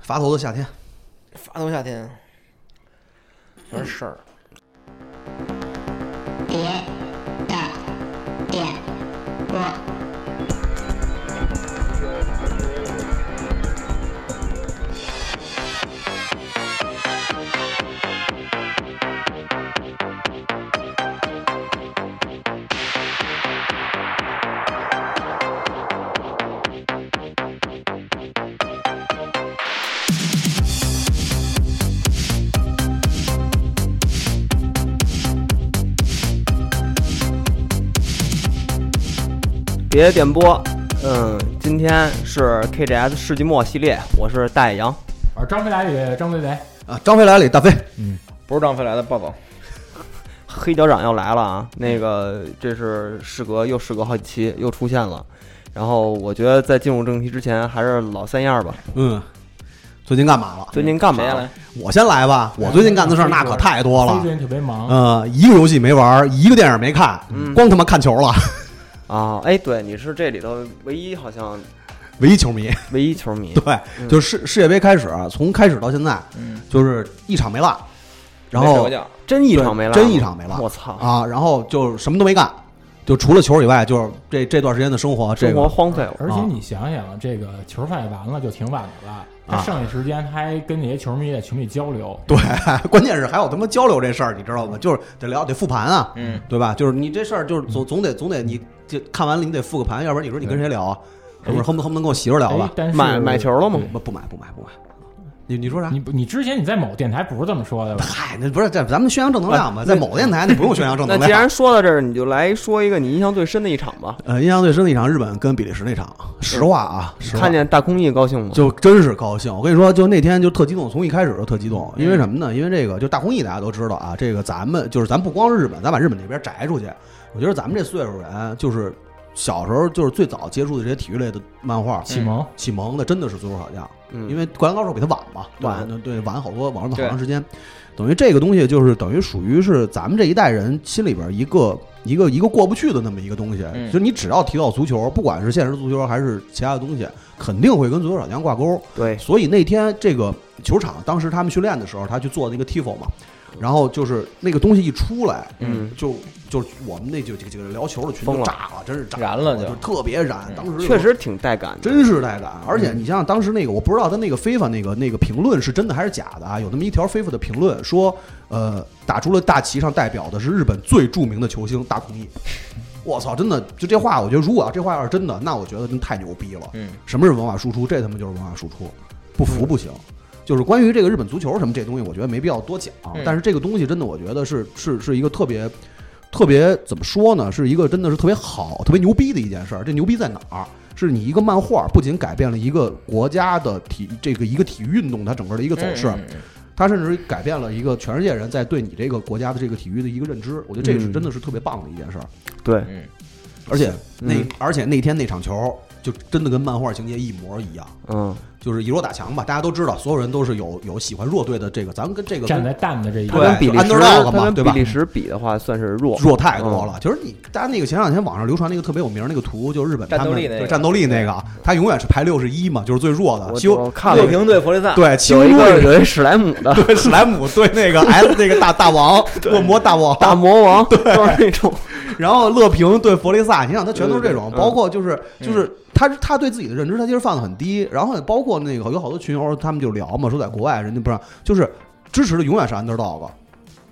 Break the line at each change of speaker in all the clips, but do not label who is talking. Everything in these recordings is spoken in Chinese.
伐头的夏天，
发头夏天，全是事儿。
别的点播。
别点播，嗯，今天是 KGS 世纪末系列，我是大野羊，
我是张飞来里，张飞来，
啊，张飞来了，大飞，
不是张飞来的，暴走。
黑脚掌要来了啊！那个，这是事隔又事隔好几期又出现了，然后我觉得在进入正题之前，还是老三样儿吧。
嗯，最近干嘛了？
最近干嘛
哎谁先
了
来？？
我先来吧，我最近干的事儿那可太多
飞嗯最
了。
近特别忙，
呃，一个游戏没玩儿，一个电影没看，
嗯
光他妈看球 了，
啊，哎，对，你是这里头唯一好像
唯一球迷。
唯一球
嗯
迷。
对，就是世世界杯开始，啊从开始到现在，
嗯，
就是一场没落，然
没睡
后
过觉
真一场没
对
了，
真一场没落
我操！
啊，然后就什么都没干，就除了球以外，就是这这段时间的生活，这
生活
个
荒废了。
而且
嗯
你想想，这个球赛完了就挺晚的了，他
啊
剩下时间他还跟那些球迷在群里交流，
对，啊关键是还有他妈交流这事儿，你知道吗？就是得聊得复盘啊，
嗯，
对吧？就是你这事儿就是总总得总得你这看完了你得复个盘，要不然你说你跟谁聊啊？是不是恨不得恨不能跟我媳妇儿聊
哎
吧？，
但是
买买球了吗？
不不买不买不买，你你说啥
你？不你之前你在某电台不是这么说的 吧？
嗨，那不是在咱们宣扬正能量吧？在某个电台你不用宣扬正
那
能
既
量
然。说到这儿，你就来说一个你印象最深的一场吧。
呃，印象最深的一场日本跟比利时那场，实话啊，实话
看见大空翼高兴吗？
就真是高兴。我跟你说，就那天就特激动，从一开始就特激动，因为什么呢？因为这个就大公益大家都知道啊，这个咱们就是咱不光是日本，咱把日本那边摘出去，我觉得咱们这岁数人就是小时候就是最早接触的这些体育类的漫画。
启蒙，
启蒙的真的是足球小将，
嗯，
因为《灌篮高手》比他晚嘛，对吧
晚
那对晚好多，晚了好
对
长时间。等于这个东西就是等于属于是咱们这一代人心里边一个一个一个过不去的那么一个东西。
嗯
就你只要提到足球，不管是现实足球还是其他的东西，肯定会跟足球小将挂钩。
对，
所以那天这个球场，当时他们训练的时候，他去做那个 tifo 嘛，然后就是那个东西一出来，
嗯，
就就是我们那就几个聊球的群
疯
就
了
炸了，真是炸
燃了就
就特别燃。当时就
嗯确实挺带感的。嗯
真是带感，而且你想想当时那个，我不知道他那个非法那个那个评论是真的还是假的啊？有那么一条非法的评论说，呃，打出了大旗上代表的是日本最著名的球星大空 翼。我操，真的就这话，我觉得如果要这话要是真的，那我觉得真太牛逼了。
嗯，
什么是文化输出？这他妈就是文化输出，不服不行。就是关于这个日本足球什么这东西，我觉得没必要多讲
嗯。
但是这个东西真的，我觉得是是是一个特别特别怎么说呢？是一个真的是特别好、特别牛逼的一件事儿。这牛逼在哪儿？是你一个漫画不仅改变了一个国家的体这个一个体育运动它整个的一个走势，
嗯嗯嗯
它甚至改变了一个全世界人在对你这个国家的这个体育的一个认知。我觉得这个是
嗯
真的是特别棒的一件事儿。
对，
嗯
而且那
嗯
而且那天那场球就真的跟漫画情节一模一样。
嗯，
就是以弱打强吧，大家都知道，所有人都是有有喜欢弱队的这个，咱们跟这个
站
跟
在蛋的这一
他
对
边
跟比利时，
就 underdog 嘛
他跟
对
比
吧
利时比的话，算是弱
弱太多了。就是你，大家那个前两天网上流传那个特别有名儿那个图，就是日本他
战斗
们
力那个
对战斗力那个，啊他永远是排六十一嘛，就是最弱的。
我
西欧
嗯我看了
乐平对弗利萨，
对西欧
有一个
人
有一史莱姆的
对史莱姆对那个 S 那个大大 王恶魔 大王，
大魔 王，都是那种
然后乐平对弗利萨，你想他全都是这种，
对对对嗯
包括就是就是他他对自己的认知，他其实放的很低。然后也包括那个有好多群友他们就聊嘛，说在国外人家不让，就是支持的永远是 underdog。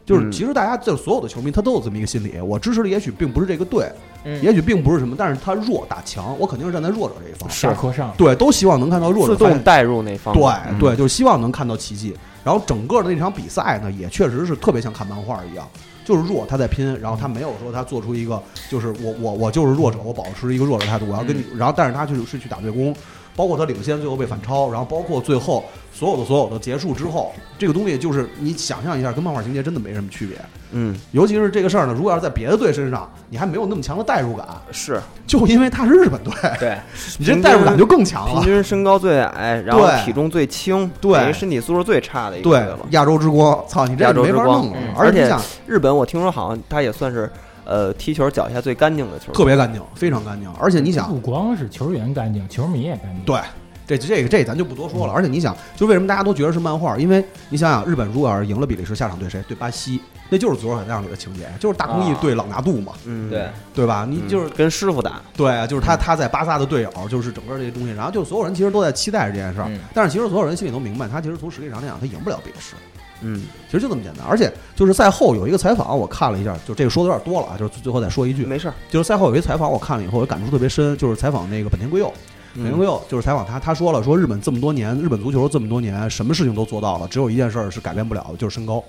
就是
嗯
其实大家就是所有的球迷，他都有这么一个心理：我支持的也许并不是这个队，
嗯
也许并不是什么，但是他弱打强，我肯定是站在弱者这一方。
下课上，
对，都希望能看到弱者
自
发
动
现
带入那
啊
方面。
嗯
对对，就是希望能看到奇迹。然后整个的那场比赛呢，也确实是特别像看漫画一样，就是弱他在拼，然后
嗯
他没有说他做出一个就是我我我就是弱者，我保持一个弱者态度，我要跟你，
嗯
然后但是他就是是去打对攻，包括他领先最后被反超，然后包括最后所有的所有的结束之后，这个东西就是你想象一下，跟漫画情节真的没什么区别。
嗯，
尤其是这个事儿呢，如果要是在别的队身上，你还没有那么强的代入感，
是
就因为他是日本队，
对，
你这代入感就更强
平
了。
均身高最矮，然后
对
体重最轻，
对
等于身体素质最差的一个队
对
了，。
亚洲之光，操，你这
亚洲
没
之
法
光
弄了
嗯。
而且
而
你
且
想，
日本，我听说好像他也算是呃踢球脚下最干净的球队，
特别干净，非常干净。而且你想，
不光是球员干净，球迷也干净。
嗯对这这个这咱就不多
嗯
说了。而且你想，就为什么大家都觉得是漫画？因为你想想，日本如果要是赢了比利时，下场对谁？对巴西，那就是《左手海将》里的情节，就是大空翼
啊
对朗拿度嘛，
嗯，
对，
对吧？你就是
跟师傅打，
对，啊就是他他在巴萨的队友，就是整个这些东西，然后就所有人其实都在期待着这件事儿
嗯，
但是其实所有人心里都明白，他其实从实力上来讲，他赢不了比利时，
嗯，
其实就这么简单。而且就是赛后有一个采访，我看了一下，就这个说的有点多了啊，就是最后再说一句，
没事儿，
就是赛后有一个采访，我看了以后我感触特别深，就是采访那个本田圭佑，本田
嗯
圭佑就是采访他，他说了说日本这么多年，日本足球这么多年，什么事情都做到了，只有一件事儿是改变不了的，就是身高。
哦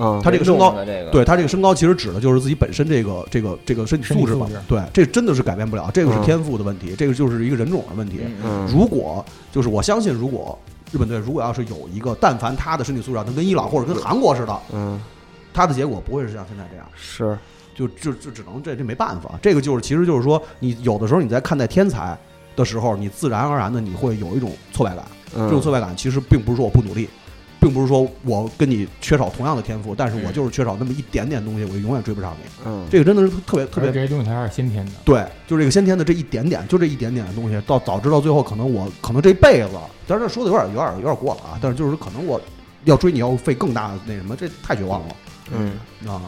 嗯，
他这个身高
运动的这个
对他这个身高，其实指的就是自己本身这个这个这个身体
身体
素质
素
吧
质。
对，这真的是改变不了，这个是
嗯
天赋的问题，这个就是一个人种的问题。
嗯嗯
嗯，
如果就是我相信，如果日本队如果要是有一个，但凡他的身体素质要能跟伊朗或者跟韩国似的，
嗯
他的结果不会是像现在这样。
是，
就就就只能这这没办法，这个就是其实就是说，你有的时候你在看待天才的时候，你自然而然的你会有一种挫败感，这
这
种挫败感其实并不是说我不努力，并不是说我跟你缺少同样的天赋，但是我就是缺少那么一点点东西，我就永远追不上你。
嗯，
这个真的是特别特
而
别
这些东西它是先天的，
对，就是这个先天的这一点点，就这一点点的东西，到导致到最后，可能我可能这辈子，但是这说的有点有点有点过了啊，但是就是可能我要追你要费更大的那什么，这太绝望了
嗯。
啊！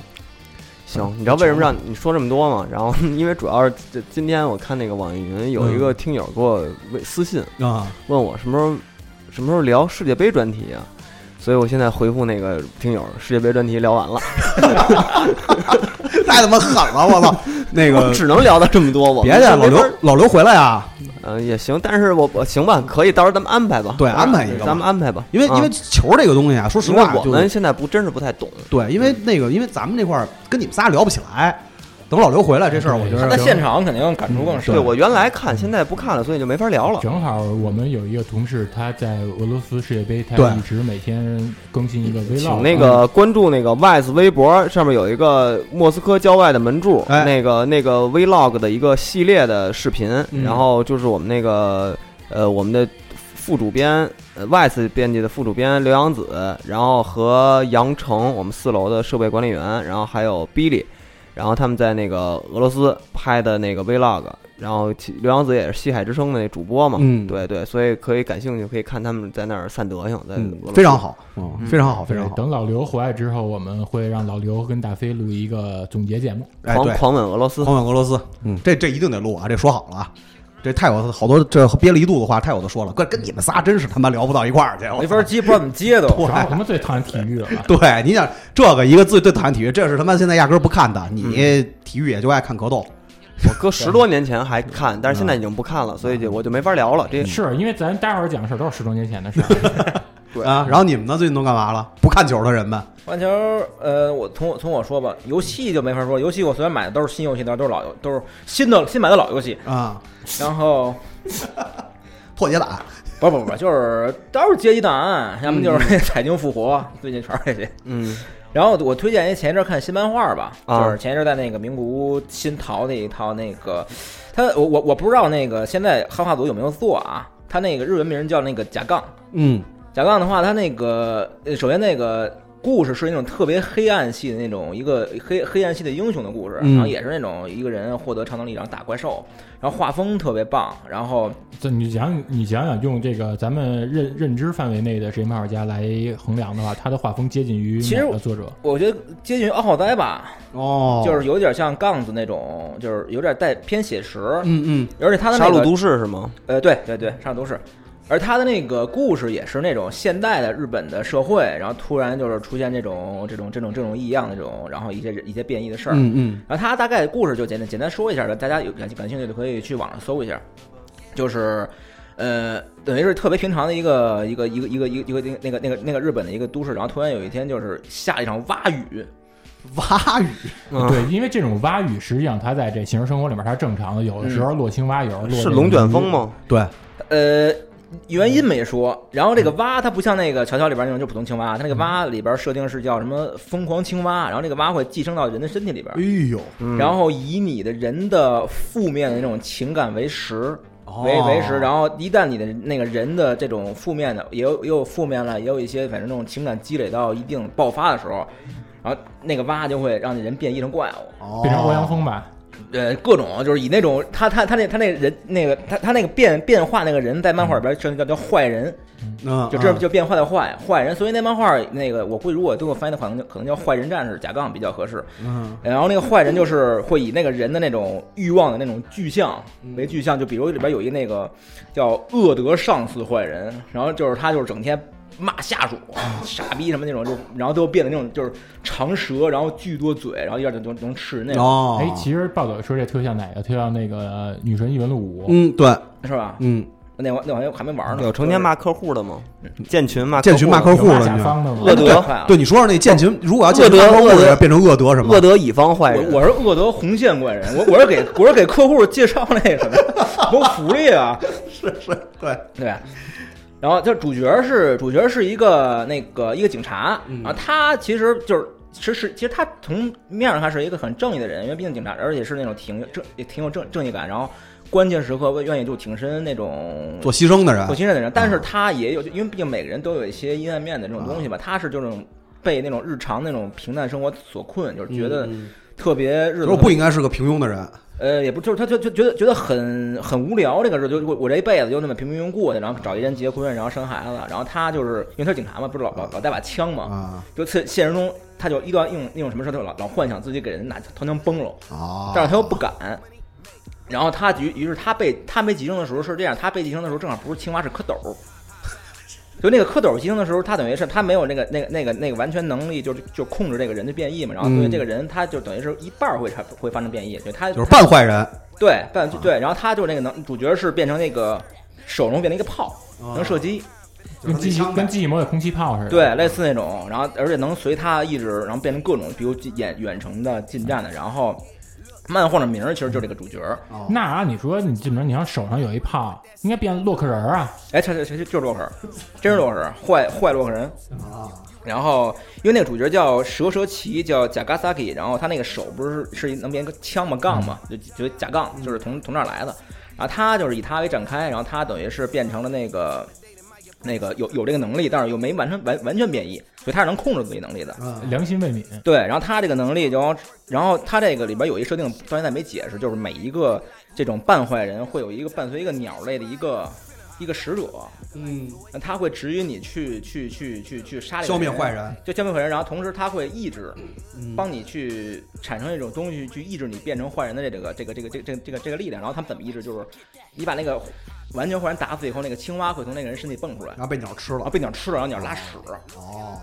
行，
嗯
你知道为什么让你说这么多吗？然后， 因为主要是这今天我看那个网易云有一
嗯
个听友给我微私信
啊，
问我什么时候什么时候聊世界杯专题啊，所以我现在回复那个听友，世界杯专题聊完了，
太他妈狠了，我操！那个
只能聊到这么多。我
别去，老
没法
刘，老刘回来啊呀！
嗯，也行，但是我我行吧，可以，到时候咱们安排吧。
对
到时候
安排一个吧
咱们安排吧。
因为因为
啊
球这个东西啊，说实
因为
话，
我们现在不真是不太懂，
就对，因为那个，因为咱们这块儿跟你们仨聊不起来，等老刘回来这事儿，我觉
对
得
他在现场肯定感触更深
对。
我原来看，现在不看了，所以就没法聊了。
正好我们有一个同事，他在俄罗斯世界杯，
对
他一直每天更新一个 vlog，
请那
啊
个关注那个 Wise 微博，上面有一个莫斯科郊外的门柱，
哎
那个那个 Vlog 的一个系列的视频，
嗯
然后就是我们那个呃我们的副主编呃 Wise 编辑的副主编刘洋子，然后和杨成我们四楼的设备管理员，然后还有 Billy，然后他们在那个俄罗斯拍的那个 Vlog，然后其刘洋子也是西海之声的那主播嘛，
嗯
对对，所以可以感兴趣可以看他们在那儿散德行，在
嗯
俄罗斯
非常好，嗯
嗯
非常好，非
对
常好。
等老刘回来之后，我们会让老刘跟大飞录一个总结节目。
哎，
狂
对，
狂吻俄罗斯。
狂吻俄罗斯，嗯，这这一定得录啊，这说好了啊。这太有好多这憋了一肚子话，太有的说了，跟跟你们仨真是他妈聊不到一块儿去，我
没法接，不知道怎么接都。
主要我他妈最讨厌体育了，
对，你想这个一个最最讨厌体育，这是他妈现在压根儿不看的，你
嗯
体育也就爱看格斗，
我哥十多年前还看，但是现在已经不看了，所以就我就没法聊了。
嗯
这
是因为咱待会儿讲的事儿都是十多年前 的事儿，
对
啊，然后你们呢？最近都干嘛了？不看球的人们，
完球，呃，我从我从我说吧，游戏就没法说，游戏我虽然买的都是新游戏，但是都是老游，都是新的新买的老游戏。
啊，
然后
破解版，
不是不是不是，就是都是街机档案，要么就是 那彩牛复活，最近全是这些。
嗯
然后我推荐一前一阵看新漫画吧，
啊
就是前一阵在那个名古屋新淘那一套那个，他我我我不知道那个现在汉化组有没有做啊？他那个日文名叫那个甲杠，
嗯
甲杠的话，他那个呃首先那个故事是那种特别黑暗系的那种一个黑黑暗系的英雄的故事，
嗯
然后也是那种一个人获得超能力然后打怪兽，然后画风特别棒，然后
这你想你想想，用这个咱们认认知范围内的职业漫画家来衡量的话，他的画风接近于
其实
哪个作者？
我觉得接近于奥浩哉吧，
哦，
就是有点像杠子那种，就是有点带偏写实，
嗯嗯，
而且他的
杀
那
戮
个
都市是吗？
呃，对对对，上都市。而他的那个故事也是那种现代的日本的社会，然后突然就是出现这种这种这种这种异样的这种，然后一些一些变异的事儿。
嗯嗯
然后他大概故事就简单简单说一下吧，大家有感感兴趣的可以去网上搜一下，就是。呃，等于是特别平常的一个一个一个一个一个一个那个那个那个日本的一个都市，然后突然有一天就是下了一场蛙雨，
蛙语，
嗯，
对，因为这种蛙语实际上它在这现实生活里面它是正常的，有的时
嗯
候落青蛙，有时候落
是
这个
龙卷风
鱼？
吗？
对，
呃，原因没说。然后这个蛙它不像那个乔乔里边那种就普通青蛙，它那个蛙里边设定是叫什么疯狂青蛙，然后这个蛙会寄生到人的身体里边
哎，呦，
嗯
然后以你的人的负面的那种情感为食。
哦
为为食，然后一旦你的那个人的这种负面的，也有也有负面了，也有一些反正那种情感积累到一定爆发的时候，然后那个蛙就会让那人变异成怪物。
哦
变成欧阳锋吧？
呃，各种就是以那种他他他那他那人那个他他那个变变化那个人在漫画里边叫叫叫坏人，
嗯，
就这
嗯
就变坏的坏坏人，所以那漫画那个我估计如果最后翻译的话，可能就可能叫坏人战士甲杠比较合适。
嗯
然后那个坏人就是会以那个人的那种欲望的那种具象
嗯
为具象，就比如里边有一那个叫恶德上司坏人，然后就是他就是整天骂下属、傻逼什么那种，就然后都变得那种就是长舌，然后巨多嘴，然后一下就能能吃人那种，
哦，
哎，其实暴走说这特像哪个？特像那个《女神异闻录五》
嗯对，
是吧？
嗯，
那我那我还没玩呢，
有成天骂客户的吗？建群骂
建群骂客
户
户
有骂
了，
甲
你知道吗
方的吗？
恶德
快了
对，你说说那剑琴，如果要剑
恶
琴
德
当
恶
恶
德
人，变成恶德什么？
恶德乙方坏人，
我我是恶德红线怪人，我我是给我是给客户介绍那个什 么谋福利啊，
对，
对。然后这主角是主角是一个那个一个警察，然后他其实就是。其实，其实他从面上看是一个很正义的人，因为毕竟警察，而且是那种挺正也挺有正正义感，然后关键时刻愿意就挺身那种
做啊嗯牺牲的人
做，新任的人，但是他也有，因为毕竟每个人都有一些阴暗面的这种
啊
东西吧，他是这种被那种日常那种平淡生活所困，就是
嗯
觉得
嗯
特别日子
说不应该是个平庸的人。
呃，也不就是他就就觉得觉得很很无聊这个事，就我我这一辈子就那么平平庸庸过去，然后找一人结婚，然后生孩子，然后他就是因为他是警察嘛，不是老老老带把枪嘛，
啊
就现现实中他就遇到一种一种什么事儿，他就老老幻想自己给人拿掏枪崩了，
啊！
但是他又不敢。然后他于于是他被他被集中的时候是这样，他被集中的时候正好不是青蛙是蝌蚪，就那个蝌蚪集中的时候，他等于是他没有那个那个那个那个完全能力就，就控制这个人的变异嘛。然后所以
嗯
这个人他就等于是一半儿会产会发生变异，就他
就是半坏人，
对半对，然后他就是那个能主角是变成那个手中变成一个炮，能射击，
跟机器跟机器猫的空气炮似的。，
对，类似那种，然后而且能随他一直，然后变成各种，比如近远远程的、近战的，然后漫画的名儿其实就是这个主角儿，
哦那按理说你这么着，你要手上有一炮，应该变洛克人儿啊。
哎，他他他就是洛克人，真是洛克人，坏坏洛克人。然后，因为那个主角叫蛇蛇奇，叫贾嘎萨基，然后他那个手不是是能变一个枪吗？杠吗？
嗯
就就假杠，就是从从这儿来的。然后他就是以他为展开，然后他等于是变成了那个那个有有这个能力，但是又没完全完完全变异，所以他是能控制自己能力的。
良心未泯，
对，然后他这个能力，然后然后他这个里边有一设定，到现在没解释，就是每一个这种半坏人会有一个伴随一个鸟类的一个一个使者，
嗯，
那他会指引你去去去去去杀这个
消灭
人
坏，人，嗯
就消灭坏人，然后同时他会抑制，嗯帮你去产生一种东西去抑制你变成坏人的这个这个这个这个这个这个这个力量。然后他们怎么抑制？就是你把那个完全坏人打死以后，那个青蛙会从那个人身体蹦出来，
然后被鸟吃
然后
了。
被鸟吃了，然后鸟拉屎。
哦，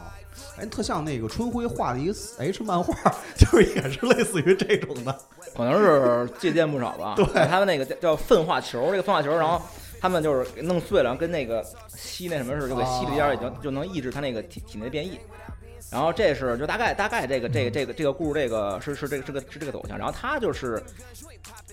哎，特像那个春晖画的一个 H 漫画， 就是也是类似于这种的。
可能是借鉴不少吧。对，他们那个叫叫粪化球，这个粪化球，然后他们就是给弄碎了，然后跟那个吸那什么似的，就给吸了一点儿，也就就能抑制他那个体体内的变异。然后这是就大概大概这个这个这个这个故事这个是是这个这个是这个走向。然后他就是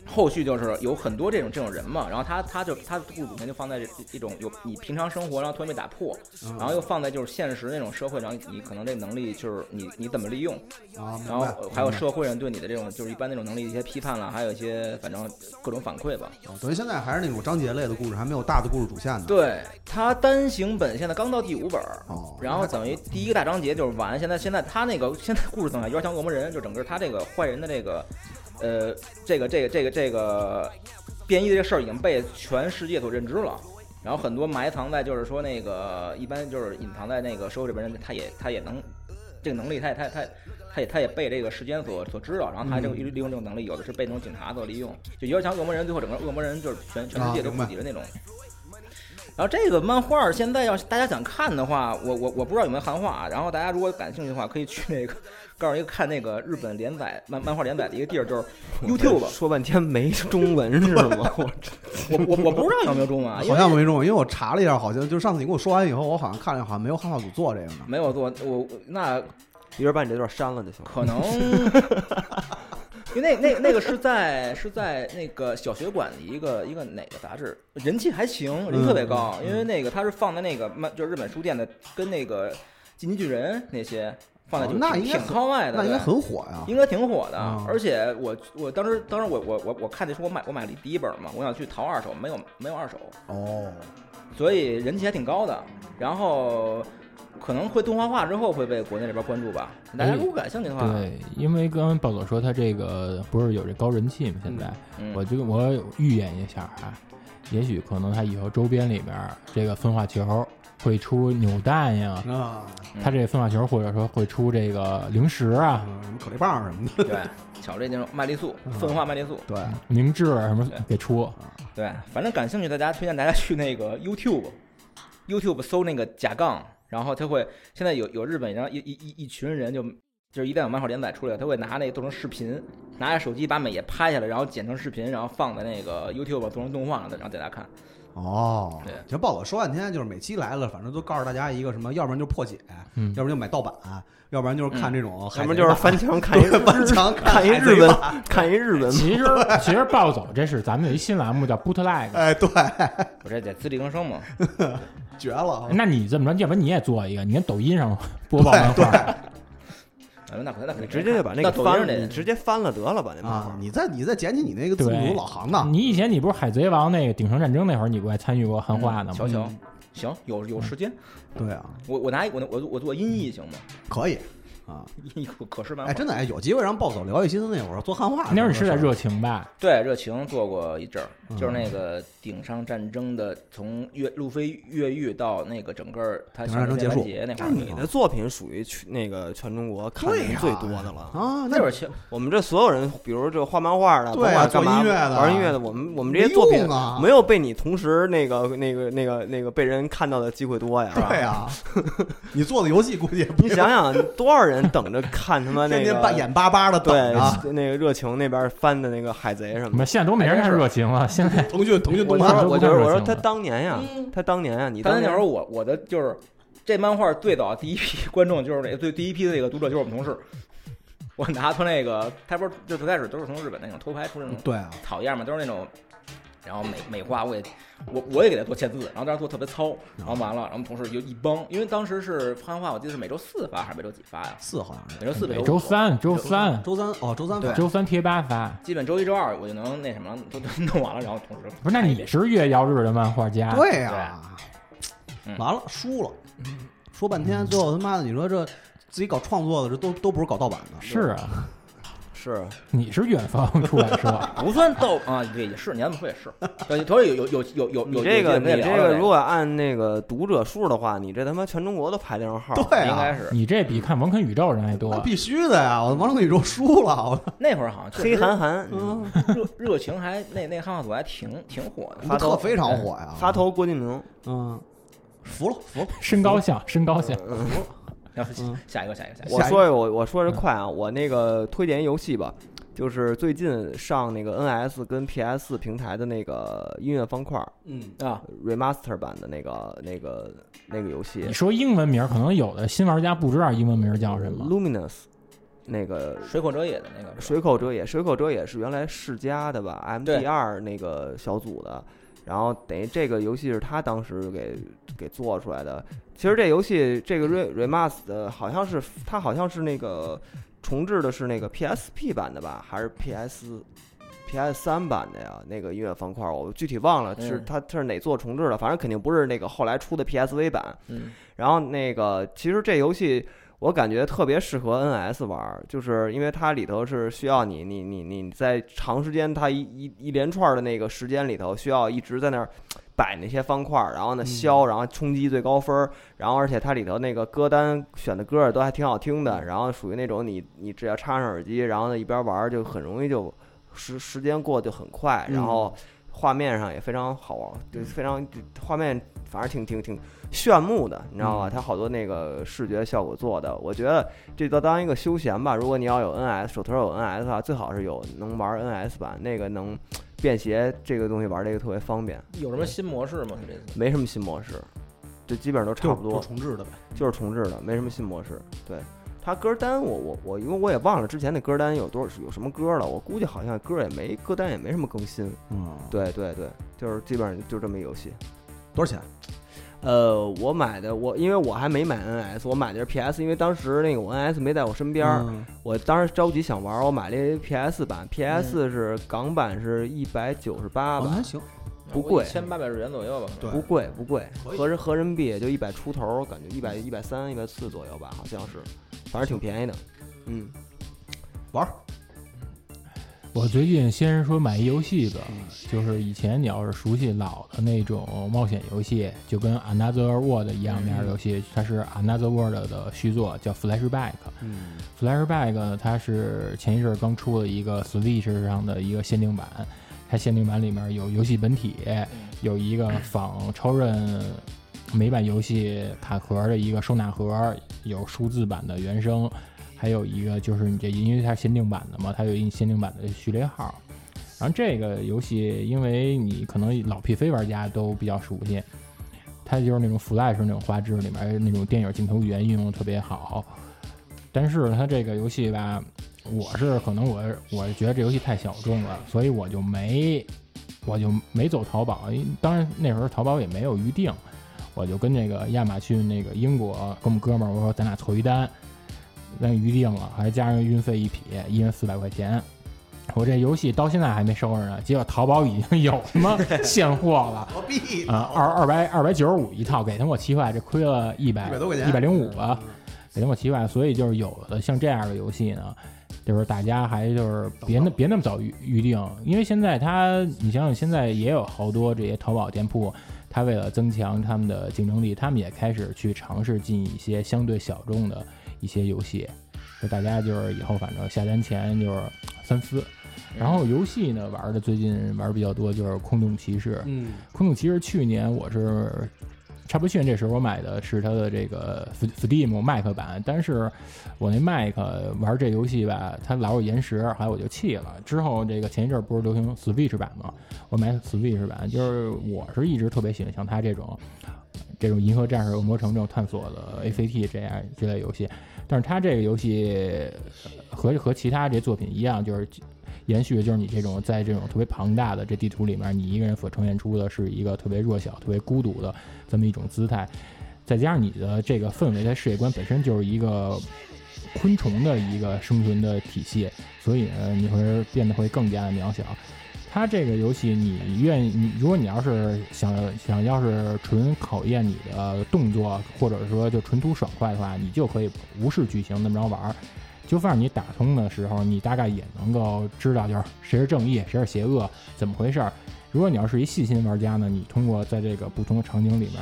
后续就是有很多这种这种人嘛，然后他他就他的故事主线就放在这一种有你平常生活，然后突然被打破，
嗯
然后又放在就是现实那种社会，然后你可能这个能力就是你你怎么利用，
啊，明
然后
白。
呃还有社会上对你的这种就是一般那种能力的一些批判了，还有一些反正各种反馈吧。
哦等于现在还是那种章节类的故事，还没有大的故事主线呢。
对他单行本现在刚到第五本儿
哦，
然后等于第一个大章节就是完。现在现在他那个现在故事怎么样？有点像恶魔人，就整个他这个坏人的这个呃这个这个这个这个变异的这个事儿已经被全世界所认知了。然后很多埋藏在就是说那个一般就是隐藏在那个社会里边的人，他也他也能这个能力，他也他也他也他也他也被这个时间所所知道，然后他这个利利用这种能力，有的是被那种警察所利用，就有点像恶魔人，最后整个恶魔人就是全全世界都
啊
普及的那种。然后这个漫画现在要是大家想看的话，我我我不知道有没有汉化，啊然后大家如果感兴趣的话，可以去那个告诉一个看那个日本连载漫漫画连载的一个地儿，就是 YouTube。
说半天没中文是 吗？我
我我我不知道有没有中文啊，因
好
为
像没中，因为我查了一下，好像就是上次你跟我说完以后，我好像看了一下，好像没有汉化组做这个呢。
没有做我那
一会儿把你这段删了就行了。
可能，因为那那那个是在是在那个小学馆的一个一个哪个杂志，人气还行，人气特
嗯
别高，因为那个它是放在那个漫就是日本书店的，跟那个《进击巨人》那些放在
哦
就
那
挺
应该
挺靠外的，
那应该
对
很火呀。
应该挺火的
啊，
而且我我当时当时我我我我看那书我买我买了第一本嘛，我想去淘二手，没有没有二手，
哦，
所以人气还挺高的。然后可能会动画化之后会被国内这边关注吧。大
哎
家如果感兴趣的话，
对，因为刚刚暴走说他这个不是有这高人气嘛，现在、
嗯
我就我预言一下啊，也许可能他以后周边里面这个分化球会出扭蛋呀，
啊，
嗯
他这分化球或者说会出这个零食啊、
嗯什么可丽棒什么的，
对，巧这就是麦丽素，
嗯
分化麦丽素。
对，
明治啊什么
嗯对
给出，
对，反正感兴趣，大家推荐大家去那个 YouTube，YouTube 搜那个假杠，然后他会现在有有日本然后一一一一群人就就是一旦有漫画连载出来，他会拿那个做成视频，拿着手机把美页拍下来，然后剪成视频，然后放在那个 YouTube 做成动画，然后给大家看。
哦
对，
行，豹哥说半天就是每期来了，反正都告诉大家一个什么，要不然就破解，
嗯
要不然就买盗版，要不然就是
嗯
看这种海贼版，
要么就是翻墙看一
对翻墙
看一
海
日
贼
本
版，
看一日本
其 实其实暴走这是咱们有一新栏目叫 bootleg，
哎，对，
我这得自力更生嘛。
绝了，
那你这么着，要不然你也做一个，你看抖音上播报漫画，
啊那可那肯定
直接就把那
那
个
抖
翻了，
音得
你直接翻了得了吧？那
嗯
漫
啊
画！
你再你再捡起你那个字
对
幕组老行当，
你以前你不是海贼王那个鼎盛战争那会儿，你不还参与过汉化呢吗？
瞧瞧，嗯行，有有时间，
对啊，
我我拿一我我我做音译行吗？
可以啊，
音译可可视漫
哎，
画。
真的哎，有机会让暴走聊一期他那会儿做汉化，
那会儿你是在，热情吧？
对，热情做过一阵儿，
嗯
就是那个顶上战争的，从越路飞越狱到那个整个儿他
顶上战争结束
那会
这
儿
是，你的作品属于去那个全中国看的
对
人
呀
最多的了。
啊，
那会
那
儿其实
我们这所有人，比如这画漫画的，
对啊
甭管干嘛
做音乐的
玩音乐的，我们我们这些作
没
品
用啊
没有被你同时那个那个那个那个被人看到的机会多呀。是吧
对啊， 你做的游戏估计也不
你想想，多少人等着看他妈那
天
个
天巴眼巴巴的等
对
着。啊
那个热情那边翻的那个海贼什
你
么
们
的。
现在都没人看热情了，现在
腾讯腾讯
我
动
就
现在
漫
说，
都不
我就
看
是我
热
说
情
他
了
当年呀，他当年呀，你
当
当
年
年
那会儿我我的就是这漫画最早第一批观众就是那最第一批的那个读者就是我们同事， 我拿他那个他不是就最开始都是从日本那种偷拍出来那种
对啊，
讨厌嘛，都是那种，然后美美化我也我我也给他做签字，然后当时做特别糙，
嗯
然后完了，然后我们同事就一帮，因为当时是汉化，我记得是每周四发还是每周几发呀？
四好像是
每周四
每
五
周三、周三、
周三哦，周三
对
周三贴吧发。
基本周一周二我就能那什么都都弄完了，然后同时
不是，那你是越摇日的漫画家？
对呀
嗯，
完了输了，说半
嗯
天，最后他妈的，你说这自己搞创作的，这都都不是搞盗版的，
是啊，
是
你是远方出版 社，
不算逗啊，对，也是你要这么 说也是，对，头有有有有有
你
有
这个
有
你
有有
这
有有
个
有
如果按那个读者数的话，你这他妈全中国都排得上号。
对
应
啊，
该是
你这比看《王肯宇宙》人还
那
多。
必须的呀！我王成宇宙输了，我
那会儿好像
黑
确实
韩寒，
嗯，
热热情还那那汉化组还挺挺火的，
发
特
头哎
非常火呀，
发，头郭敬明，
嗯，服了服了，
身高像，身高像，
然后
嗯
下一个下一个下一个，
我
下一
说一个我我说这
嗯
快啊，我那个推荐一游戏吧，就是最近上那个 NS 跟 PS 平台的那个音乐方块儿
嗯，
啊，
remaster 版的那个那个那个游戏
你说英文名儿，可能有的新玩家不知道英文名儿叫什么。
Luminous，那个
水口哲也的那个是吧
水口哲也，水口哲也是原来世嘉的吧
对
，MDR 那个小组的，然后等于这个游戏是他当时给给做出来的。其实这游戏这个 re remas 的好像是它好像是那个重置的是那个 PSP 版的吧，还是 PS PS 三版的呀？那个音乐方块我具体忘了是
嗯
它它是哪座重置的，反正肯定不是那个后来出的 PSV 版。
嗯
然后那个，其实这游戏我感觉特别适合 NS 玩儿，就是因为它里头是需要你你你你在长时间它一一一连串的那个时间里头，需要一直在那儿摆那些方块儿，然后呢
嗯
削，然后冲击最高分儿，然后而且它里头那个歌单选的歌儿都还挺好听
嗯
的，然后属于那种你你只要插上耳机，然后呢一边玩儿就很容易就时时间过得就很快，然
嗯
后画面上也非常好玩，就非常画面反正挺挺挺炫目的，你
嗯
知道吧？它好多那个视觉效果做的，我觉得这都当一个休闲吧。如果你要有 NS 手头有 NS 啊，最好是有能玩 NS 版，那个能便携这个东西玩这个特别方便，
有什么新模式吗？这次
没什么新模式，就基本上都
就
差不多
就，重置的呗，
就是重置的，没什么新模式。对。它歌单我我我，因为我也忘了之前那歌单有多少有什么歌了，我估计好像歌也没歌单也没什么更新，
嗯，
对对对，就是基本上就这么一游戏。
多少钱？
呃，我买的我因为我还没买 NS，我买的是 PS，因为当时那个我 NS 没在我身边，儿，
嗯
我当时着急想玩儿，我买了一 PS 版，PS 是港版是一百九十
嗯
八
哦那
吧
还，行，
不贵
一，千八百日元左右吧。
对
不贵不贵，
可以
合人合人民币也就一百出头，感觉一百一百三一百四左右吧，好像是，反正挺便宜的。嗯，
玩儿
我最近先是说买一游戏吧，就是以前你要是熟悉老的那种冒险游戏，就跟 Another World 一样那样的游戏，它是 Another World 的续作，叫 Flashback。
嗯
Flashback 呢它是前一阵儿刚出了一个 Switch 上的一个限定版，它限定版里面有游戏本体，有一个仿超任美版游戏卡盒的一个收纳盒，有数字版的原声，还有一个就是你这因为它是限定版的嘛，它有一限定版的序列号。然后这个游戏，因为你可能老 PC 玩家都比较熟悉，它就是那种 Flash 那种画质里面那种电影镜头语言运用得特别好。但是它这个游戏吧，我是可能我我觉得这游戏太小众了，所以我就没我就没走淘宝。因当然那时候淘宝也没有预定，我就跟那个亚马逊那个英国跟我们哥们儿我说咱俩凑一单，那预定了，还加上运费一匹，一人四百块钱。我这游戏到现在还没收着呢，结果淘宝已经 有他妈现货了。
何必
啊，二二百二百九十五一套，给他们我七块，这亏了一百
100多块钱
一百零五吧，给他们我七块。所以就是有的像这样的游戏呢，就是大家还就是别那别那么早预预定，因为现在它你想想现在也有好多这些淘宝店铺，它为了增强他们的竞争力，他们也开始去尝试进一些相对小众的一些游戏，就大家就是以后反正下单前就是三思。然
嗯
后游戏呢，玩的最近玩比较多就是《空洞骑士》，
嗯，
空洞骑士去年我是差不多去年这时候我买的是它的这个 Steam Mac 版，但是我那 Mac 玩这游戏吧，它老有延时，后来我就弃了。之后这个前一阵儿不是流行 Switch 版吗？我买 Switch 版，就是我是一直特别喜欢像它这种。这种银河战士、恶魔城这种探索的 ACT 这样之类游戏，但是它这个游戏和和其他这作品一样，就是延续的就是你这种在这种特别庞大的这地图里面，你一个人所呈现出的是一个特别弱小、特别孤独的这么一种姿态，再加上你的这个氛围在世界观本身就是一个昆虫的一个生存的体系，所以呢，你会变得会更加的渺小。它这个游戏，你愿意，你如果你要是想想要是纯考验你的动作，或者说就纯图爽快的话，你就可以无视剧情那么着玩儿。就算是你打通的时候，你大概也能够知道，就是谁是正义，谁是邪恶，怎么回事儿。如果你要是一细心玩家呢，你通过在这个不同的场景里面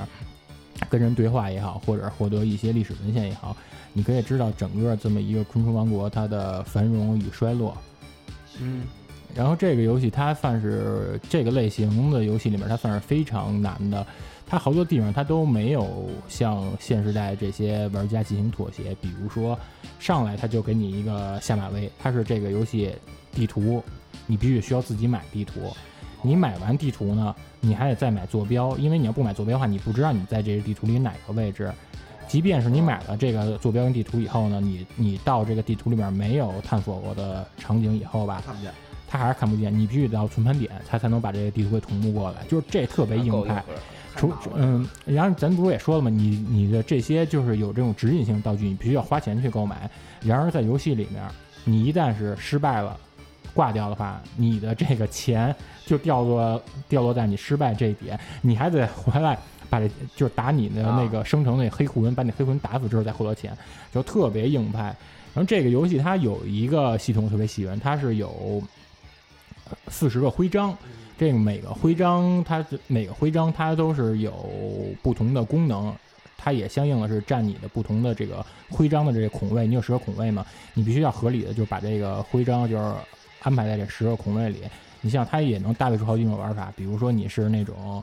跟人对话也好，或者获得一些历史文献也好，你可以知道整个这么一个昆虫王国它的繁荣与衰落。
嗯，
然后这个游戏它算是这个类型的游戏里面，它算是非常难的。它好多地方它都没有向现时代这些玩家进行妥协，比如说上来它就给你一个下马威，它是这个游戏地图，你必须需要自己买地图。你买完地图呢，你还得再买坐标，因为你要不买坐标的话，你不知道你在这个地图里哪个位置。即便是你买了这个坐标跟地图以后呢，你你到这个地图里面没有探索过的场景以后吧，
看不见。
他还是看不见，你必须得到存盘点，他才能把这个地图给同步过来，就是这特别硬
够一
派。
会儿
除嗯，然后咱不是也说了吗？你你的这些就是有这种指引性道具，你必须要花钱去购买。然而在游戏里面，你一旦是失败了。挂掉的话，你的这个钱就掉落掉落在你失败这一点，你还得回来把这就是打你的那个生成那黑魂，把你黑魂打死之后再获得钱，就特别硬派。然后这个游戏它有一个系统我特别喜欢，它是有四十个徽章，这个每个徽章它每个徽章它都是有不同的功能，它也相应的是占你的不同的这个徽章的这个孔位，你有十个孔位嘛，你必须要合理的就把这个徽章就是安排在这十个孔位里。你像它也能搭配出好几种玩法，比如说你是那种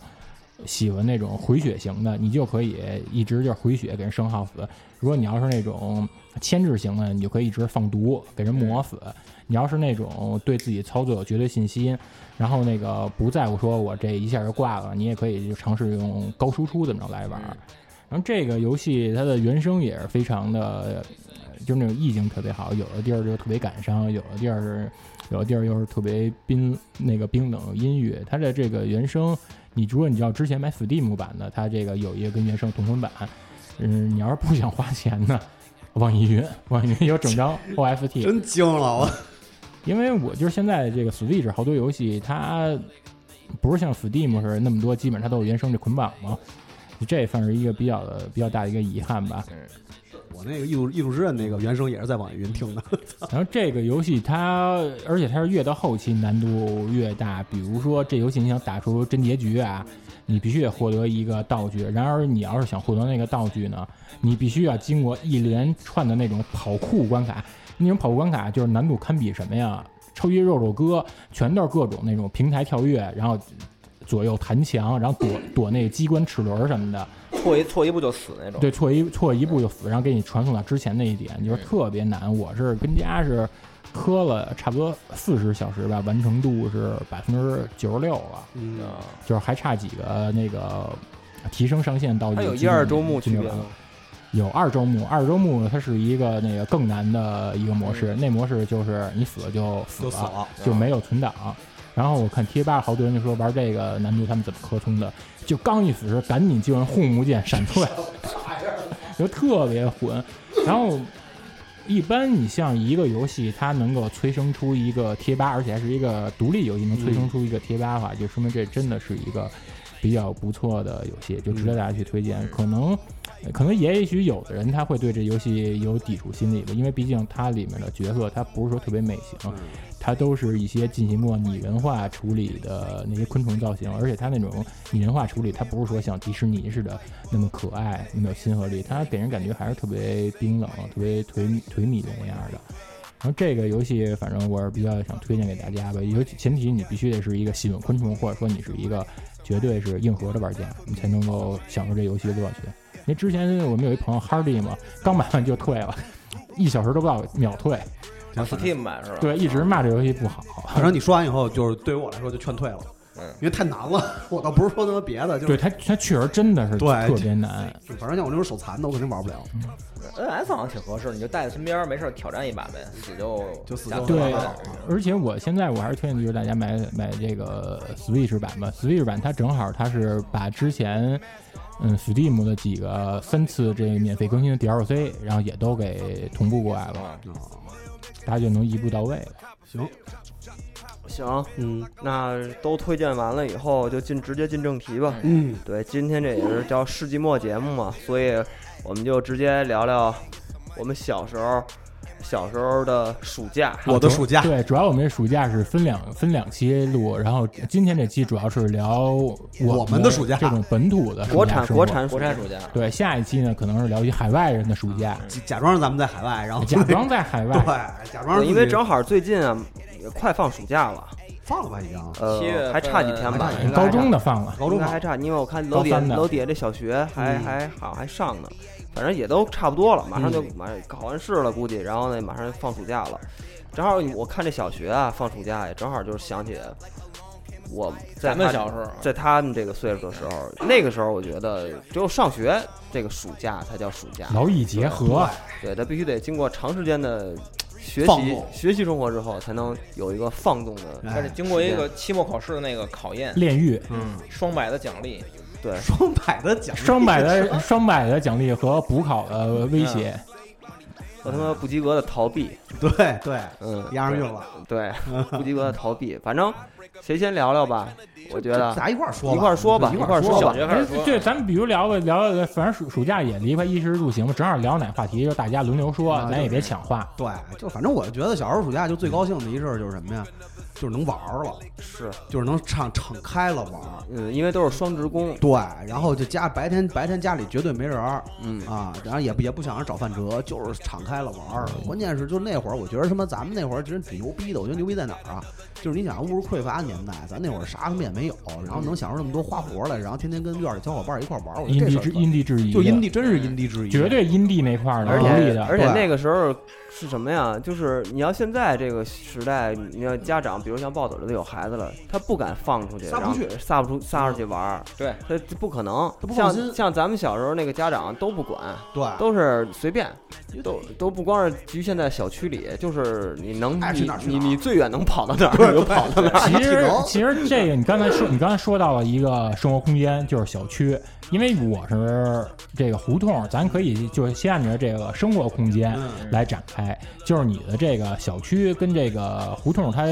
喜欢那种回血型的，你就可以一直就是回血给人生耗死；如果你要是那种牵制型的，你就可以一直放毒给人磨死。你要是那种对自己操作有绝对信心，然后那个不在乎说我这一下就挂了，你也可以就尝试用高输出怎么着来玩儿。然后这个游戏它的原声也是非常的，呃就是那种意境特别好，有的地儿就特别感伤，有的地儿是，有的地儿又是特别冰那个冰冷阴郁。它的这个原声，你如果你要之前买 Steam 版的，它这个有一个跟原声同捆版，嗯，你要是不想花钱呢，网易云网易云有整张 OST，
真惊了我！
因为我就是现在这个 Switch 好多游戏，它不是像 Steam 似的那么多，基本上它都有原生的捆绑嘛。这算是一个比较比较大的一个遗憾吧。
我那个异度异度之刃那个原声也是在网易云听的，
然后这个游戏它，而且它是越到后期难度越大。比如说这游戏你想打出真结局啊，你必须得获得一个道具。然而你要是想获得那个道具呢，你必须要经过一连串的那种跑酷关卡。那种跑酷关卡就是难度堪比什么呀？超级肉肉哥全都是各种那种平台跳跃，然后左右弹墙，然后躲躲那个机关齿轮什么的。
错一错一步就死那种。
对，错一错一步就死，然后给你传送到之前那一点，
嗯
就是特别难。我是跟家是磕了差不多四十小时吧，完成度是百分之九十六了，
嗯，
啊，
就是还差几个那个提升上限到。
它有一二周目区别吗？
有二周目，二周目它是一个那个更难的一个模式，那模式就是你死了就
嗯
死
就死了。嗯
就没有存档。然后我看贴吧好多人就说玩这个难度他们怎么磕通的，就刚一死时赶紧就用护目剑闪退，就特别混。然后一般你像一个游戏，它能够催生出一个贴吧，而且还是一个独立游戏，能催生出一个贴吧的话，就说明这真的是一个比较不错的游戏，就值得大家去推荐。可能可能也许有的人他会对这游戏有抵触心理吧，因为毕竟它里面的角色它不是说特别美型，它都是一些进行过拟人化处理的那些昆虫造型，而且它那种拟人化处理，它不是说像迪士尼似的那么可爱、那么有亲和力，它给人感觉还是特别冰冷、特别颓颓靡的那样的。然后这个游戏，反正我是比较想推荐给大家吧，尤其前提你必须得是一个喜欢昆虫，或者说你是一个绝对是硬核的玩家，你才能够享受这游戏的乐趣。因为之前我们有一朋友 Hardy 嘛，刚买完就退了， 一小时都不到秒退，
行反正
Steam 版是吧？
对，一直骂这游戏不好。
反正你说完以后，就是对于我来说就劝退了，
嗯
因为太难了。我倒不是说他妈别的，就
对
是
它，它确实真的是
对
特别难。
反正像我这种手残的，我肯定玩不了。
NS 好像挺合适，你就带在身边，没事儿挑战一把呗，死就
就死
加
就
分
对啊
了
而且我现在我还是推荐就是大家买买这个 Switch 版吧，Switch 版它正好它是把之前嗯 Steam 的几个三次这个免费更新的 DLC，然后也都给同步过来了，
啊
啊
大家就能一步到位了。
行，
行，
嗯
那都推荐完了以后，就进直接进正题吧。
嗯，
对，今天这也是叫世纪末节目嘛，所以我们就直接聊聊我们小时候小时候的暑假。
我的暑假
对，主要我们这暑假是分两分两期录，然后今天这期主要是聊我
我们的暑假
这种本土的暑假
国产
生活
国。产
国产暑假，
对，下一期呢可能是聊一些海外人的暑 假，
假假装咱们在海外，然后
假装在海外。
对，假装
对，因为
正
正好最近啊，也快放暑假了，
放了吧已经。
呃
七月，份
还差几天吧
还差几，天
应该还
高
差
中的放了，
高中
应该
嘛
还，差，因为我看楼底
高
下
三的
楼底下这小学还、
嗯
还好还上呢，反正也都差不多了，马上就、马上考完试了，估计，然后呢马上就放暑假了，正好我看这小学啊放暑假也正好就是想起我在
咱们
他
小时候
在他们这个岁数的时候，那个时候我觉得只有上学这个暑假才叫暑假，
劳逸结合。
对他必须得经过长时间的学
放
习
纵
学习生活之后，才能有一个放纵的
哎
但是经过一个期末考试的那个考验，
炼狱，
嗯，
双百的奖励，
对。
双百的奖，
双 百的双百的奖励和补考的威胁，
和他妈不及格的逃避，
对对，
嗯，
押上韵了。
对， 不及格的逃避。反正谁先聊聊吧，我觉得
咱一块儿说吧，
一块儿说吧
一块儿
一块儿
说
说
吧
吧。
学开
哎
始说，
对，咱们比如聊吧，聊聊，反正暑暑假也离不开衣食住行嘛，正好聊哪话题就大家轮流说，
啊
咱也
对
别抢话。
对，就反正我觉得小时候暑假就最高兴的一事儿就是什么呀？就是能玩儿了，
是，
就是能敞敞开了玩儿。
嗯，因为都是双职工，
对，然后就家白天白天家里绝对没人儿
嗯，
啊，然后也不也不想着找饭辙，就是敞开了玩儿。关键是就那会儿，我觉得他妈咱们那会儿其实挺牛逼的。我觉得牛逼在哪儿啊？就是你想物质匮乏的年代，咱那会儿啥他妈也没有，然后能想出那么多花活来，然后天天跟院里小伙伴儿一块儿玩儿。我觉
因
得这
地
事儿
制
特
因地制宜，
就因，地真是因地制宜，
绝对因地那块儿的
而
独立
且
的。
而且
对
那个时候是什么呀？就是你要现在这个时代，你要家长，比如像暴走的有孩子了，他不敢放出去，
撒不
然后
出去
撒不出，撒出去玩儿，
对，
他这不可能
他不。放心
像像咱们小时候那个家长都不管，
对，
都是随便，都都不光是局限在小区里，就是你能
爱去
你
哪儿去
你
哪儿啊
你最远能跑到哪儿你就跑到哪儿。
其 其
体
实
能
其实这个你刚才说，你刚才说到了一个生活空间，就是小区。因为我是这个胡同，咱可以就是先按照这个生活空间来展开，就是你的这个小区跟这个胡同，它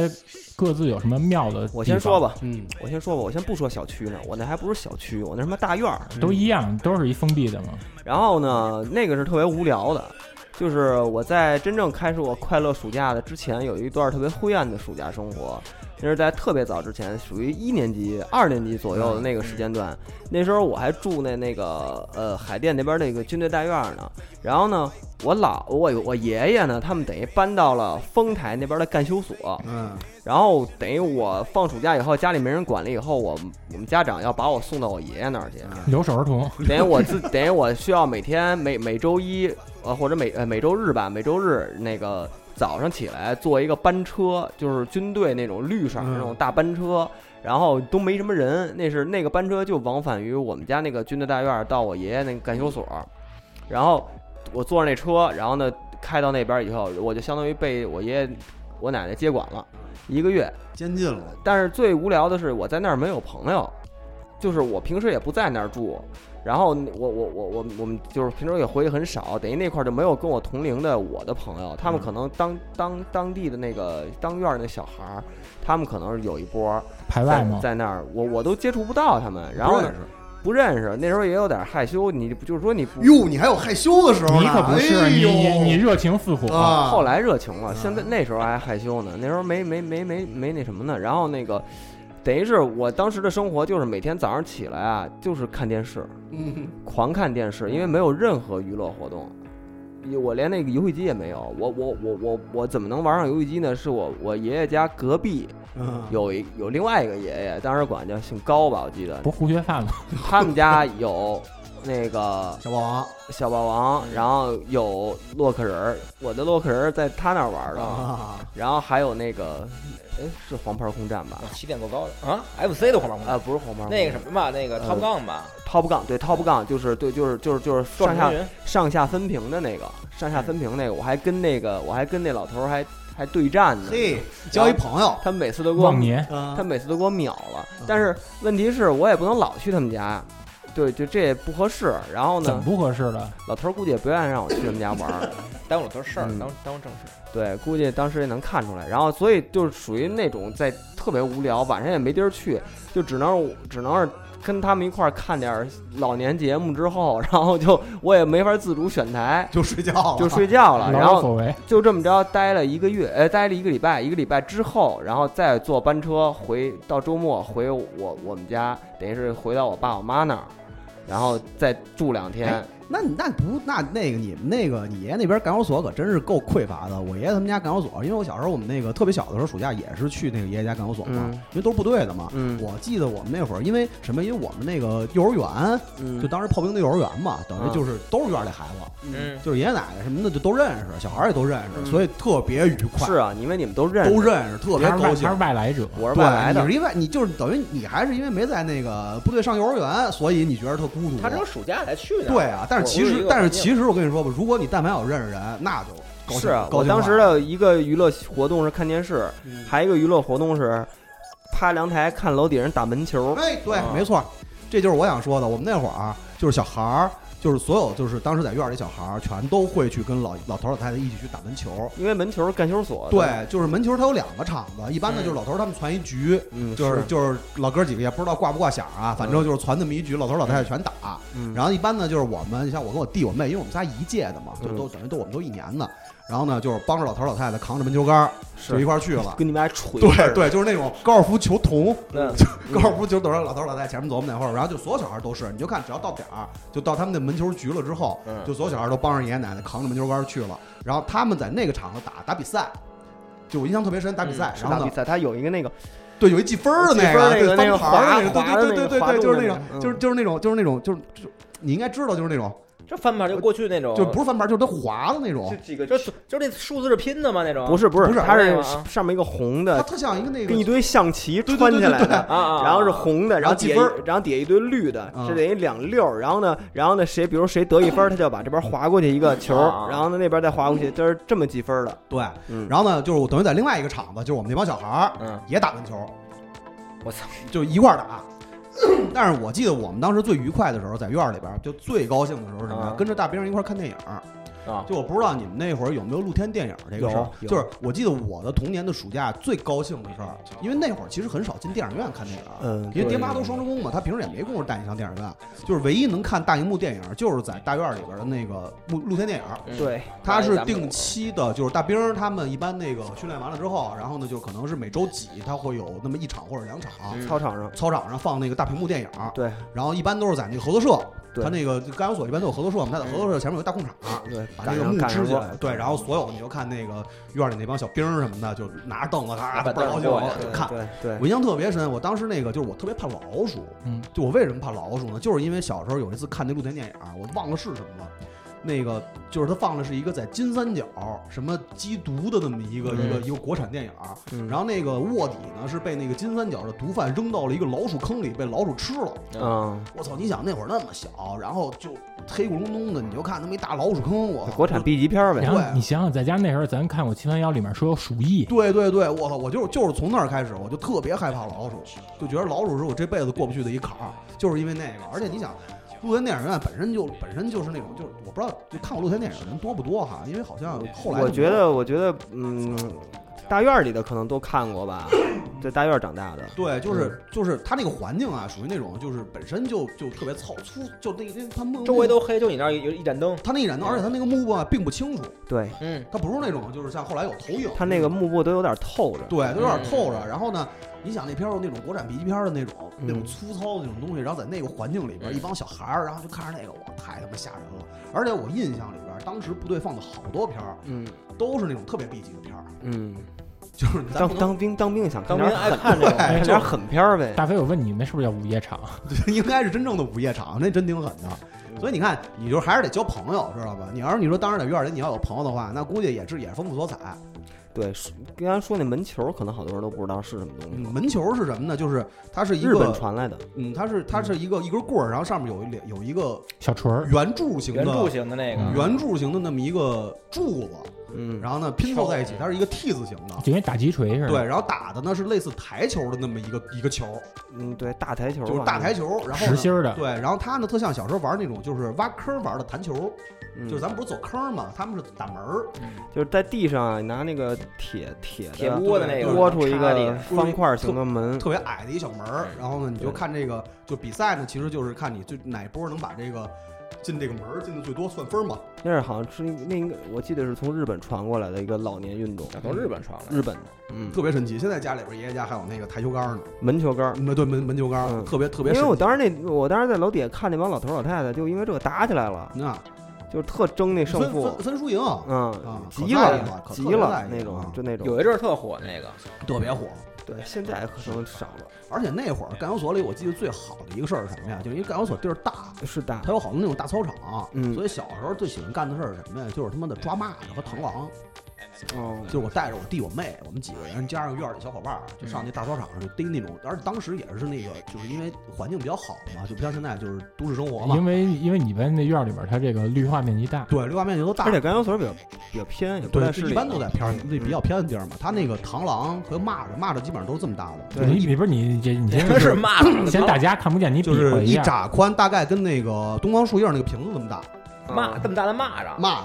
各自有什么妙的？
我先说，吧，
嗯，
我先说吧，我先不说小区呢，我那还不是小区，我那什么大院儿。
都一样，都是一封闭的嘛。
然后呢，那个是特别无聊的，就是我在真正开始我快乐暑假的之前，有一段特别灰暗的暑假生活。那是在特别早之前，属于一年级、二年级左右的那个时间段。那时候我还住那那个呃海淀那边那个军队大院呢。然后呢，我老我我爷爷呢，他们等于搬到了丰台那边的干休所。
嗯，
然后等于我放暑假以后，家里没人管了以后，我我们家长要把我送到我爷爷那儿去。
嗯
留守儿童，
哎
等于我自等于我需要每天每每周一呃或者每呃每周日吧，每周日那个早上起来坐一个班车，就是军队那种绿色儿
嗯
那种大班车，然后都没什么人，那是那个班车就往返于我们家那个军队大院儿到我爷爷那个干休所，然后我坐上那车，然后呢开到那边以后，我就相当于被我爷爷我奶奶接管了一个月，
监禁了，
但是最无聊的是我在那儿没有朋友，就是我平时也不在那儿住，然后我我我我我们就是平时也回去很少，等于那块儿就没有跟我同龄的我的朋友，他们可能当当当地的那个当院儿那小孩儿，他们可能是有一波儿
排外
在
嘛。
在那儿，我我都接触不到他们，然后呢不认识，那时候也有点害羞，你就是说你不
哟，你还有害羞的时候呢？
你可不是，
哎
你
呦
你你热情似火，
啊！
后来热情了，现在那时候还害羞呢， 那时候没没没没没那什么呢。然后那个，等于是我当时的生活就是每天早上起来啊，就是看电视，
嗯，
狂看电视，因为没有任何娱乐活动，我连那个游戏机也没有。我我我我我怎么能玩上游戏机呢？是我我爷爷家隔壁
嗯，
有一有另外一个爷爷，当时管叫姓高吧，我记得
不是胡学范吗？
他们家有那个
小啊霸王
小霸王，
嗯
然后有洛克人儿，我的洛克人儿在他那儿玩的。
啊，
然后还有那个，哎，是黄牌空战吧
哇？起点够高的啊！FC 的黄毛
啊，不是黄牌空战，
那个什么吧，那个
呃
Top Gun 吧，
Top Gun，对 Top Gun，就是对，就是就是就是
壮
上
志
下
凌云
上下分屏的那个，上下分屏那个，我还跟那个我还跟那老头儿还还对战呢，
嘿，交一朋友，嗯
他每次都给我
忘年
啊他
他
每次都给我秒了，
嗯
但是问题是我也不能老去他们家，对，就这也不合适。然后
怎么
呢，
不合适了？
老头儿估计也不愿意让我去他们家玩儿，
耽误了多少事儿
嗯，
耽误耽误正事。
对，估计当时也能看出来。然后，所以就是属于那种在特别无聊，晚上也没地儿去，就只能只能是跟他们一块儿看点儿老年节目之后， 然后就我也没法自主选台，
就睡觉了，
就睡觉 了。
老
然
有
后
所为，
就这么着待了一个月，呃，待了一个礼拜，一个礼拜之后，然后再坐班车回到周末回我我们家，等于是回到我爸我妈那儿，然后再住两天
哎。那你那不那那个你们那个你爷爷那边干休所可真是够匮乏的。我爷爷他们家干休所，因为我小时候我们那个特别小的时候，暑假也是去那个爷爷家干休所嘛，
嗯
因为都是部队的嘛。
嗯
我记得我们那会儿，因为什么？因为我们那个幼儿园，
嗯
就当时炮兵的幼儿园嘛，等于
嗯
就是都是院里孩子，
嗯，
就是爷爷奶奶什么的就都认识，小孩儿也都认识，
嗯
所以特别愉快，
是啊，因为你们都认识，
都认识，特别
他是
高
外他
兴
是。外来者，
我是
对
外来，的
你，是因为你就是等于你还是因为没在那个部队上幼儿园，所以你觉得特孤独。
他只有暑假才去的。
对啊，但是其
我有一
实
个
但是
环境
其实我跟你说吧，如果你但凡有认识人，那就高兴
是啊，
高
我
兴嗯坏
当时
了
的一个娱乐活动是看电视，还有一个娱乐活动是趴凉台看楼底人打门球。
哎，对
啊，
没错，这就是我想说的。我们那会儿啊，就是小孩儿，就是所有就是当时在院儿里小孩儿，全都会去跟老老头儿老太太一起去打门球。
因为门球是干休所，吧，
对，就是门球，它有两个场子，一般呢
嗯
就是老头儿他们传一局，
嗯，
就是就是老哥几个也不知道挂不挂响啊，反正就是传那么一局，老头儿老太太全打。
嗯
然后一般呢，就是我们像我跟我弟我妹，因为我们仨一届的嘛，
嗯
就都等于都我们都一年的。然后呢，就是帮着老头儿老太太扛着门球杆儿，就是一块儿去 了。
跟你们俩锤，
对，对，就是那种高尔夫球童，
嗯
就 高尔夫球童，老头老太太前面走，我们那会儿，然后就所有小孩都是，你就看只要到点儿，就到他们那门球局了之后，
嗯
就所有小孩都帮着爷爷奶奶扛着门球杆去了，然后他们在那个场子打打比赛。就我印象特别深，打比赛，
嗯是
然
打
后
比
呢，
赛，他有一个那个
对，有一记分儿的
记分
个，
儿那
对，
个那个
翻牌儿
滑
那个，对对对
滑
对
的
对，就是
那个滑动的
那
那个
种，就是
嗯
就是那种，就是那种，就是就是你应该知道，就是那种，
这翻牌就过去那种，
哦
就不是翻牌，就是它滑的那种，
几个
就就那数字是拼的吗？那种
不是不
不
是，
是
它
那
是
个啊
上面一个红
它
的，
特像一个那
跟一
个，
堆象棋
对对
穿起来
对对对
的。
啊啊，
然后是红的，
然
然后
后
底
记
下
分
一然后底下一堆绿的，
嗯
这等于两溜儿。然后呢，然后呢，谁比如谁得一分儿，他就把这边划过去一个球儿，
啊
然后呢那边再划过去，都是这么计分儿的。
对，
嗯，
然后呢，就是我等于在另外一个场子，就是我们那帮小孩儿
嗯
也打篮球，
我操，
就一块儿打。 但是我记得我们当时最愉快的时候，在院儿里边儿就最高兴的时候是什么呀
啊？
跟着大兵一块儿看电影儿。
啊
就我不知道你们那会儿有没有露天电影这个事儿，
有有
就是我记得我的童年的暑假最高兴的事儿，因为那会儿其实很少进电影院看电影，
嗯
因为
对
爹妈都双职工嘛，他平时也没工夫带你上电影院，就是唯一能看大荧幕电影就是在大院里边的那个露露天电影，
嗯，
对，
它是定期的，就是大兵儿他们一般那个训练完了之后，然后呢就可能是每周几他会有那么一场或者两场，
嗯
操场上，
操场上放那个大屏幕电影，
对
然后一般都是在那个合作社，
对
他那个干有所一般都有合作社嘛，他在合作社前面有个大空场，
对，
把
赶
那个
上
木
赶
支
上
起
过
来，对，然后所有你就看那个院里那帮小兵儿什么的，就拿着凳子咔
拿
倍
把
儿高兴
凳子过来
就
对
看。
对对
我印象特别深，我当时那个就是我特别怕老鼠，
嗯，
就我为什么怕老鼠呢？就是因为小时候有一次看那露天电影儿，我忘了是什么了。那个就是他放的是一个在金三角什么缉毒的那么一个、一个一个国产电影儿，
嗯
然后那个卧底呢是被那个金三角的毒贩扔到了一个老鼠坑里，被老鼠吃了。
嗯，
我操！你想那会儿那么小，然后就黑咕隆咚的，你就看那么一大老鼠坑，我
国产 B 级片儿呗
然，后
对
你想想，在家那时候咱看过《七三幺》里面说有鼠疫，
对对对，我靠，我就是就是从那儿开始，我就特别害怕老鼠，就觉得老鼠是我这辈子过不去的一坎儿，就是因为那个。而且你想，露天电影院本身就本身就是那种，就是我不知道就看过露天电影的人多不多哈，因为好像后来
我
就
觉得我觉得嗯，大院儿里的可能都看过吧，在大院儿长大的，
对，就是
嗯
就是它那个环境啊，属于那种就是本身就就特别糙粗，就那那它木
周围都黑，就你那儿有有一盏灯，
它那一盏灯，而且它那个幕布啊并不清楚，
对，
嗯，
它不是那种就是像后来有投影，
它那个幕布都有点透着，
嗯对，都有点透着。然后呢，你想那片儿有那种国产 B 级片儿的那种、
嗯
那种粗糙的那种东西，然后在那个环境里边，
嗯
一帮小孩儿，然后就看着那个，哇，太他妈吓人了！而且我印象里边，当时部队放的好多片儿
嗯
都是那种特别 B 级的片儿，
嗯，
就是咱
当
不能
当兵当兵想看
当
点
兵
儿
爱
狠，
看这
看
个，
点儿狠片儿呗，
大飞，我问你，那是不是叫午夜场？
应该是真正的午夜场，那真挺狠的。所以你看，你就还是得交朋友，知道吧？你要是你说当时在院里你要有朋友的话，那估计也是也是丰富多彩。
对，说刚才说那门球，可能好多人都不知道是什么东西，
嗯，门球是什么呢？就是它是一
日本
个，
传来的，
嗯，它是它是一个一根棍儿，然后上面有一列有一个
小锤儿，
圆柱形的
圆柱形的那个，
圆柱形的那么一个柱子，
嗯，
然后呢拼凑在一起，它是一个 T 字形的。
就跟打击锤似的。
对，，然后打的呢是类似台球的那么一个一个球，
嗯，对，大台球吧，
就是大台球，然后
实心
呢
儿的。
对，然后它呢特像小时候玩那种就是挖坑玩的弹球，
嗯，
就是咱们不是走坑嘛，他们是打门儿，
就是在地上啊，拿那个铁铁的
铁窝的那个
窝出一
插
个
的
方块形的门，
特别矮的一小门儿，然后呢你就看这个就比赛呢，其实就是看你最哪波能把这个进这个门儿进的最多算分嘛。
那是好像是那那个，我记得是从日本传过来的一个老年运动，
从日本传来
啊日本的，嗯，
特别神奇，现在家里边儿爷爷家还有那个台球杆儿呢，
门球杆儿。
门对门门球杆儿，
嗯
特别特别
因
神
为
奇。
我当时那我当时在楼底下看那帮老头老太太，就因为这个打起来了，
那
就是特争那胜
分
负
分，分输赢，啊
嗯，
可在
急
意了
了
可
急
特别
了
在意
那
啊
种，就那
的，
种。
有一阵儿特火那个，
嗯
特别火。
对，现在可能少了，
而且那会儿干休所里，我记得最好的一个事儿是什么呀？就是因为干休所地儿大，
是大
它有好多那种大操场，
嗯
所以小时候最喜欢干的事儿是什么呀？就是他妈的抓蚂蚱和螳螂。
哦
就是我带着我弟我妹，我们几个人加上院里小伙伴儿，就上那大操场上就逮那种，而且当时也是那个，就是因为环境比较好嘛，就不像现在就是都市生活嘛
因，为因为你们那院儿里边，它这个绿化面积大，
对，绿化面积都大
而。且甘油所比较比较偏，也不
对
在市，里
一般都在偏
嗯
那比较偏的地儿嘛。它那个螳螂和蚂蚱，蚂蚱基本上都是这么大的，
你你不是你这你先
真是骂的，
嗯
你先大家看不见，你比
就是
划
一
下。
拃宽，大概跟那个东方树叶那个瓶子那么大。
骂这么大的蚂
嗯
蚱，
蚂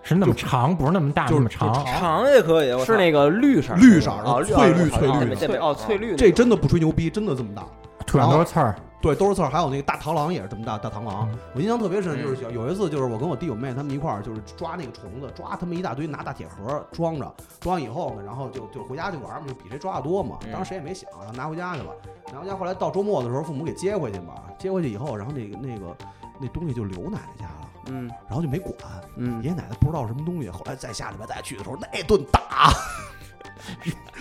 是那么长，不是那么大，
蚱
那
就是
么长。
长也可以，我操
是那个绿色
绿色的
啊
哦
翠绿翠
哦
绿的
翠哦翠绿那
这
种
真的不吹牛逼，真的这么大。
腿上都是刺儿，
对，都是刺儿，还有那个大螳螂也是这么大，大螳螂
嗯。
我印象特别深，就是小有一次，就是我跟我弟我妹他们一块儿，就是抓那个虫子，抓他们一大堆，拿大铁盒装着，装完以后呢，然后就就回家就玩儿嘛，就比谁抓的多嘛。
嗯
当时谁也没想，然后拿回家去了。拿回家后来到周末的时候，父母给接回去嘛，接回去以后，然后那个那个那东西就留奶奶家了，
嗯
然后就没管。
嗯
爷爷奶奶不知道什么东西，后来再下礼拜再去的时候，那顿打，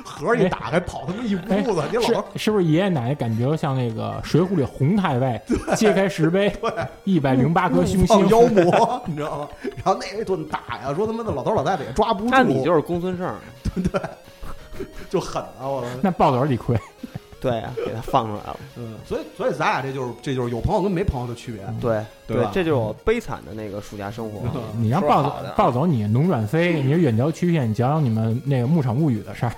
盒儿一打开跑他妈一屋子，你老头儿
哎是是不是爷爷奶奶感觉像那个《水浒》里洪太尉揭开石碑，一百零八颗
怒
凶
放
心，
妖魔，你知道吗？然后那顿打呀，说他妈的老头儿老太太也抓不住，
那你就是公孙胜，
就狠啊！我
那抱走李逵。
对啊，给他放出来了，
嗯，所以所以咱俩这就是这就是有朋友跟没朋友的区别。
嗯
对
对
对
吧，
这就是我悲惨的那个暑假生活。
你让
说
抱
好
走
的啊
抱走你，龙转飞，你是远郊区县，你讲讲你们那个牧场物语的事儿。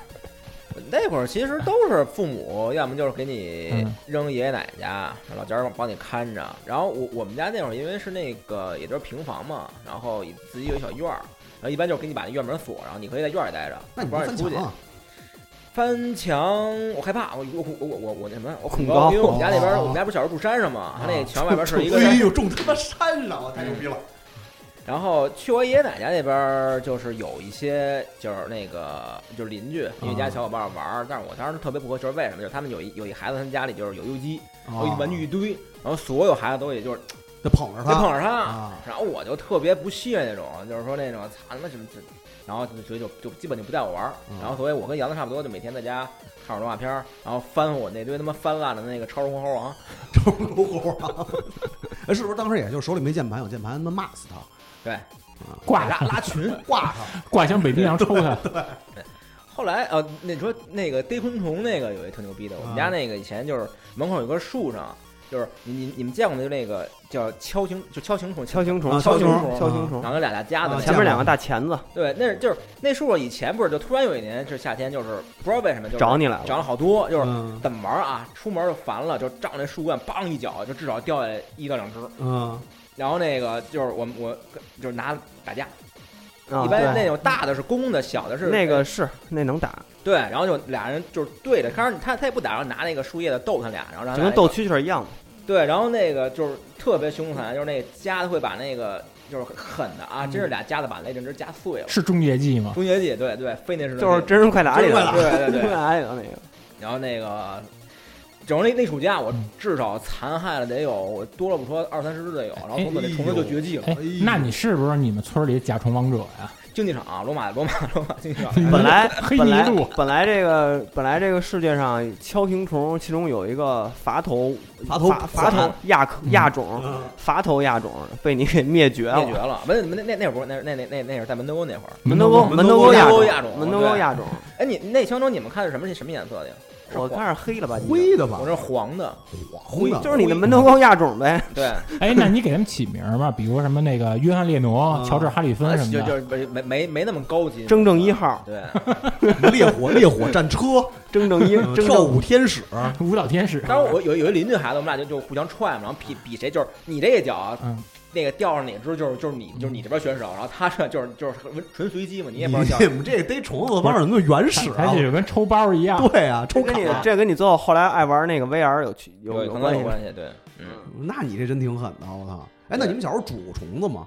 那会儿其实都是父母，要么就是给你
嗯
扔爷爷奶奶家，
嗯
老家儿帮你看着。然后我我们家那会儿因为是那个也就是平房嘛，然后自己有一小院儿，然后一般就是给你把那院门锁上，然后你可以在院里待着，
那你不
不让
翻
你出
墙
去。
啊？
翻墙，我害怕，我我我我我我那什么，我恐
恐高
因为我们家那边儿，
哦
我们家不是小时候住山上嘛，他那墙外边儿是一个
啊 哎呦，种他妈山上了，太牛逼
嗯
了！
然后去我爷爷奶奶家那边儿，就是有一些就是那个就是邻居，因为家小伙伴玩儿，但是我当时特别不合适，为什么？就是他们有一有一孩子，他们家里就是有游戏机，
哦
有哦一玩具一堆，然后所有孩子都也就是
得啊捧着
得碰
他，
上他
啊，
然后我就特别不屑那种，就是说那种操他妈什么这，然后就就就基本就不带我玩儿
嗯，
然后所以我跟杨子差不多，就每天在家看会儿动画片儿，然后翻我那堆他妈翻烂的那个《超时空猴王》，
臭 乎乎啊！哎，是不是当时也就手里没键盘，有键盘他妈骂死他，
对，
挂
拉拉群，
挂他！
挂向北冰洋抽他，
后来呃，那你说那个逮昆虫那个有一特牛逼的，我们
啊
家那个以前就是门口有棵树上，就是你你你们见过没？就那个叫锹形，就锹形虫，
敲形虫，
啊
敲
敲
形
形
虫，
虫
敲形虫
然，后有俩大夹子
啊
那个，
前面两个大钳子
对，那是就是那树以前不是就突然有一年是夏天，就是不知道为什么就是
找你来了，
长了好多，就是
嗯
怎么玩啊，出门就烦了，就照那树干梆一脚，就至少掉下来一到两只，
嗯，
然后那个就是我们我就是拿打架，
啊
一般
对
那种大的是公的，小的是哎
那个是那能打，
对，然后就俩人就是对着，开始他他也不打，然后拿那个树叶子逗他俩，然后让
就跟
他俩
斗蛐蛐儿一样的，
对，然后那个就是特别凶残，就是那夹子会把那个就是狠的啊，真是俩夹子把雷震之夹碎了。
是终结技吗？
终结技，对对，非那是
就是真人快打里
对
头的，
对
真人快
对对，
打里头那个，
然后那个。整个那那暑假，我至少残害了得有我多了不说二三十只得有，然后从此那虫子就绝迹了。
哎，那你是不是你们村里甲虫王者呀？
竞技场，罗马罗马罗马竞技场，
嗯
本来
黑
本
泥
来
路
本来这个本来这个世界上敲形虫，其中有一个伐头
伐头
伐伐头亚科
嗯
亚种伐头亚种被你给灭绝
灭绝
了。
了。门那那那会儿不是那那那那那是在门头沟那会儿。
门头沟
沟
门头沟
亚种
亚门头沟
对
亚种，
哎，你那枪中你们看的什么什么颜色的呀？是
我
黄
看是黑了吧唧的，
灰的吧
我，这黄的，
红的，
就是你的门头沟亚种呗。
对，
哎，那你给他们起名儿吧，比如什么那个约翰列侬、
嗯
乔治哈里森什
就
么
啊就
的。
是没没没没那么高级。
铮正一号，
对，
什么 烈火烈火 战车、
铮 正一
嗯
铮
跳
正
舞天使，
舞蹈天使，
当时我有有一邻居孩子，我们俩就就互相踹嘛，然后比比谁就是你这一脚啊
嗯，
那个钓上哪只就是就是你就是你这边选手，然后他这就是就是纯随机嘛，你也不知道
你
叫。
们这逮虫子帮人的原始
他
啊
这！就跟抽包一样。
对啊，抽
这跟
卡
你。这跟你最后后来爱玩那个 VR 有区有
可能
关
有
系吗。
关系，对，嗯，
那你这真挺狠的，我操！哎，那你们小时候煮过虫子吗？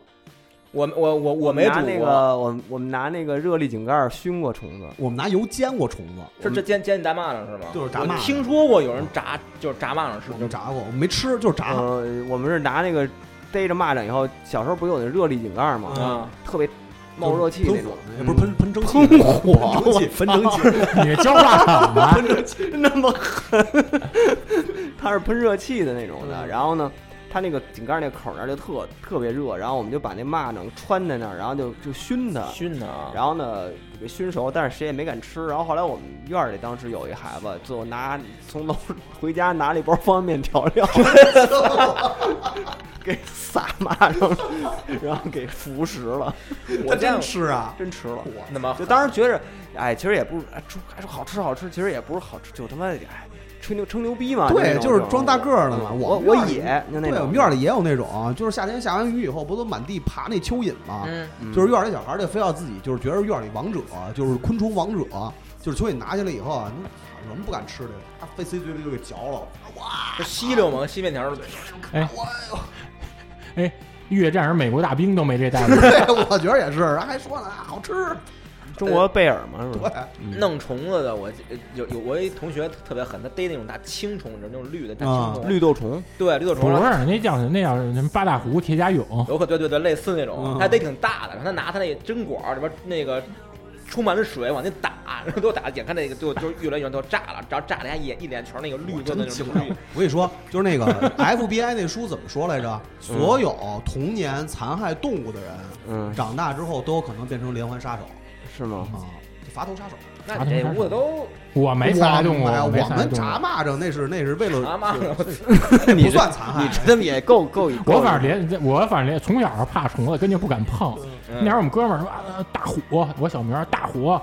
我我我我没
拿
煮
那
过，
个，我们我们拿那个热力井盖熏过虫子，
我们拿油煎过虫子，
是这煎煎大蚂蚱是吗？
就是炸
我
蚂蚱
听说过有人炸，就是炸蚂蚱吃
我，们炸过，我们没吃，就是炸。
呃，我们是拿那个逮着蚂蚱以后，小时候不有那热力井盖吗？
嗯
啊，
特别冒热气
喷
那种
火，也
嗯
不是喷喷蒸汽，
喷火
喷蒸汽，喷 蒸汽，
你这教啊化场吧？
那么狠， 嗯它是喷热气的那种的。然后呢，它那个井盖那口那儿就特特别热，然后我们就把那蚂蚱穿在那儿，然后就就熏它，
熏的啊，
然后呢给熏熟，但是谁也没敢吃。然后后来我们院儿里当时有一孩子，最后拿从楼 回家拿了一包方便面调料，给撒蚂蚱了，然后给服食了，
他
我见
真
过
吃啊！
真吃了。
那么
就当时觉着，哎，其实也不是，哎，说还说好吃好吃，其实也不是好吃，就他妈哎，吹牛吹牛逼嘛。
对，
就
啊就是装大个儿的嘛。
嗯我
我
我野，就那
对，
种
我们院儿里也有那种，就是夏天下完雨以后，不都满地爬那蚯蚓吗？
嗯，
嗯
就是院儿里小孩儿就非要自己，就是觉得院儿里王者，就是昆虫王者，就是蚯蚓拿下来以后啊，你有什么不敢吃的，他非塞嘴里就给嚼了。哇！
就吸溜嘛，吸面条儿，
哎，越战时美国大兵都没 这待遇。
对，我觉得也是，然后还说呢，啊好吃。
中国贝尔嘛，是
对
吧？，
嗯
弄虫子的，我呃有有我一同学特别狠，他逮那种大青虫，你知道那种绿的大青虫，
啊
绿豆虫，
对绿豆虫，啊
不是，那叫什么？那叫什么？八大湖、铁甲蛹，
有可对对对，类似那种，
嗯
他逮挺大的，然后他拿他那针管儿里边那个充满了水往那打，然后给我打，眼看那个就就越来越都炸了，然后炸了一眼一脸全是那个绿色的那种
了
绿，！
我跟你说，就是 那个 FBI 那书怎么说来着？所有童年残害动物的人，
嗯，
长大之后都有可能变成连环杀手
是 吗？
啊，就伐头杀手。
那你这屋子都
我没
我
杀动物，
哎呀
没
我
杀
们
动
炸
物。
蚂蚱那是那是为
啊
了
妈的，
不算残害
你，这也够够，够
我反正连我反正连从小怕虫子，根本就不敢碰。那会
嗯
儿我们哥们儿说啊大虎，我小名儿大虎，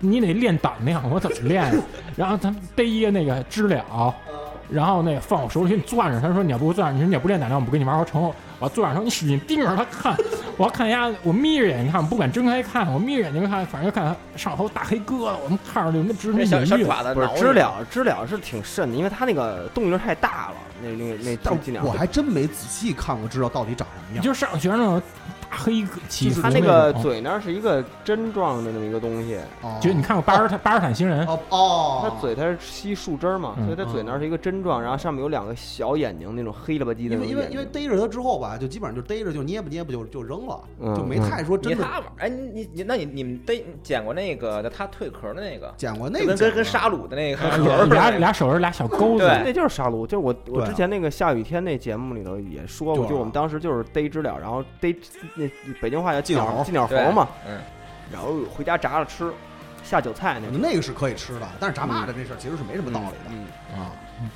你得练胆量，我怎么练呀？ 然后他逮一个那个知了，
嗯
然后那个放我手里，你攥着，他说你要不攥着，你说你要不练胆量，我不跟你玩儿。我成，我攥着他说你使劲盯着他看，我要看丫，我眯着眼睛看，我不敢睁开看，我眯着眼睛看，反正就看上头大黑疙瘩，我们看着就那直
那
迷
小小
晕。
爪子
不是
挠
知
你
了，知了是挺慎的，因为它那个动静太大了，那那那
但
那斤两
我。还真没仔细看过，知道到底长什么
你
样。
就上学那种大黑起
就是
伏
它那
个
个，嘴那儿是一个针状的那么一个东西，
哦
就你看过巴尔坦巴尔坦星人，
哦
它
哦，
嘴它是吸树枝儿嘛，
嗯
所以它嘴那儿是一个针状，然后上面有两个小眼睛，那种黑了吧唧的
因为
那
因
种
为
眼
因为
睛。
逮着它之后吧，就基本上就逮着就捏吧捏吧就就扔了，
嗯
就没太说
你
真的
他玩儿，哎，你你你那你你们逮捡过那个他蜕壳的那个，
捡过那
就
个
跟跟跟
捡过啊
沙鲁 的那个 壳
俩俩
儿似的
俩手是俩小钩子，
对
那就是杀戮，就是我我
对啊
之前那个下雨天那节目里头也说
就
过，
是啊
就我们当时就是逮知了，然后逮那北京话叫
进猴
鸟
儿
进鸟
对
猴嘛，
嗯，
然后回家炸了吃，下酒菜那种。
那个是可以吃的，但是炸蚂蚱这事儿其实是没嗯什么道理的、
嗯，
啊。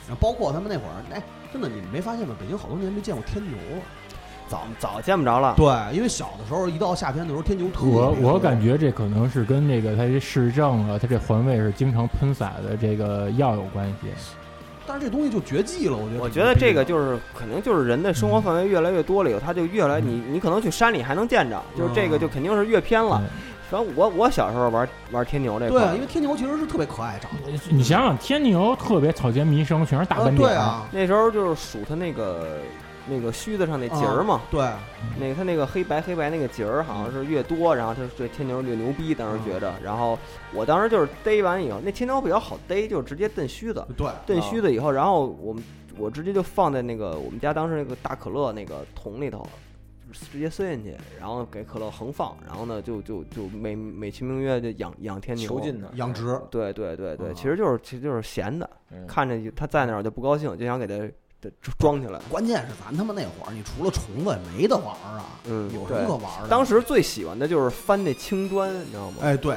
然后包括他们那会儿，哎，真的你没发现吗？北京好多年没见过天牛了。
早早见不着了。
对，因为小的时候一到夏天的时候，天牛特别
我我
多
感觉这可能是跟这个他这市政啊，他这环卫是经常喷洒的这个药有关系。
但是这东西就绝迹了，我觉得。
我觉得这个就是肯定就是人的
嗯
生活范围越来越多了以后，他就越来你你可能去山里还能见着，就是这
啊
个就肯定是越偏了。反正我我小时候玩玩天牛这块
对，啊
儿
因，为天牛其实是特别可爱长
嗯你想想，天牛特别草间弥生，全是大
的，
斑
啊
点。
对，啊，
那时候就是数它那个那个须子上那
啊
节儿嘛，
呃对，
那个它那个黑白黑白那个节儿
嗯
好像是越多，然后它这天牛越牛逼，当
啊
时觉着。然后我当时就是逮完以后，那天牛比较好逮，就是直接蹬须子，
啊对，
啊
炖虚的以后，然后我们我直接就放在那个我们家当时那个大可乐那个桶里头，直接塞进去，然后给可乐横放，然后呢就就就美美其名曰就养养天牛
囚。禁的
养殖，
对对对对，
啊
其实就是其实就是闲的，
嗯
看着它在那儿我就不高兴，就想给它装起来。
关键是咱他妈那会儿，你除了虫子也没得玩儿啊，
嗯
有什
对
么可玩儿的？
当时最喜欢的就是翻那青砖，你知道吗？
哎，对，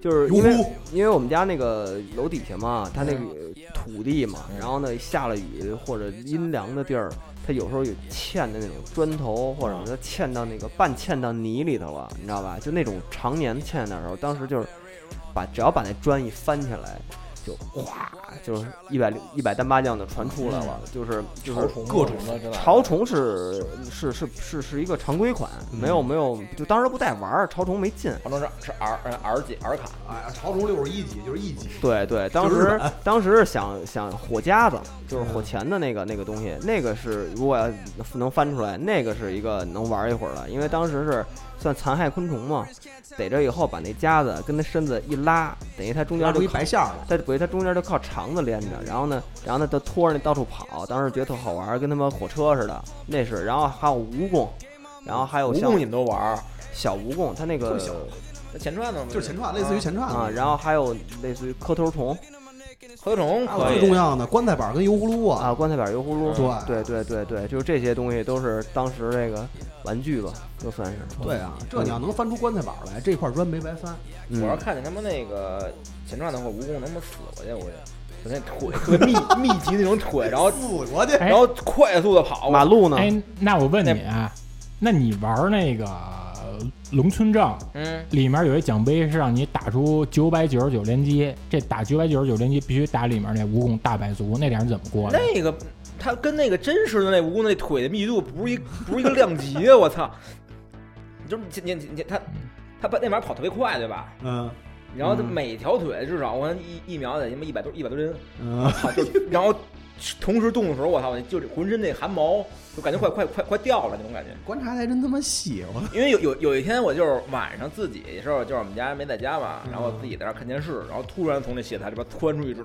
就是因为
哟呼
因为我们家那个楼底下嘛，它那
嗯
个土地嘛，然后呢下了雨或者阴凉的地儿，它有时候有嵌的那种砖头，或者
嗯
它嵌到那个半嵌到泥里头了，你知道吧？就那种常年嵌在那儿的时候，当时就是把只要把那砖一翻起来，就哗，就是一百一百单八将就传出来了，就是就是
嗯虫
各种
的知道吧
潮虫是是是是是一个常规款，没
嗯
有没有，就当时都不带玩儿，潮虫没进。
潮虫是是 R 呃 R 几 R 卡，
哎，潮虫六十一级就是一级，
对对，当
日
时当时是想想火夹子，就是
嗯
火钳的那个那个东西，那个是如果要能翻出来，那个是一个能玩一会儿的，因为当时是算残害昆虫嘛，逮着以后把那夹子跟它身子一拉，等于它中
拉
间
出
就
一白线儿来。
它不是它中间就靠肠子连着，然后呢，然后呢它拖着那到处跑，当时觉得特好玩，跟他妈火车似的，那是，然后还有蜈蚣，然后还有
蜈
像
蚣你们都玩儿，
小蜈蚣，它那个
特小
那前串呢？
就是前串，类似于前串
啊，
的。
然后还有类似于磕头虫
河虫
还有
可
啊最重
以，
要的棺材板跟油葫芦啊，
啊，棺材板油葫芦，
对
对对对对，就是这些东西都是当时这个玩具吧，就算是。
对啊，这你要能翻出棺材板来，这块砖没白翻。
嗯
我要看见他们那个前串的话，蜈蚣他妈死过去，我就就那 腿特别密密集那种腿，然后
死过去，
哎
然后快速的跑，
马路呢？
哎，那我问你啊，那你玩那个龙村证
嗯，
里面有一奖杯是让你打出九百九十九连击，这打九百九十九连击必须打里面那蜈蚣大百足，那俩人怎么过的？
那个它跟那个真实的那蜈蚣那腿的密度不是一不是一个量级啊！我操，就是你你你它它把那玩意儿跑特别快，对吧？
嗯
然后它每条腿至少我看一一秒得他妈一百多一百多针，
嗯，
操！就然后同时动的时候，我操，我就浑身那汗毛就感觉快快快快掉了那种感觉。
观察得还真他妈细，我
因为有有有一天我就是晚上自己的时候，就是我们家没在家嘛，然后我自己在那儿看电视，然后突然从那写台里边窜出一只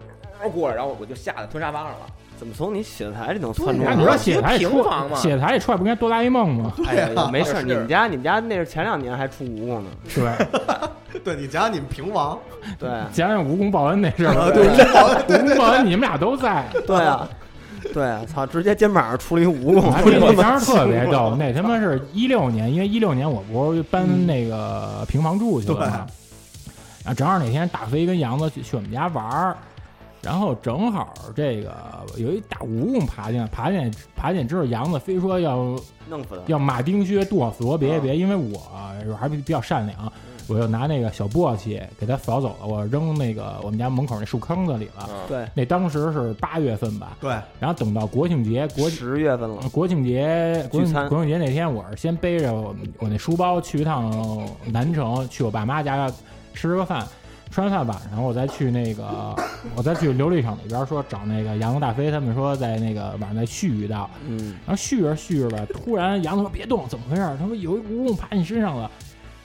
过来，然后我就吓得吞沙发上了。
怎么从你写字台里能窜出
对
那
啊
来？
你说写
这
台里
平
出
房嘛
写台里出来不应该哆啦 A 梦吗？
对
哎呀
啊，
没事儿，
是
你们家你们家那是前两年还出蜈蚣 呢。
对，
对你讲讲你们平王，
对啊
讲讲蜈蚣报恩那 事儿吧。
对
蜈蚣报恩，你们俩都在。
对啊，对啊，操！直接肩膀上出了一蜈
哎
蚣，
那当时特别逗，那他妈是一六年，因为一六年我不是搬那个平房住去了嘛，然后正好那天大飞跟杨子去去我们家玩儿，然后正好这个有一大蜈蚣爬进来，爬进来爬进来之后，杨子非说要
弄死他。
要马丁靴、杜好斯罗别别，因为我我还比较善良，我又拿那个小簸箕给它扫走了，我扔那个我们家门口那树坑子里了。
嗯，
对，
那当时是八月份吧，
对，
然后等到国庆节，国
十月份了，
国庆节国
聚餐
庆国庆节那天，我是先背着我我那书包去一趟南城，去我爸妈家吃个饭，吃完饭晚上我再去那个，我再去琉璃厂那边说找那个杨大飞，他们说在那个晚上再续一道，
嗯，
然后续着续着吧，突然杨子说别动，怎么回事儿？他说有一蜈蚣爬你身上了。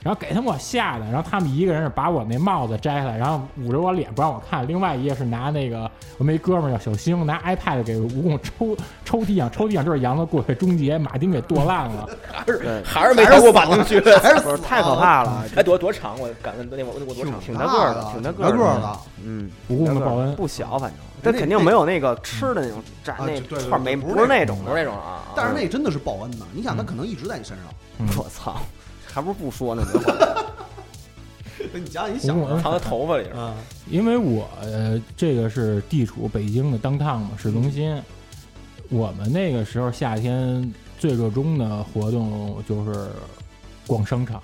然后给他们我吓的，然后他们一个人是把我那帽子摘下来，然后捂着我脸不让我看，另外一个是拿那个我们一哥们儿叫小星，拿 iPad 给蜈蚣抽抽地上，抽地上就是杨子过去终结，马丁给剁烂了。
还是
对
还是没超过板凳区，
还是
不
死
是
了
太可怕了，
哎，多多长？我敢问那我我多长？
挺
大
大个儿
的
的，挺大
挺
个
大
儿
个儿
的
的，
嗯，
蜈蚣
挺
的
大个儿
报恩，
不小，反正这
那
肯定没有那个吃的那种炸
啊
那
对对对
串儿没
不是
不是
那
那
种
种
不是
的，
那种啊，啊
但是那真的是报恩呐！你想，他可能一直在你身上。
嗯
我操，还不如不说呢，这会儿
你想想，你
蜈蚣
想，
恩
啊藏在头发里是
嗯，
吧。
因为我呃，这个是地处北京的 downtown 嘛，市中心。我们那个时候夏天最热衷的活动就是逛商场，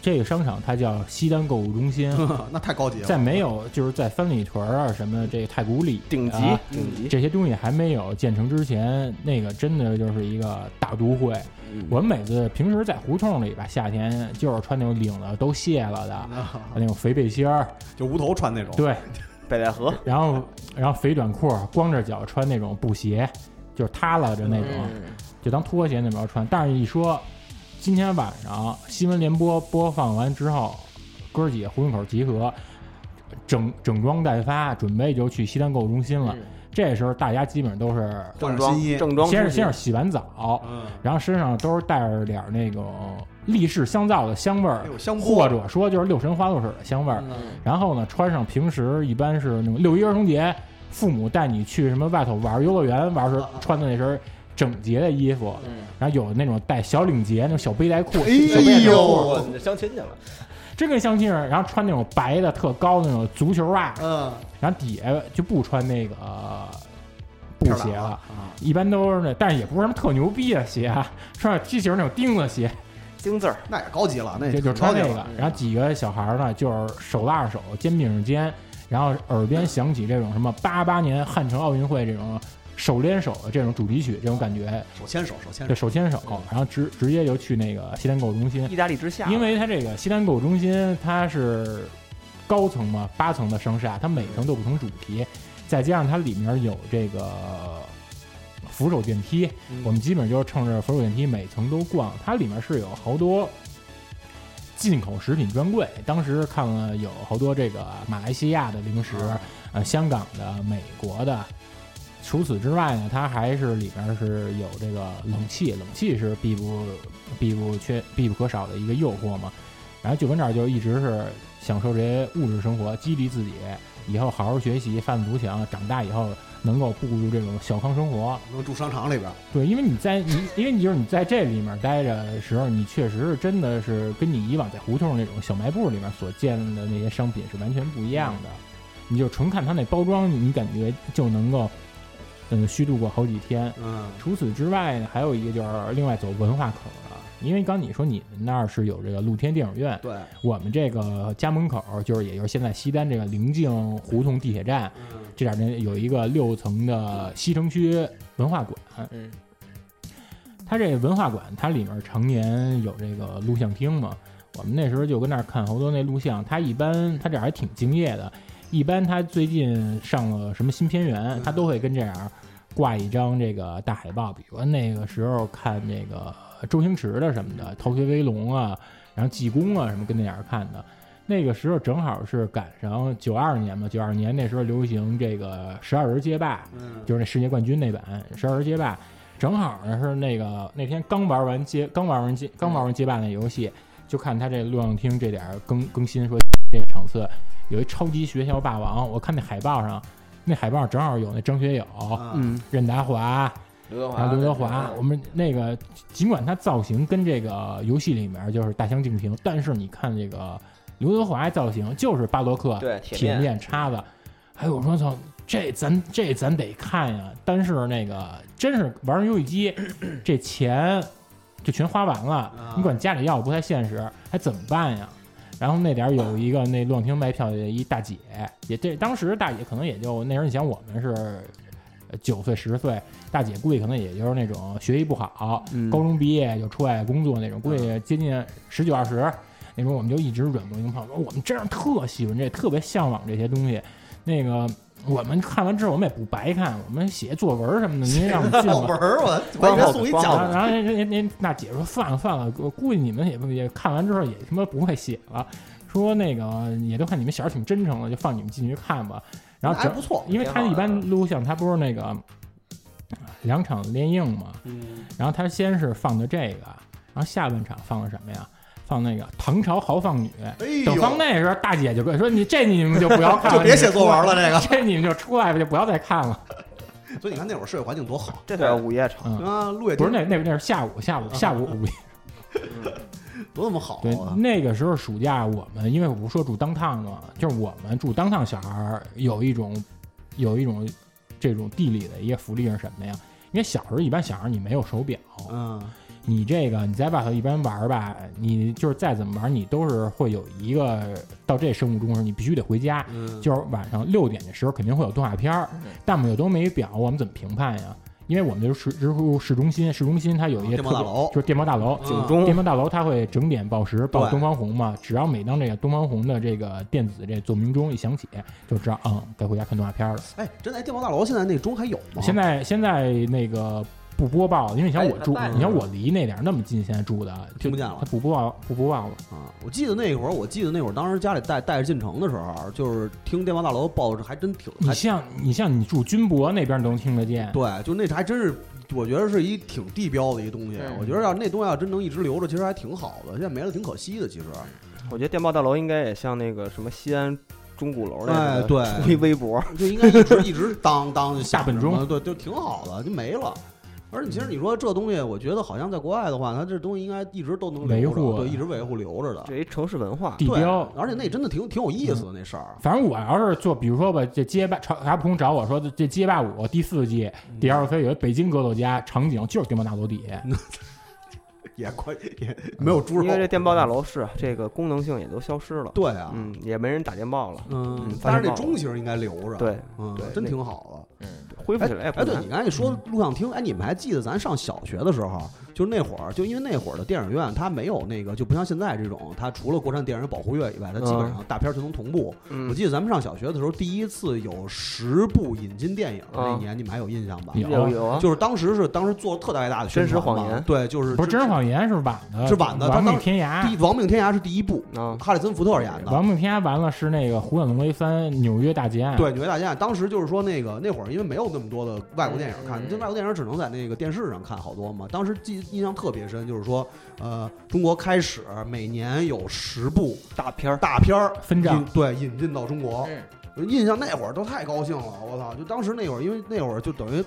这个商场它叫西单购物中心，
那太高级了。
在没有就是在三里屯儿啊什么这太古里、啊、
顶级
嗯
顶级，
这些东西还没有建成之前，那个真的就是一个大都会。
嗯
我们每次平时在胡同里吧，夏天就是穿那种领子都卸了
啊
的，那种肥背心儿，
哦
就无头穿那种，
对，
北戴河
然后然后肥短裤，光着脚穿那种布鞋，就是塌拉着那
嗯
种，
嗯啊
就当拖鞋那么着穿。但是一说今天晚上新闻联播播放完之后，哥儿几个胡同口集合，整整装待发，准备就去西单购物中心了。这时候大家基本上都是
换上新
正装
衣。
正装出去，
先是先是洗完澡，
嗯，
然后身上都是带着点儿那种立式香皂的香味儿
哎，呦，香
或
波
者说就是六神花露水的香味儿。
嗯
然后呢，穿上平时一般是那种六一儿童节，父母带你去什么外头玩儿游乐园玩儿时候穿的那身整洁的衣服，然后有那种带小领结、那种小背带裤，小背
哎
带
呦
裤
我你这相亲去了，
真跟相亲似的。然后穿那种白的特高的那种足球袜，
嗯，
然后底下就不穿那个呃布
片儿
鞋
懒
了
了，啊，
一般都是那，但是也不是什么特牛逼的鞋啊，穿上踢球那种钉子鞋，
丁字儿，
那也高级了，那也
就就
挺
穿
高级
那
了嗯
个，然后几个小孩儿呢，就是手拉着手，肩并着肩，然后耳边响起这种什么八八年汉城奥运会这种手连手的这种主题曲，这种感觉，
手牵手，手牵
就
手，
手牵手，然后直直接就去那个西单购物中心，
意大利之下，
因为它这个西单购物中心它是高层嘛，八层的商厦，它每层都有不同主题，再加上它里面有这个扶手电梯，我们基本就是乘着扶手电梯每层都逛，它里面是有好多进口食品专柜。当时看了有好多这个马来西亚的零食，呃，香港的、美国的。除此之外呢，它还是里面是有这个冷气，冷气是必不必不缺、必不可少的一个诱惑嘛。然后就跟这儿就一直是享受这些物质生活，激励自己以后好好学习，贩子图强，长大以后能够步入这种小康生活。
能住商场里边儿，
对，因为你在你，因为你就是你在这里面待着的时候，你确实是真的是跟你以往在胡同那种小卖部里面所见的那些商品是完全不一样的。你就纯看它那包装，你感觉就能够，嗯，虚度过好几天。
嗯，
除此之外呢，还有一个就是另外走文化口了，因为刚你说你们那儿是有这个露天电影院，
对，
我们这个家门口儿就是也就是现在西单这个临近胡同地铁站
嗯
这点儿呢，有一个六层的西城区文化馆，
嗯，
它这文化馆，它里面常年有这个录像厅嘛。我们那时候就跟那儿看好多那录像，它一般它这儿还挺敬业的。一般它最近上了什么新片源，它都会跟这样挂一张这个大海报，比如说那个时候看这个周星驰的什么的，《逃学威龙》啊，然后《济公》啊什么跟那样看的。那个时候正好是赶上九二年嘛，九二年那时候流行这个十二人街霸，
嗯，
就是那世界冠军那版十二人街霸，正好呢是那个那天刚玩完街，刚玩完街，刚玩完街霸那游戏，就看他这录像厅这点儿更更新说这场次有一超级学校霸王，我看那海报上，那海报上正好有那张学友、
嗯，
嗯，
任达华，
刘德
然
华，
啊后刘德华，我们那个尽管他造型跟这个游戏里面就是大相径庭，但是你看这个刘德华造型就是巴洛克
对铁
铁
面
面叉子，哎我说操，这咱这咱得看呀！但是那个真是玩儿游戏机，这
啊
钱就全花完了，你管家里要不太现实，还怎么办呀？然后那点儿有一个那乱停卖票的一大姐，也这当时大姐可能也就那时候你想我们是呃九岁十岁，大姐估计可能也就是那种学习不好，
嗯
高中毕业就出来工作那种，估
啊
计接近十九二十那时候我们就一直软磨硬泡，说我们真是特喜欢这，特别向往这些东西。那个我们看完之后，我们也不白看，我们写作文什么的，您让我们进
作
吧
文。儿啊我我
光
应该
好
送一
光
奖
好
然后，然后人人人那姐说算了算了，我估计你们也不也看完之后也他妈不会写了，说那个也都看你们小时候挺真诚的，就放你们进去看吧。然后
还
整
不错，
因为他
挺好的
一般录像，他不是那个两场连映嘛，
嗯，
然后他先是放的这个，然后下半场放的什么呀？放那个唐朝豪放女。
哎呦，
等放那时候，大姐就跟我说：“你这你们就不要看了，
就别写作文了，这
你
个。
们出来，这你们就出来吧，就不要再看了。
所以你看那会儿社会环境多好
这叫午夜场。
嗯
啊，路也”
不是那那那是下午下午下 午午夜
多么好
对，
啊！
那个时候暑假，我们因为我不是说住当趟嘛，就是我们住当趟小孩儿有一种有一种这种地理的一个福利是什么呀？因为小时候一般小孩儿你没有手表，
嗯，
你这个你在外头一般玩儿吧，你就是再怎么玩儿，你都是会有一个到这生物钟的时候，你必须得回家，
嗯
就是晚上六点的时候肯定会有动画片儿，但我们又都没表，我们怎么评判呀？因为我们就是直入市中心，市中心它有一
哦
些
电
特
报大
别，
楼
就是电报大楼，
嗯
警钟
电报大楼它会整点报时，报
对
东方红嘛。只要每当这个东方红的这个电子这奏鸣钟一响起，就知道嗯该回家看动画片了。
哎，真的，哎电报大楼现在那钟还有吗？
现在现在那个不播报，因为你像我住，
哎那
你像我离那点儿那么近，现在住的就
听不见了
它不播报不播报了。
啊，我记得那会儿，我记得那会儿，当时家里带带着进城的时候，啊就是听电报大楼报，还真挺
你
还
像你像你住军博那边儿你都能听得见，
对，就那还真是，我觉得是一挺地标的一东西。
嗯
我觉得要那东西要真能一直留着，其实还挺好的。现在没了挺可惜的，其实。
我觉得电报大楼应该也像那个什么西安钟鼓楼那
哎
个，
对
出一微博，
就应该一直一直当当
下本
钟，
钟
对，就挺好的，就没了。而且其实你说这东西，我觉得好像在国外的话，它这东西应该一直都能留
维护啊
着，对，一直维护留着的。
这一城市文化。
地
对
标。嗯
而且那真的挺挺有意思的那事儿。
反正我要是做，比如说吧，这街霸朝还不空找我说这街霸五第四季
嗯
第二回有一北京格斗家场景就是电报大楼底下，
也快也
嗯
没有猪
因为这
肉。
电报大楼是啊这个功能性也都消失了，
对啊，
嗯，也没人打电报了，
嗯
嗯，
但是
发现
那
报
钟其实应该留着。
对，
嗯
对，
真
那
挺好的。
恢复起来也不
哎，对
难嗯
你。刚才一说录像厅，哎，你们还记得咱上小学的时候，就是那会儿，就因为那会儿的电影院它没有那个，就不像现在这种，它除了国产电影保护月以外，它基本上大片全能同步。
嗯
我记得咱们上小学的时候，第一次有十部引进电影的那
啊
年，你们还有印象吧？
有
有有啊，
就是当时是当时做了特大一大的宣
真实
传嘛
谎言
对，就是
不是《真人谎言》是晚的，
是晚的
亡
他
命
当
天涯
第》一《亡命天涯》是第一部，
啊，
哈里森福特演的。
亡命天涯完了是那个胡小龙雷帆纽约大劫案，
对，纽约大劫案，当时就是说那个那会儿，因为没有那么多的外国电影看，这外国电影只能在那个电视上看好多嘛。当时记印象特别深，就是说，呃，中国开始每年有十部
大片儿，
大片儿
分账
引对引进到中国，
嗯
印象那会儿都太高兴了，我操！就当时那会儿，因为那会儿就等于。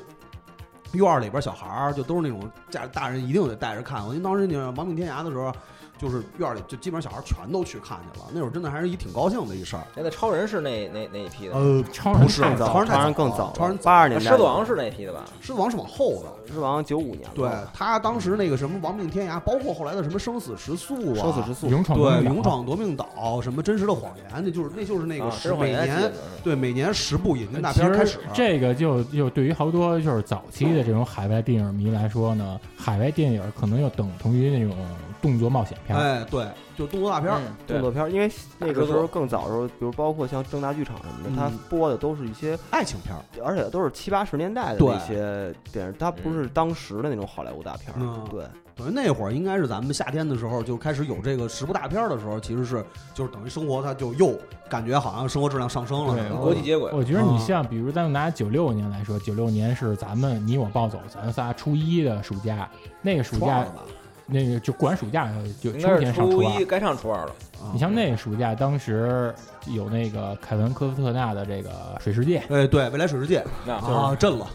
院儿里边小孩儿就都是那种家大人一定得带着看，我因为当时那个《亡命天涯》的时候，就是院儿里就基本上小孩儿全都去看去了，那会儿真的还是一挺高兴的一事儿。
那个超人是那那那一批的，
呃，
超人
不是
太
早
超人
超
太
人更
早
早
了，超人早
八十年代
狮子王是那一批的吧？
狮子王是往后的，
狮子王九五年了
对他当时那个什么亡命天涯，包括后来的什么生死时速啊，
生死时速，
勇闯
对
夺
勇闯夺命岛，什么真实的谎言，那就是那就是那个
啊
十、
狮子王
每
也记
年
得是
对每年十部引进大
其
片儿
实
开始，
这个就就对于好多就是早期的这种海外电影迷来说呢，海外电影可能又等同于那种动作冒险片儿，
哎对，就是动作大片儿，
嗯
动
对
作片儿，因为那
大制
个时候
作
更早的时候，比如包括像正大剧场什么
嗯
的，它播的都是一些，
爱情片儿，
而且都是七八十年代的
对
那些电影，它不是当时的那种好莱坞大片
嗯
儿。对，
等于那会儿应该是咱们夏天的时候就开始有这个十部大片儿的时候，其实是就是等于生活它就又感觉好像生活质量上升了
对
似的，
国际接轨，
我觉得你像，比如咱们拿九六年来说，九六年是咱们你我暴走，咱仨初一的暑假，那个暑
初二
假
了吧，
那个就管暑假就
应
秋
该是
天上初
初
二
一，该上初二了。
啊
你像那个暑假，当时有那个凯文科斯特纳的这个《水世界》，
哎对未来水世界
那
啊震了，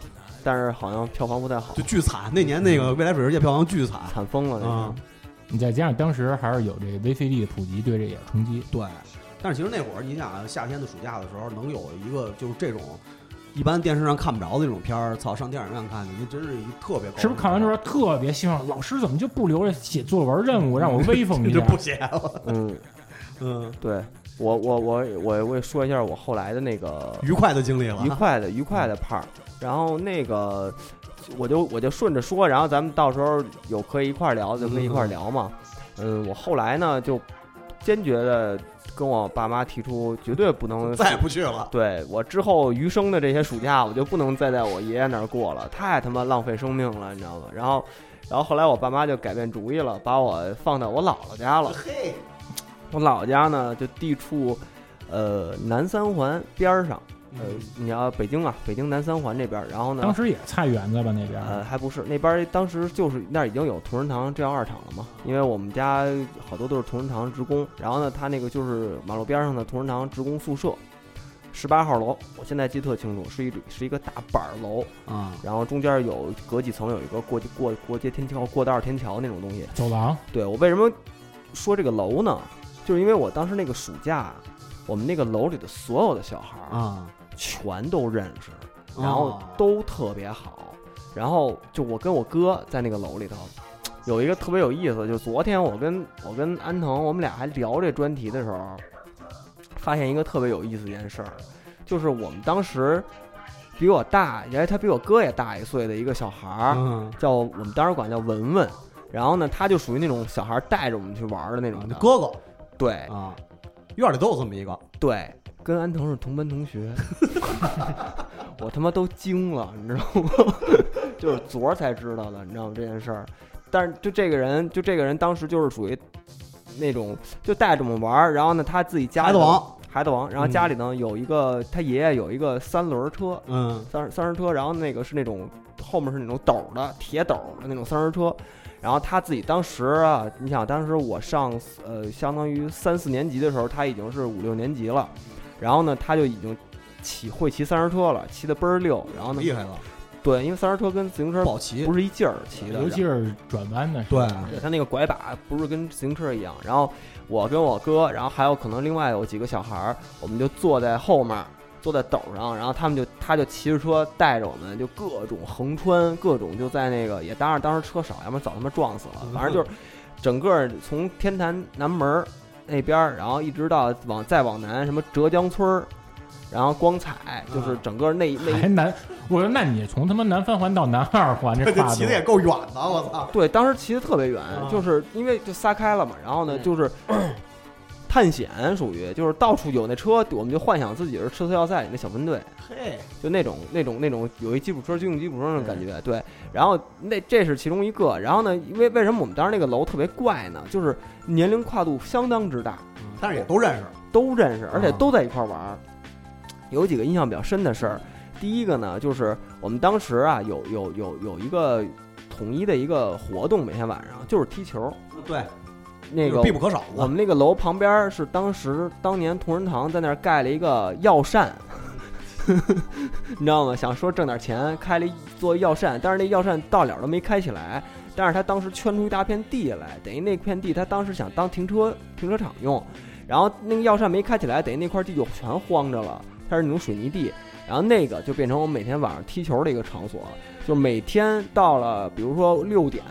但是好像票房不太好
就，巨惨，那年那个未来水世界票房巨惨
惨疯了那个。
啊。
你再加上当时还是有这个 VCD 的普及，对这也是冲击。
对，但是其实那会儿，你想啊，夏天的暑假的时候，能有一个就是这种一般电视上看不着的这种片儿，操，上电影院看去，那真是一特别高兴的事儿。
是不是看完之后特别希望老师怎么就不留着写作文任务让我威风
你
一
就
下？
不写了？
嗯，
嗯，
对我我我我我也说一下我后来的那个
愉快的经历了
愉。快的愉快的 part，然后那个我就我就顺着说，然后咱们到时候有可以一块儿聊，就可以一
嗯
块儿聊嘛。嗯，我后来呢就坚决的跟我爸妈提出，绝对不能
再也不去了，
对我之后余生的这些暑假，我就不能再在我爷爷那儿过了，太他妈浪费生命了，你知道吗？然后，然后后来我爸妈就改变主意了，把我放到我姥姥家了。
嘿，
我姥姥家呢，就地处，呃，南三环边儿上，呃，
嗯
你要北京啊，北京南三环这边儿。然后呢，
当时也菜园子吧那边
呃，
儿，
还不是那边儿当时就是那儿已经有同仁堂制药二厂了嘛，因为我们家好多都是同仁堂职工，然后呢，他那个就是马路边上的同仁堂职工宿舍，十八号楼，我现在记得特清楚，是一是一个大板儿楼，
啊，
然后中间有隔几层有一个过街过过街天桥、过道天桥那种东西。
走廊
对我为什么说这个楼呢？就是因为我当时那个暑假，我们那个楼里的所有的小孩儿
啊，
全都认识。
哦
然后都特别好。然后就我跟我哥在那个楼里头，有一个特别有意思，就是昨天我跟我跟安藤，我们俩还聊这专题的时候，发现一个特别有意思的一件事儿，就是我们当时比我大，因为他比我哥也大一岁的一个小孩儿，
嗯，
叫我们当时管叫文文。然后呢，他就属于那种小孩儿带着我们去玩儿的那种的，
啊哦哥哥
对
啊，院里都有这么一个，
对，跟安藤是同班 同学，我他妈都惊了，你知道吗？ 就是昨儿才知道的，你知道吗这件事儿。但是就这个人，就这个人当时就是属于那种就带着我们玩儿，然后呢他自己家
孩
里
子
头，
王，
孩子王，然后家里呢有一个他爷爷有一个三轮车，
嗯，
三三轮车，然后那个是那种后面是那种斗儿的铁斗儿的那种三轮车，然后他自己当时啊，你想当时我上呃相当于三四年级的时候，他已经是五六年级了，然后呢他就已经骑会骑三轮车了，骑的倍儿溜，然后呢
厉害了，
对，因为三轮车跟自行车
保齐
不，是一劲儿骑的，
尤其是转弯的时候，
对，
对他那个拐把不是跟自行车一样。然后我跟我哥，然后还有可能另外有几个小孩儿，我们就坐在后面儿，坐在斗儿上，然后他们就他就骑着车带着我们，就各种横穿，各种就在那个也当然当时车少，要不然早他妈撞死了。反正就是整个儿从天坛南门儿那边儿，然后一直到往再往南，什么浙江村儿。然后光彩就是整个那那
还南，我说那你从他妈南三环到南二环这跨
骑
度
的，也够远的，我操，
对，当时骑的特别远，
啊
就是因为就撒开了嘛，然后呢，
嗯
就是 探险，属于就是到处有那车，我们就幻想自己是赤色要塞里那小分队，
嘿，
就那种那种那种有一吉普车军用吉普车那种感觉，对。然后那这是其中一个，然后呢，因为为什么我们当时那个楼特别怪呢？就是年龄跨度相当之大，
但是也都认识，
都认识，而且
啊
都在一块儿玩儿。有几个印象比较深的事儿，第一个呢，就是我们当时啊，有有有有一个统一的一个活动，每天晚上就是踢球。
对，
那
就是
个
必不可少
我
的，
们那个楼旁边儿是当时当年同仁堂在那儿盖了一个药膳，你知道吗？想说挣点钱，开了一做药膳，但是那药膳到了都没开起来。但是他当时圈出一大片地来，等于那片地他当时想当停车停车场用，然后那个药膳没开起来，等于那块地就全荒着了，它是那种水泥地。然后那个就变成我们每天晚上踢球的一个场所，就是每天到了，比如说六点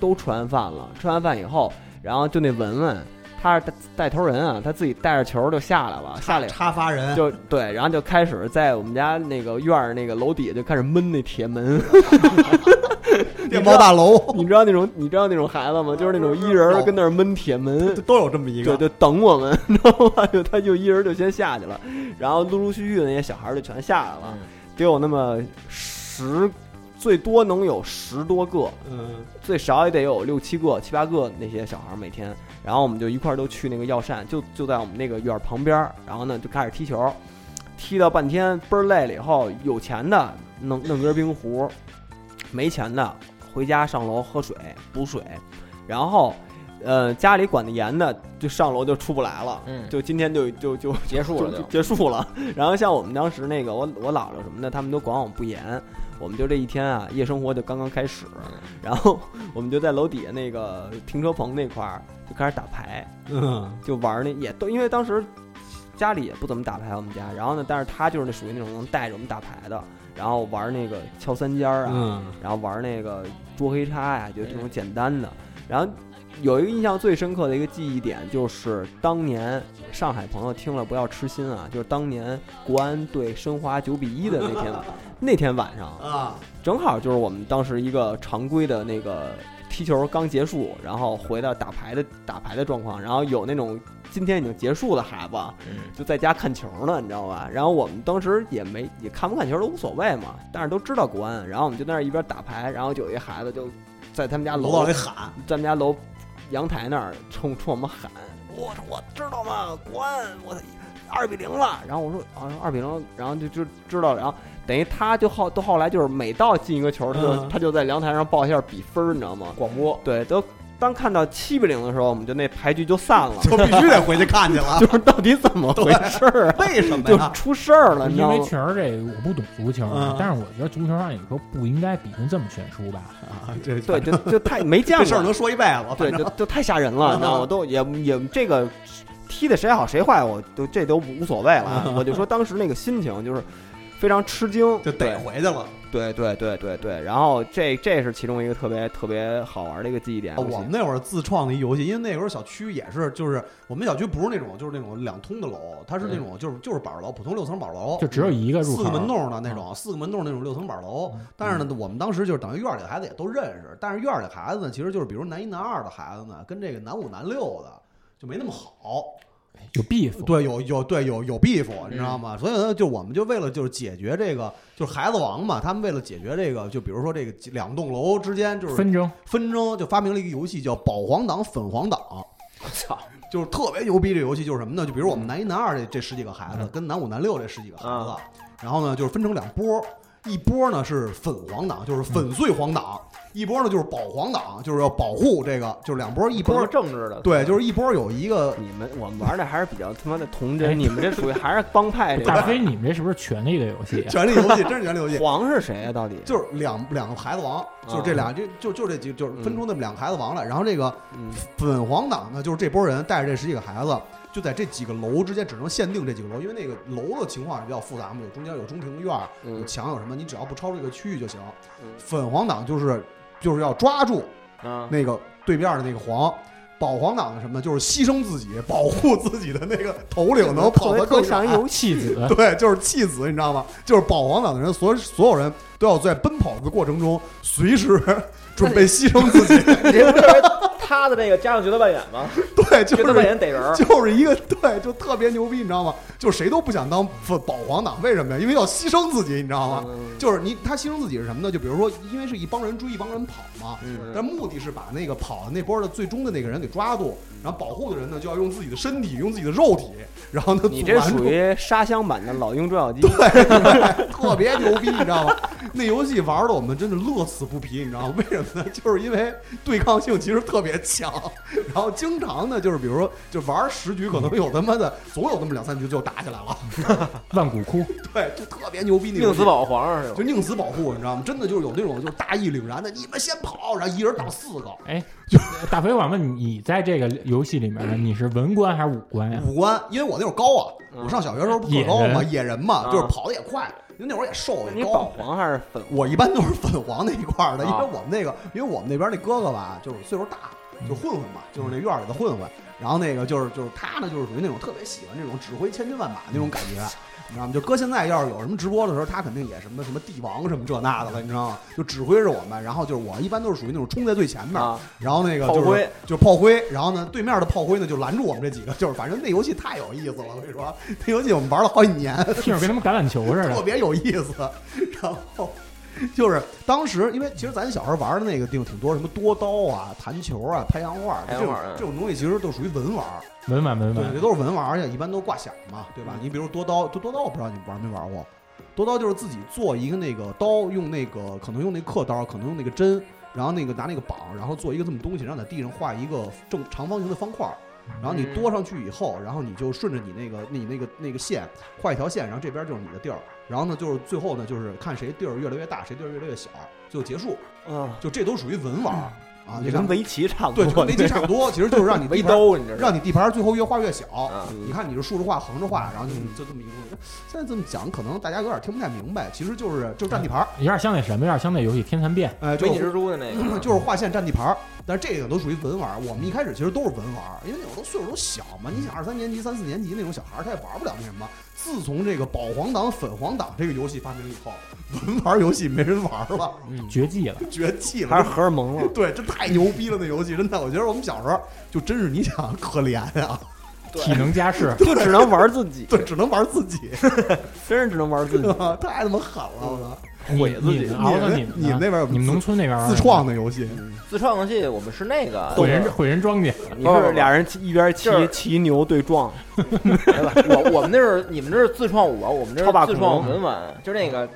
都吃完饭了，吃完饭以后，然后就那文文，他是带带头人啊，他自己带着球就下来了，下来以后
插发人，
就对，然后就开始在我们家那个院儿那个楼底下就开始闷那铁门，
面包大楼
你知道那种你知道那种孩子吗？就是那种一人儿跟那儿闷铁门，
都有这么一
就
个，
就等我们， 你知道吗？就他就一人就先下去了，然后陆陆续续那些小孩儿就全下来了，
嗯
得有那么十，最多能有十多个，
嗯，
最少也得有六七个、七八个那些小孩儿每天，然后我们就一块儿都去那个药膳，就就在我们那个院儿旁边儿，然后呢就开始踢球，踢到半天倍儿累了以后，有钱的弄弄根冰壶，没钱的回家上楼喝水补水，然后呃家里管得严的就上楼就出不来了，
嗯，
就今天就就就
结束了
就
就
就。结束了。 然后像我们当时那个我我姥姥什么的，他们都管我们不严，我们就这一天啊，夜生活就刚刚开始。然后我们就在楼底下那个停车棚那块儿就开始打牌，
嗯，
就玩儿那也都因为当时家里也不怎么打牌，我们家。然后呢，但是他就是那属于那种能带着我们打牌的，然后玩儿那个敲三尖儿啊，
嗯，
然后玩那个捉黑叉呀、就这种简单的。然后有一个印象最深刻的一个记忆点，就是当年上海朋友听了不要痴心啊，就是当年国安对申花九比一的那天，那天晚上
啊，
正好就是我们当时一个常规的那个踢球刚结束，然后回到打牌的打牌的状况，然后有那种今天已经结束的孩子
嗯，
就在家看球呢，你知道吧？然后我们当时也没也看不看球都无所谓嘛，但是都知道国安，然后我们就在那儿一边打牌，然后就有一孩子就在他们家
楼
楼
道里喊，
在我们家楼阳台那儿冲冲我们喊：“我说我知道吗？国安，我二比零了。”然后我说：“啊，二比零。”然后就就知道了。然后等于他就后到后来就是每到进一个球，他就、
嗯
他就在阳台上报一下比分，你知道吗？
广播
对，都当看到七比零的时候，我们就那牌局就 散了，
就必须得回去看去了。
就是到底怎么回事儿啊？
为什么
就
呀？
出事儿了，你知
因
道
为
吗？
确实这个我不懂足球啊
嗯，
但是我觉得足球上有时候不应该比分这么悬殊吧。
啊这
对，就就太没见
这
过
事儿能说一辈子，
对，
啊反
就
正
就太吓人了，你知 道吗？都也也这个踢的谁好谁坏，我都这都无所谓了。啊我就说当时那个心情就是非常吃惊，
就得回去了。
对对对对对。然后这这是其中一个特别特别好玩的一个记忆
啊
点。
我们那会儿自创的一游戏，因为那时候小区也是，就是我们小区不是那种就是那种两通的楼，它是那种就是就是板儿楼，普通六层板儿
哦
楼，
就只有一个入
四
口，
个门洞的那种，四个门洞那种六层板儿楼。但是呢，我们当时就是等于院儿里的孩子也都认识，但是院儿里的孩子呢，其实就是比如男一男二的孩子呢，跟这个男五男六的就没那么好。
有 beef，
对，有有对有有 beef，你
嗯
知道吗？所以呢，就我们就为了就是解决这个，就是孩子王嘛，他们为了解决这个，就比如说这个两栋楼之间就是
纷争，
纷争，就发明了一个游戏叫保皇党粉皇党。
我操，嗯
就是特别牛逼这游戏就是什么呢？就比如我们男一、男二这这十几个孩子，跟男五、男六这十几个孩
啊
子，然后呢就是分成两波，一波呢是粉黄党，就是粉碎黄党；一波呢就是保皇党，就是要保护这个，就是两波，一
不
波
是政治的，
对，就是一波有一 个
你们我们玩的还是比较他妈的童真，
哎
你们这属于还是帮派这
大
个。
飞，你们这是不是权力的游戏 啊？
权力游戏，真是权力游戏。
黄是谁啊？到底
就是两两个孩子王，就是这俩，就就就这几，就是分出那么两个孩子王来。然后这个
嗯
粉黄党呢，就是这波人带着这十几个孩子，就在这几个楼之间只能限定这几个楼，因为那个楼的情况也比较复杂嘛，有中间有中庭院，有
嗯
墙有什么，你只要不超这个区域就行
嗯。
粉黄党就是就是要抓住
啊，
那个对面的那个黄。保皇党的什么呢？就是牺牲自己，保护自己的那个头领能跑得
特别特
更
别像
远
一。游
弃
戏，
子，
对，就是弃子，你知道吗？就是保皇党的人，所有所有人都要在奔跑的过程中，随时 准备牺牲自 己。
你 这不是他的那个加上角色扮演吗？
对，就
角色扮
是
演逮人儿，
就是一个对，就特别牛逼，你知道吗？就谁都不想当保保皇党，为什么呀？因为要牺牲自己，你知道
嗯
吗？就是你他牺牲自己是什么呢？就比如说，因为是一帮人追一帮人跑嘛，
嗯
但目的是把那个跑的那波的最终的那个人给抓住，然后保护的人呢就要用自己的身体，用自己的肉体，然后呢
你
阻
这
拦住
属于沙箱版的老鹰捉小鸡，
特别牛逼，你知道吗？那游戏玩的我们真的乐此不疲，你知道吗？为什么呢？ 就是因为对抗性其实特别强，然后经常呢就是比如说就玩十局，可能有他妈的总有那么两三局就打起来了，
万古枯，
对，就特别牛逼那游戏
宁死。保皇上是吧
就宁死保护，你知道吗？真的就是有那种就是大义凛然的，你们先跑，然后一人打四个，
哎，大飞，我想问你，你在这个游戏里面，你是文官还是武官呀？
五官，因为我那会儿高啊，我上小学的时候不个高嘛，野人嘛，
啊
就是跑的也快，因为那会儿也瘦
你
也
保
高，
皇还是粉？
我一般都是粉黄那一块儿的，因
啊
为我们那个，因为我们那边那哥哥吧，就是岁数大，就混混嘛，就是那院儿里的混混。然后那个就是就是他呢，就是属于那种特别喜欢这种指挥千军万马那种感觉，你知道吗？就搁现在要是有什么直播的时候，他肯定也什么什么帝王什么这那的了，你知道吗？就指挥着我们。然后就是我一般都是属于那种冲在最前面，
啊
然后那个
炮
就是
灰
就是炮灰，然后呢对面的炮灰呢就拦住我们这几个，就是反正那游戏太有意思了，我跟你说，那游戏我们玩了好几年。
听着跟他们橄榄球似
特
的。
别有意思。 然后就是当时，因为其实咱小时候玩的那个地方挺多，什么多刀啊、弹球啊、拍洋画儿，
拍
这
洋
种
画儿嗯
这种东西其实都属于文玩儿，
文玩文
对，
玩
这，都是文玩儿，而且一般都挂响嘛，对吧？你比如多刀，多多刀，我不知道你玩没玩过。多刀就是自己做一个那个刀，用那个可能用那刻刀，可能用那个针，然后那个拿那个绑，然后做一个这么东西，然后在地上画一个正长方形的方块儿，然后你
嗯
多上去以后，然后你就顺着你那个你那个那个线画一条线，然后这边就是你的地儿，然后呢就是最后呢就是看谁地儿越来越大，谁地儿越来越小，最后结束，
嗯，
就这都属于文玩儿啊，
你
就像
跟围棋差不
对就跟
多，
围棋差不多，其实就是让你
一
地盘儿，
兜，你知道
让你地盘儿最后越画越小，
啊，
嗯
你看你是竖着画、横着画，然后就就这么一个东西。现在这么讲，可能大家有点听不太明白，其实就是就是占地盘儿，
有点像那什么，有点像那游戏《天蚕变
呃，
迷
就
你
是
蜘蛛的那个，
就是划线占地盘儿，但是这个都属于文玩儿。我们一开始其实都是文玩儿，因为那会儿都岁数都小嘛。你想二三年级、三四年级那种小孩儿，他也玩不了那什么。自从这个保皇党、粉黄党这个游戏发明以后，文玩儿游戏没人玩儿了，
嗯
绝技了。
绝迹了，
还是荷尔蒙了。
对，这太牛逼了！那游戏真的，我觉得我们小时候就真是你想可怜呀、
体能 加试，
就只能玩自己，
对，只能玩自己，
真是只能玩自己。
太他妈狠了！我
你
自己
你熬的你
你们那边有
你们农村那边
操，
玩
自创的游戏，
嗯
自创游戏我们是那个
毁人毁人庄稼，
你是俩人骑一边骑
就是
骑牛对撞，
没吧？我我们那是你们这是自创武啊，我们这
超霸
是自
恐
创
龙
文玩，就是那个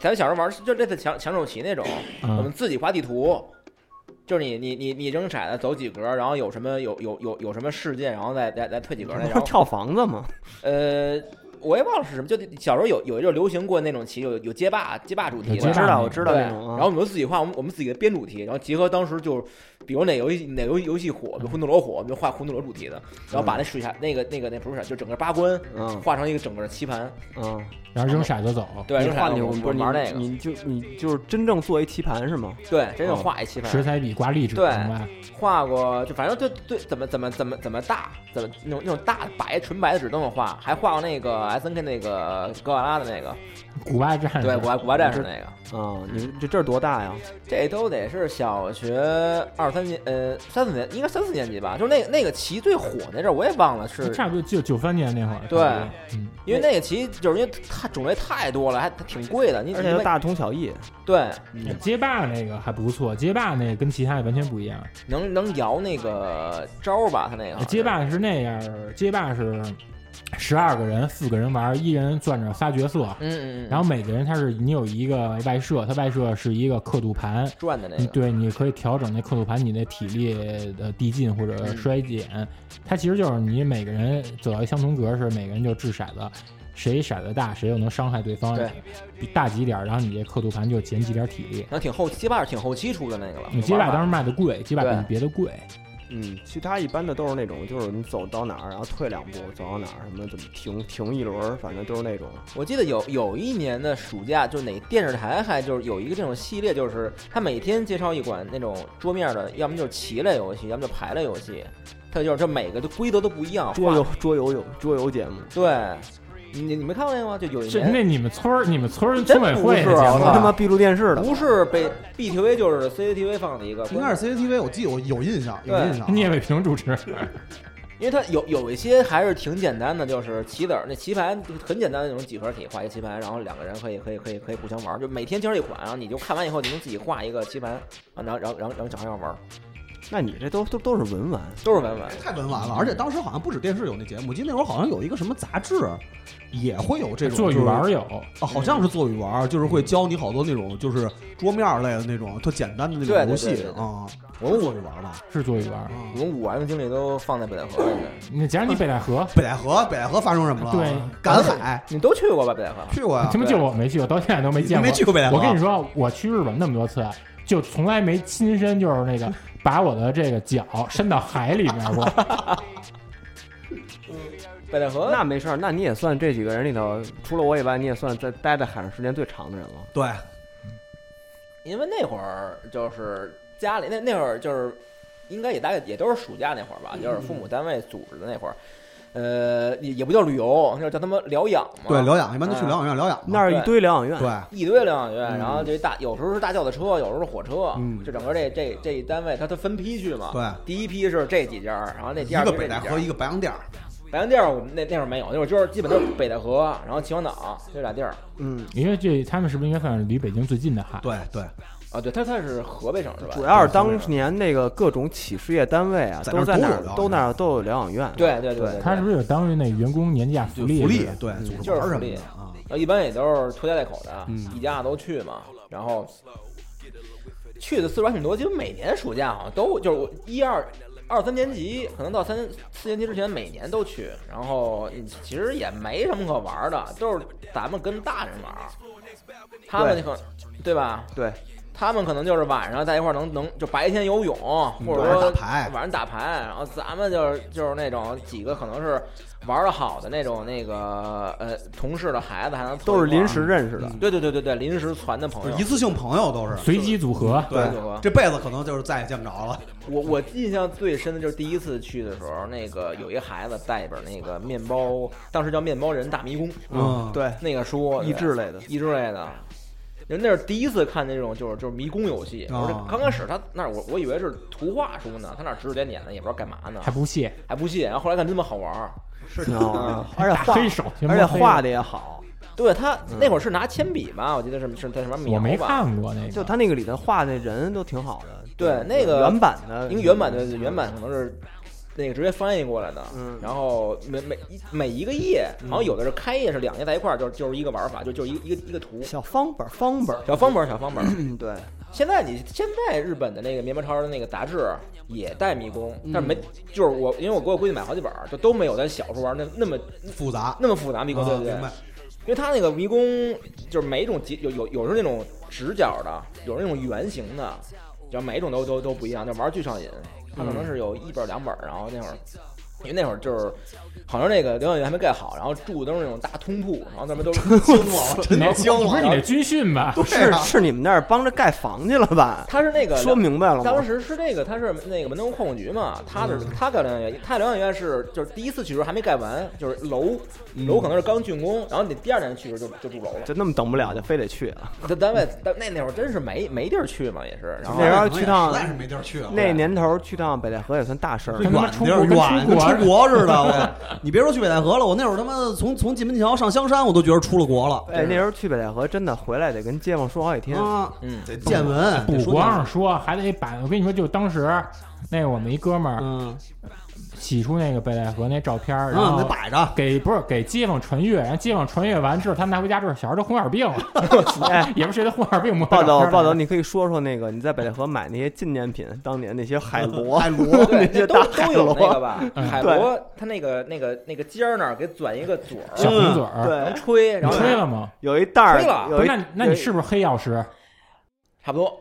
咱们小时候玩儿就类似抢抢手棋那种，我们
嗯，
自己画地图，就是你你你你扔骰子走几格，然后有什么有有有有什么事件，然后再再再退几格来，然后
跳房子嘛，
呃。我也忘了是什么，就小时候有有一阵流行过那种棋，有有街霸街霸主题
有
的，
街
我
霸
知道我知道
对，
那种
然
啊
后。我们就自己画，我们我们自己的编主题，然后结合当时就是，比如哪游戏哪游戏游戏火，比如魂斗罗火，我们就画魂斗罗主题的，然后把那水下那个那个那不是水下就整个八关
嗯
画成一个整个的棋盘，
嗯，
然后扔骰子走，
对，
你
扔骰
画
子
牛
我
不是
们
你
玩那个，
你就你就是真正做一棋盘是吗？
对，真正
哦
画一
十
棋盘，
彩笔挂历纸，
对
行吧？
画过就反正就对怎么怎么怎么怎么大，怎么那种那种大白纯白的纸都能画，还画过那个 S N K 那个格瓦拉的那个，
古巴战士，
对，古巴古巴战士那个，
啊，你这这是多大呀？
这都得是小学二三年呃三四年应该三四年级吧，就是那个那个棋最火那阵儿我也忘了是
差不多就九三年那会儿，
对
差不多，嗯，
因为那个棋就是因为它种类太多了，还它挺贵的。你
而且
你
又
买
大同小异。
对，
哎街霸那个还不错，街霸那个跟其他的完全不一样。
能能摇那个招儿吧？它那个好像
街霸是那样儿，街霸是十二个人，四个人玩儿，一人攥着仨角色，
嗯，嗯嗯，
然后每个人他是你有一个外设，它外设是一个刻度盘，
转的那
你
个，
对，你可以调整那刻度盘，你那体力的递进或者衰减，它其实就是你每个人走到一相同格式，每个人就掷骰子，谁骰子大谁就能伤害对方
对
大几点儿，然后你这刻度盘就减几点儿体力。
然后挺后街霸是挺后期出的那个了。
你街霸当时
时
卖的贵，街霸
对
比别的贵，
嗯，其他一般的都是那种，就是你走到哪儿，然后退两步，走到哪儿，什么怎么停停一轮儿，反正都是那种。
我记得有有一年的暑假，就哪电视台还就是有一个这种系列，就是他每天介绍一款那种桌面的，要么就是棋类游戏，要么就牌类游戏，它就是这每个的规则都不一样。
桌
画
游桌游有桌游节目，
对，你你没看过那个吗？就有一
是
年
那你们村儿你们村儿
真
村委
不
会
是
的节
我
目
操
他 妈闭路电视的。
不是被 BTV 就是 CCTV 放的一个，
应该是 CCTV，我记得我有印象，有
对
印象。
聂卫平主持，
因为它有有一些还是挺简单的，就是棋子儿那棋盘很简单的那种几何体，画一棋盘，然后两个人可以可以可以可以互相玩儿，就每天介绍一款，然后你就看完以后你能自己画一个棋盘，啊，然后然后然后然后小孩要玩儿，
那你这都都都是文玩，
都是文玩。
太文玩了，而且当时好像不止电视有那节目，我记得那会儿好像有一个什么杂志，也会有这种
做语
就是
玩儿有，
啊，好像是做语玩儿，就是会教你好多那种就是桌面儿类的那种特简单的那
对
种
对
游戏
对对对嗯
啊。我用做语玩儿吧，
是做语玩儿。
我们古玩的精力都放在北戴河里面，
那假如你北戴河，
北戴河，北戴河发生什么了？
对
赶 海
你都去过吧？北戴河？
去过呀
他，妈就我没去过，到现在都没见
你没
过。
去过北戴河？
我跟你，说，我去日本那么多次，就从来没亲身就是那个把我的这个脚伸到海里面过。
北戴河
那没事儿，那你也算这几个人里头，除了我以外，你也算在待在海上时间最长的人了。
对，
因为那会儿就是家里那那会儿就是应该也大概也都是暑假那会儿吧，就是父母单位组织的那会儿，呃，也也不叫旅游，那叫他妈疗养嘛。
对疗养，一般都去疗养
啊
院疗养嘛。
那儿一堆疗养院，
对，
一堆疗养院，
嗯
然后这大有时候是大轿子车，有时候是火车，
嗯
就整个这这这一单位，它它分批去嘛。
对
第一批是这几家，然后那第
一
二批
个
是
北
这几家
戴河，一个白洋淀儿。
白洋淀儿我们那那会儿没有，那会儿就是基本都是北戴河，然后秦皇岛这俩地儿。
嗯，
因为这他们是不是应该算是离北京最近的海？
对对，
啊，对，它它是河北省是吧？
主要是当年那个各种企事业单位啊，
在那
都
儿
在
都有疗养
那儿都
院
那儿都有疗养院。
对对对
对
他是不是有当于那员工年假
就
福利？
福利，对，组织
就是
玩儿什
福
么
利
的啊。
然后呃一般也都是拖家带口的，
嗯
一家都去嘛。然后去的次数还挺多，基本每年暑假好像都就是我一二二三年级，可能到三四年级之前每年都去。然后嗯其实也没什么可玩的，都是咱们跟大人玩儿，他们
对
可对吧？
对，
他们可能就是晚上在一块儿能能就白天游泳，或者
嗯晚上打
说
牌
晚上打牌，然后咱们就是就是那种几个可能是玩的好的那种那个呃同事的孩子，还能
都是临
凑
时
一块
认识的。
儿，对对对对对，临时传的朋友
一。次性朋友都是
随机组合，
对
对吧，
这辈子可能就是再也见不着了。
我我印象最深的就是第一次去的时候，那个有一孩子带一本那个面包，当时叫《面包人大迷宫》，
嗯，
对，
哎那个书
益智类的
益智类的。因为那是第一次看那种就是就是迷宫游戏，
哦
我这刚开始他那儿我我以为是图画书呢，他那儿指指点点的也不知道干嘛呢，
还不屑，
还不信，然后后来看这么好玩儿，
是挺好玩的，而且
打
画
黑手，
而且画
的
的也好，
对他那会儿是拿铅笔吧，我记得是是在什
我
么描
没
吧，
看过那个，
就他那个里头画的人都挺好的。
对那个
原版的，
因为原版的原版可能是那个直接翻译过来的，
嗯
然后每每一每一个页，好像有的是开页是两页在一块儿，就是就是一个玩法，就就是一个一个一个图，
小方本儿方本儿，
小方本儿小方本儿，
嗯，对，
现在你现在日本的那个面包超人的那个杂志啊也带迷宫，
嗯
但是没就是我，因为我给我闺女买好几本儿，就都没有咱小时候玩那那么
复杂。
那么复杂迷宫，对
啊
不对
明？白。
因为它那个迷宫就是每一种结有有有是那种直角的，有是那种圆形的，然后每一种都都都不一样，就玩剧上瘾，它可
嗯
能是有一本儿两本儿，然后那会儿。因为那会儿就是，好像那个疗养院还没盖好，然后住的都是那种大通铺，然后那边都
惊了 我真
没
的惊
不
了。啊
是你的军训吧？
对
是
啊
是你们那儿帮着盖房去了吧？
它是那个
说明白了
当
吗？嗯
时是那个，他是那个门头沟矿工局嘛，他的他盖疗养院，他疗养院是就是第一次去的时候还没盖完，就是楼
嗯
楼可能是刚竣工，然后你第二年去的时候就就住楼了。
就那么等不了，就非得去啊！
这单位单那那会儿真是没没地儿去嘛，也是。然后
那时候去趟
哎实在是没地儿去了。
那年头去趟北戴河也算大事儿
他，妈
远
出
地儿
国跟
远
出
跟
国
出国似的，我你别说去北戴河了，我那会儿他妈从从金门桥上香山，我都觉得出了国了。
哎，那时候去北戴河真的回来得跟街坊说好几天，
啊，
嗯，
得见闻，得
不
说见
光
闻
是说，还得把我跟你说，就当时那个我们一哥们儿
嗯，
洗出那个北戴河那照片儿，然
嗯，得
后
摆着。
给不是给街坊传阅，然后街坊传阅完之后，他们拿回家之后，小孩都红眼病了，
哎。
也不是谁的红眼病摸
报
照
道
片儿
报道，
了
你可以说说那个你在北戴河买那些纪念品，当年那些 海螺、
海螺
对，
那
那
些
都
大
都
海
有
螺，嗯
那个吧，海
对
螺它那个那个那个尖儿那儿给转一个嘴
小
儿，
红嘴儿，
能
嗯对，
吹，然
你
后
吹了吗？
有一袋儿
吹了，
不
有
是，
一
那那你是不是黑曜石？
差不多。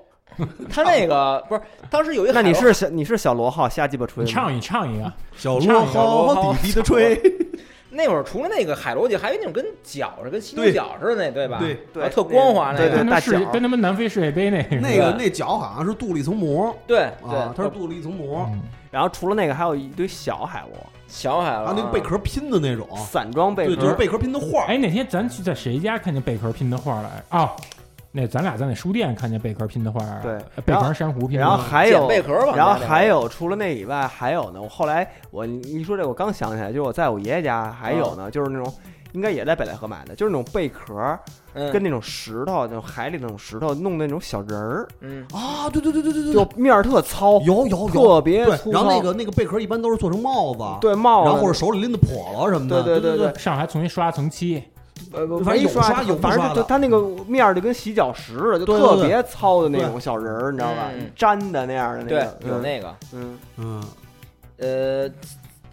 他 那个不是，当时有一
那
海
你
螺
是小你是小螺号瞎鸡巴吹
你
吗？
唱一唱一个，
小
唱
螺
一下
螺
号底低的吹，
那会儿除了那个海螺姐，还有那种跟脚似的，跟犀牛
对
角似的那对吧？
对
对
然后特光滑那
对
个。
对
跟他
大
们世界
脚
跟他们南非世界杯那
那
个
个那脚好像是镀了一层膜
对
啊，它
对
是镀了一层膜，
嗯
然后除了那个，还有一堆小海螺，
小啊海螺，
然后啊那个贝壳拼的那种，
散装贝
哦对，就是
壳。
贝壳拼的画儿。
哎，那天咱去在谁家看见贝壳拼的画来？哦，那咱俩在那书店看见贝壳拼的画来，
对
呃贝
然
壳
后
珊瑚拼的
然后
画。
还有
捡贝壳吧
然后
那个
还有除了那以外还有呢。我后来我你一说这，我刚想起来，就是我在我爷爷家还有呢，就是那种应该也在北戴河买的，就是那种贝壳
嗯
跟那种石头，那种海里那种石头弄的那种小人儿，
嗯，
啊，对对对对对对，
就面儿特糙，
有有有，
特别
对
粗糙。
然后那个那个贝壳一般都是做成帽子，，
对帽子，
然后或者手里拎的笸箩什么的，
对
对
对对
上海重新刷层漆，
呃，
反正有
没刷
刷有不
反
刷
正就
的
它那个面儿就跟洗脚石似的，就
对
特
对对
别糙的那
对
种小人儿，你知道吧
嗯？
粘的那样的那
对
个，，嗯
有那个，
嗯，
嗯，
呃，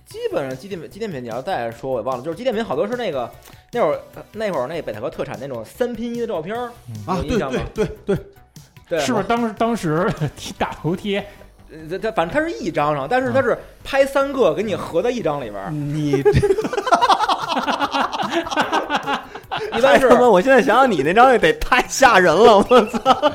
基本上机电机电品你要再说，我也忘了，就是机电品好多是那个那会儿那会儿那北戴河特产那种三拼一的照片儿，
啊，
有
对
印象
对
吗？
对对，
对，
是不是当时当时 大头贴？
呃？它它反正它是一张上，但是它是拍三个给你合在一张里边儿，
你这
一般是
哎他妈，我现在想想你那张也得太吓人 了，我操，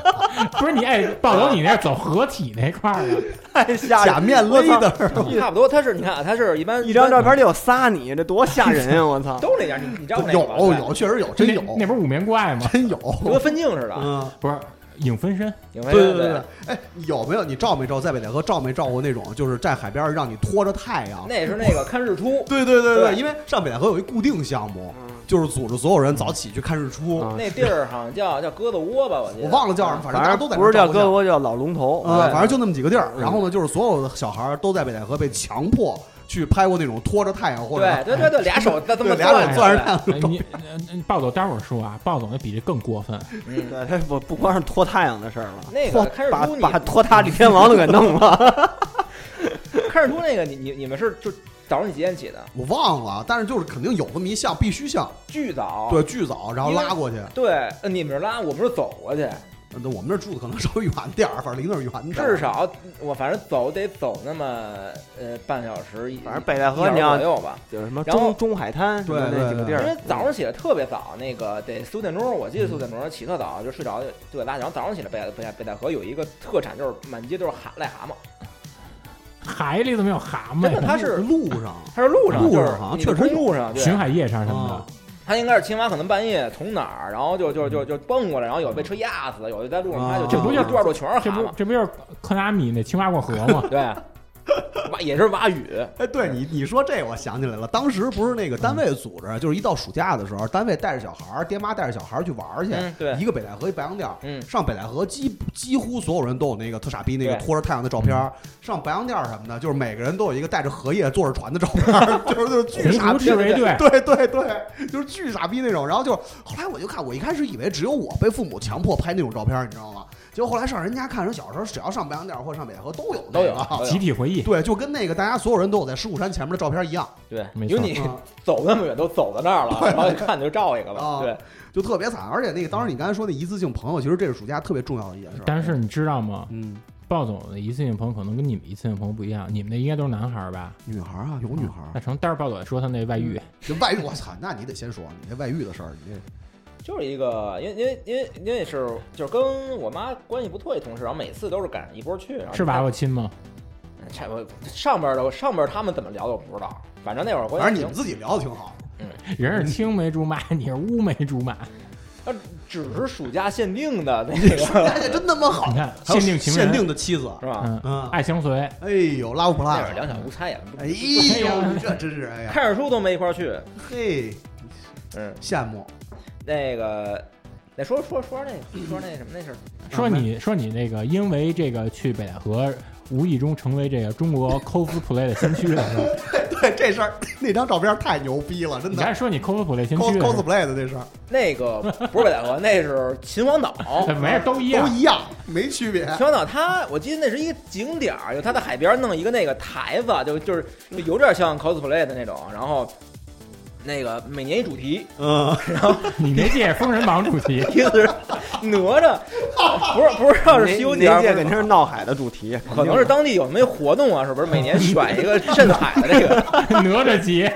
不是你哎，暴走你那走合体那块儿了，
太吓人！
假面勒
我操
的，
差不多，它是你看啊，它是一般
一张照片里有仨你，这多吓人啊呀！我操，
都那样，你你知道那个吧
有有，确实有，真有，
那那不是啊五面怪吗？
真有，
就跟分镜似的，
嗯。
不是影分身，
对
对对对对，哎，有没有你照没照在北戴河照没照过那种，就是在海边儿让你拖着太阳？
那是那个看日出，
对对对
对
对，因为上北戴河有一固定项目，就是组织所有人早起去看日出。
嗯
那地儿好像叫叫鸽子窝吧，我记得
我
嗯
忘了叫什么，反正大家都在那
不是
儿照
叫
过
哥
相
哥，叫老龙头，
呃，
对
反正就那么几个地儿。然后呢，就是所有的小孩儿都在北戴河被强迫去拍过那种拖着太阳或者
对对对对，俩手在这么
对俩手攥着太阳，
哎你呃你暴走待会儿说啊，暴走那比这更过分。
嗯，
对，他不不光是拖太阳的事儿了，
那个
拖
开始
把
撸你
把拖沓李天王都给弄了，
看日出那个，你你你们是就早上你几点起的？
我忘了，但是就是肯定有那么一项必须项，
巨
哦
早。
对，巨早，然后拉过去。
对，呃你们是拉，我们是走过去。
嗯对我们这儿住的可能稍微远点儿，反正离那儿远点儿。
至少我反正走得走那么呃半小时，一
反正北戴河
一小
你
时
要
左右吧。
就是什么
然后
中中海滩什么
对
那几个
对对
地
因为
儿，
早上起来特别早，那个得四五点钟，我记得四五点钟起特早，就睡着就就给拉。然后早上起来北戴北戴北戴河有一个特产，就是满街都是蛤癞蛤蟆，
海里怎么有蛤蟆
真的，
呀？
它是
路上，
它是路上，
路上
就是
好像
你的
确实有
公路上，对
巡海夜叉什么
啊
的，，
它应该是青蛙可能半夜从哪儿，然后就就就就蹦过来，然后有被车压死，有的在路上它
嗯
就
啊
就一段路全是
这
蛤
不
蟆，
这不就是克拉米那青蛙过河吗？
对，蛙也是蛙语，
哎，对你你说这我想起来了，当时不是那个单位组织，就是一到暑假的时候，单位带着小孩儿，爹妈带着小孩儿去玩儿去
嗯，对
一个北戴河，一白洋淀儿，
嗯
上北戴河几几乎所有人都有那个特傻逼那个
对
拖着太阳的照片儿，上白洋淀儿什么的，就是每个人都有一个带着荷叶坐着船的照片儿， 就是就是巨
红
傻
湖
逼
赤。卫队，
对对对，就是巨傻逼那种。然后就是后来我就看，我一开始以为只有我被父母强迫拍那种照片儿，你知道吗？结果后来上人家看，人小时候只要上白洋淀儿或上北戴河都有那
都有
个
都有
集体回忆，
对，就跟那个大家所有人都有在狮虎山前面的照片一 样，
对，
没
因为
错
你
啊
走那么远都走到那儿了，然后一看就照一个吧，
啊
对，
就特别惨。而且那个当时你刚才说那一次性朋友，其实这是暑假特别重要的一件事儿。
但是你知道吗？
嗯，
鲍总的一次性朋友可能跟你们一次性朋友不一样，你们那应该都是男孩儿吧？
女孩儿啊，有女孩儿，
那成，但是鲍总说他那外遇，
就外遇，我操，那你得先说你那外遇的事儿，你这
就是一个，因为因为因为因为是就是跟我妈关系不错一同事，然后每次都是赶上一波去，然后
是娃娃亲吗？
嗯差不多上边儿的上边儿他们怎么聊的我不知道，反正那会儿关系
反正你
挺
们自己聊的挺好。
人是青梅竹马，你是乌梅竹马，
呃，只是暑假限定的那个
哎呀，真他妈好
你，看
还有
限定情人，
限定的妻子，
是吧？
嗯，
嗯，
爱相随，
哎呦，拉不普
那
拉
会，儿两小无猜也不
哎呦，你这真是哎呀，
看着书都没一块儿去，
嘿，
嗯，
羡慕。
那个。那说说说那个说那什么那事儿，
说你说你那个因为这个去北戴河，无意中成为这个中国 cosplay 的先驱了，是吧？
对这事儿， 那张照片太牛逼了，真
你
的
还说你 cosplay 先驱
cos
了是吧？
cosplay 的这事儿
那个不是北戴河，那是秦皇岛。
哎 没事，都一
都
样。
一样，没区别。
秦皇岛它，我记得那是一个景点儿，就它在海边弄一个那个台子，就就是就有点像 cosplay 的那种，然后那个每年一主题，
嗯，
你没借《封神榜》主题，
一个 是哪吒，不是不知道是
那
西游记
那
还
届
是
肯定是闹海的主题，
可能是当地有没有活动啊？是不是每年选一个 镇海的这个？
哪吒集，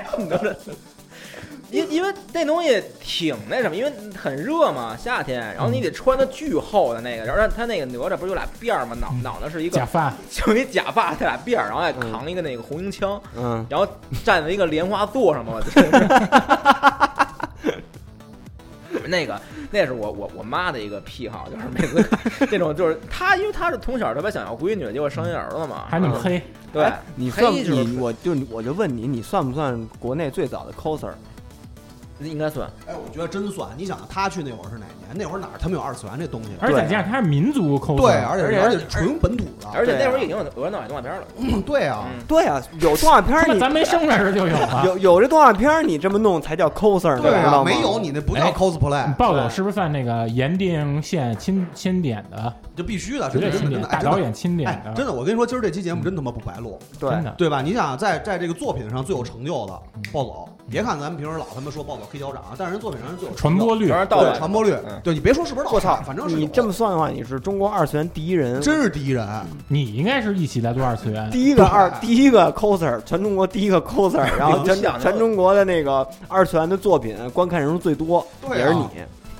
因因为那东西挺那什么，因为很热嘛，夏天，然后你得穿的巨厚的那个，然后它那个哪吒不是有俩辫儿吗？脑脑袋是一
假
个
发，
就一假发带俩辫儿，然后还扛一个那个红缨枪，
嗯，
然后站在一个莲花座上嘛，我真是。那个，那是我我我妈的一个癖好，就是每次看那种就是她，因为她是从小特别想要闺女，结果生一儿子嘛，
还那么黑，
对
哎，你
黑
算
就是
你我就我就问你，你算不算国内最早的 coser？
应该算
哎，我觉得真算。你想，他去那会儿是哪年？那会儿哪儿他们有二次元这东西？
而且加上他是民族 cos，
对，而且
而且
而且纯本土的。
而且
对
那会儿
啊
已经有俄国闹海动画片了，
对啊，
嗯
对啊，有动画片
他
儿
妈
你
咱没生出来时候就有了。
有有这动画片儿你这么弄才叫 coser，你知
对
道
啊，
吗？
没有你那不叫
哎
cosplay，
暴走是不是算那个盐定县钦钦点的，
这必须的，
绝
真
对
的
钦
真
点，
的
大
哎真
导
的
演啊钦点
哎，
的，
真的，我跟你说，今儿这期节目真他妈不白录，
对，
真的。
对吧？你想想，在在这个作品上最有成就的暴走，别看咱们平时老他妈说暴走黑脚掌啊，但是人作品上是最有
传
成就
播
的
率
全，是盗
对
版
传播率
嗯，
对你别说是不是盗
我操
版，，反正是
你
有
这么算的话，你是中国二次元第一人，
真是第一人，
你应该是一起来读二次 元，
第一个二
对
第一个 coser，全中国第一个 coser，然后
你
全
想想
全中国的那个二次元的作品观看人数最多，
对啊
也是你。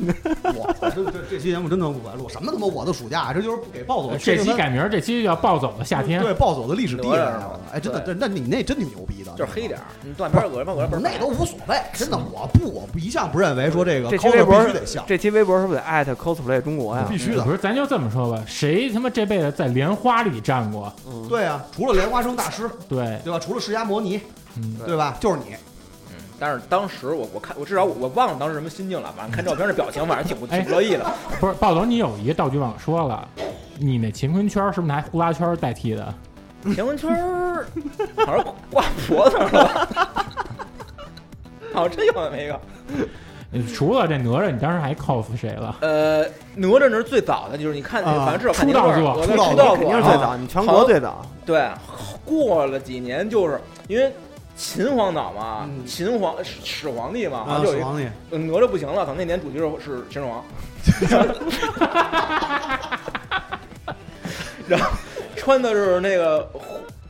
我操，这这这期节目真他妈不白录，什么他妈我的暑假啊，这就是不给暴走
这
确定
期
他
改名儿，这期叫暴走的夏天。
对暴走的历史地位
哪吒
啊，哎，真的，
对
真那你那真挺牛逼的，
就是黑点儿，你断片儿俄国俄国
那都无所谓，真的，我不，我不一向不认为说这个
这
c
期
o
微
s
博
必须得像，
这期微博是不是得艾特 cosplay 中国呀？
必须的
不。是，咱就这么说吧，谁他妈这辈子在莲花里站过？
嗯，
对啊，除了莲花生大师，
对，
对吧？除了释迦摩尼，
嗯，
对吧？就是你，
但是当时我我看我至少我我忘了当时什么心境了，反正看照片的表情，反正挺不挺不乐意的。
不是暴走，你有一个道具忘说了，你那乾坤圈儿是不是拿呼啦圈儿代替的？
乾坤圈儿好像挂脖子上了 吧，好像真有那么一个。
呃除了这哪吒，你当时还 cos 谁了？
呃，哪吒那是最早的，就是你看，
啊
反正至少看
出
年
道
份
作
儿我
出
那
道
出
作
道
肯定是
作
最
啊
早，你全国最早。
对，过了几年，就是因为秦皇岛嘛，
嗯
秦皇始始皇帝嘛，好
啊，
像就有一
爽你，
嗯哪吒不行了，等那年主角是秦始 皇。然后穿的是那个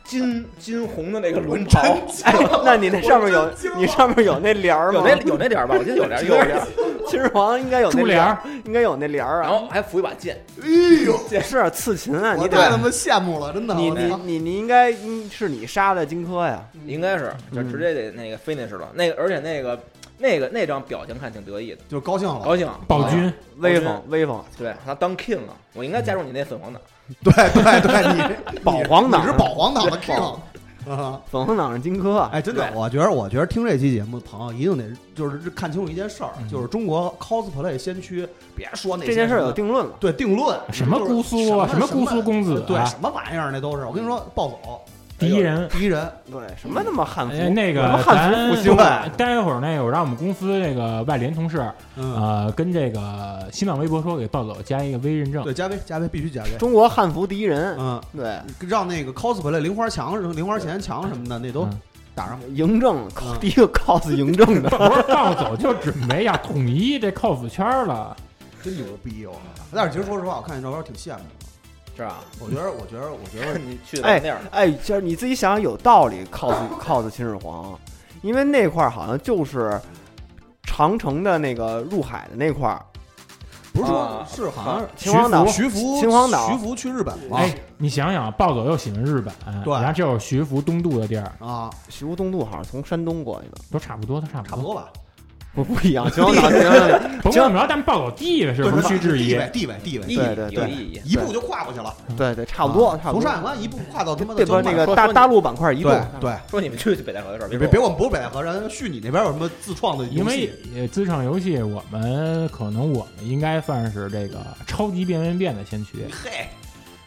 金金红的那个轮袍，
哎，那你那上面有你上面有那帘儿吗
有？那有那点儿吧，我记得 有点儿有点儿。
秦始皇应该有那
珠帘儿
儿，应该有那帘儿
然
啊。
后还扶一把剑，
哎呦，
也是刺秦啊，
我
你
太他
得
妈羡慕了，真的。
你
我
你
操
你你应该嗯是你杀的荆轲呀。
应该是
嗯
就直接得那个 finish 了。那个而且那个那个那张表情看挺得意的，
就高兴
哦
了，
高兴。
暴君，
威
我觉得
风威风，
对他当 king 了，我应该加入你那粉红党。
对对对，你
保皇党
你是保皇党的 king
保。
啊
粉红党是荆轲啊。
哎，真的，
对
我觉得，我觉得听这期节目的朋友一定得就是看清楚一件事儿，
嗯
就是中国 cosplay 先驱，别说那些
这件事儿
什么
有定论了。
对定论，
什么
就是
姑苏啊
什么呃
什么姑苏公子啊
对什么玩意儿那都是。我跟你说，暴走
第一人。
第一人，
对，什么他妈汉服
哎，，那
什么
个
汉
咱
服复兴啊，
待会儿那个，我让我们公司那个外联同事，
嗯，
呃，跟这个新浪微博说给暴走加一个微认证，
对，加微加微必须加微，
中国汉服第一人。
嗯，
对，
让那个 cosplay 零花墙、零花钱墙什么的，那都
嗯
打上。
嬴政
嗯
第一个 cos 嬴政的，
不是暴走就准备要统一这 cos 圈了。
真牛逼！我靠！但是其实说实话，我看见照片挺羡慕的。
嗯
是吧？
我觉得，我觉得，我觉得，
你去
哎
的那样的，
哎，就是你自己想想有道理，cos cos 秦始皇，因为那块儿好像就是长城的那个入海的那块儿，
不是说
啊
是好像是
秦皇岛
徐福，
秦皇岛
徐福去日本了
哎，你想想，暴走又喜欢日本，
对
然后这有徐福东渡的地儿，
啊，
徐福东渡好像是从山东过去的，
都差不多，都差
差
不
不
多，
多吧，
不不一样，秦皇岛秦皇岛
甭管怎么着，但暴走地位是
对
无需置
地
疑。
位，地位，地
意
位，
义
对对
有
对
意义。
一步就跨过去了，
对对，差不多，
啊
差不
从
多
上。海关一步跨到他妈的
这不
江
那
满
个
说
大
说你
大陆板块移动，
对对，
说你们去北戴河的事儿，
别
别
别
别
别，我们不是北戴河人，去你那边有什么自创的游戏？
因为呃，自创游戏，我们可能我们应该算是这个超级变变变的先驱。
嘿，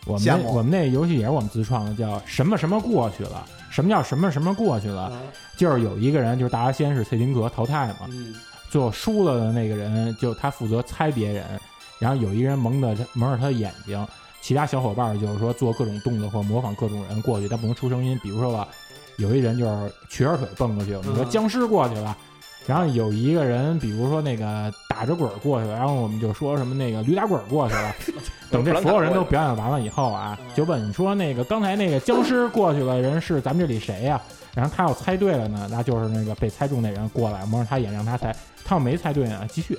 我们
羡
那
慕
我们那游戏也是我们自创的，叫什么什么过去了。什么叫什么什么过去
啊
了？就是有一个人，就是大家先是蔡丁格淘汰嘛，
嗯，
最后输了的那个人，就他负责猜别人，然后有一个人蒙着他蒙着他的眼睛，其他小伙伴就是说做各种动作或模仿各种人过去，但不能出声音。比如说吧，有一人就是瘸着腿蹦过去，我们说
嗯
僵尸过去了。然后有一个人，比如说那个打着滚儿过去了，然后我们就说什么那个驴打滚儿过去了。等这所有人都表演完了以后啊，就问你说那个刚才那个僵尸过去了人是咱们这里谁呀、然后他要猜对了呢，那就是那个被猜中那人过来蒙着他眼让他猜，他要没猜对呢，继续。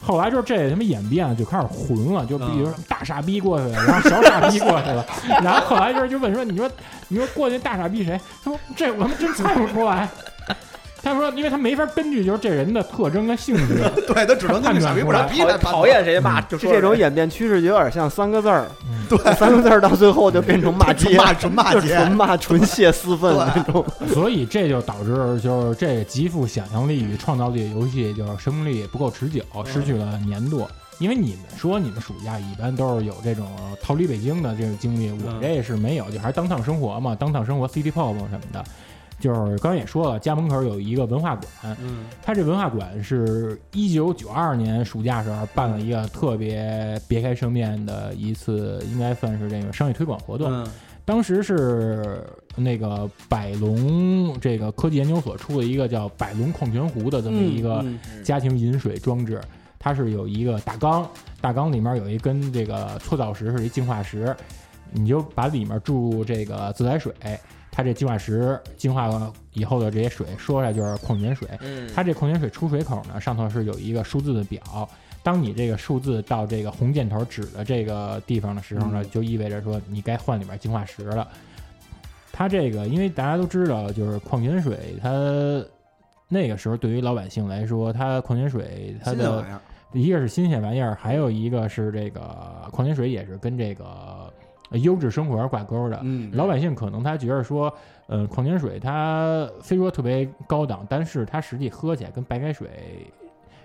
后来就是这他妈演变就开始混了，就比如说大傻逼过去了，然后小傻逼过去了，然后后来就是就问说，你说你说过去大傻逼谁？他说这我们真猜不出来。他说，因为他没法根据就是这人的特征跟性格，
对他只能跟你傻逼不傻逼来
讨讨厌谁骂，就
就
说
嗯这种
谁
演变趋势就有点像三个字儿，
嗯
对，三个字儿到最后就变成骂街，
骂纯骂
就
街，
纯骂纯泄私愤那种。
所以这就导致就是这个极富想象力与创造力的游戏就是生命力不够持久，失去了粘度。因为你们说你们暑假一般都是有这种逃离北京的这种经历，我
嗯
这是没有，就还是当趟生活嘛，当趟生活 City Pop 什么的。就是刚才也说了，家门口有一个文化馆，
嗯
它这文化馆是一九九二年暑假时候办了一个特别别开生面的一次，应该算是这个商业推广活动。
嗯
当时是那个百龙这个科技研究所出了一个叫百龙矿泉壶的这么一个
嗯
家庭饮水装置，它是有一个大缸，大缸里面有一根这个搓澡石是一净化石，你就把里面注这个自来水，它这净化石净化了以后的这些水，说出来就是矿泉水，
嗯，
它这矿泉水出水口呢，上头是有一个数字的表。当你这个数字到这个红箭头指的这个地方的时候呢，
嗯
就意味着说你该换里面净化石了。它这个，因为大家都知道，就是矿泉水，它那个时候对于老百姓来说，它矿泉水它
新的
的
玩意儿，
一个是新鲜玩意儿，还有一个是这个矿泉水也是跟这个呃优质生活挂钩的。
嗯
老百姓可能他觉得说，呃，矿泉水它虽说特别高档，但是它实际喝起来跟白开水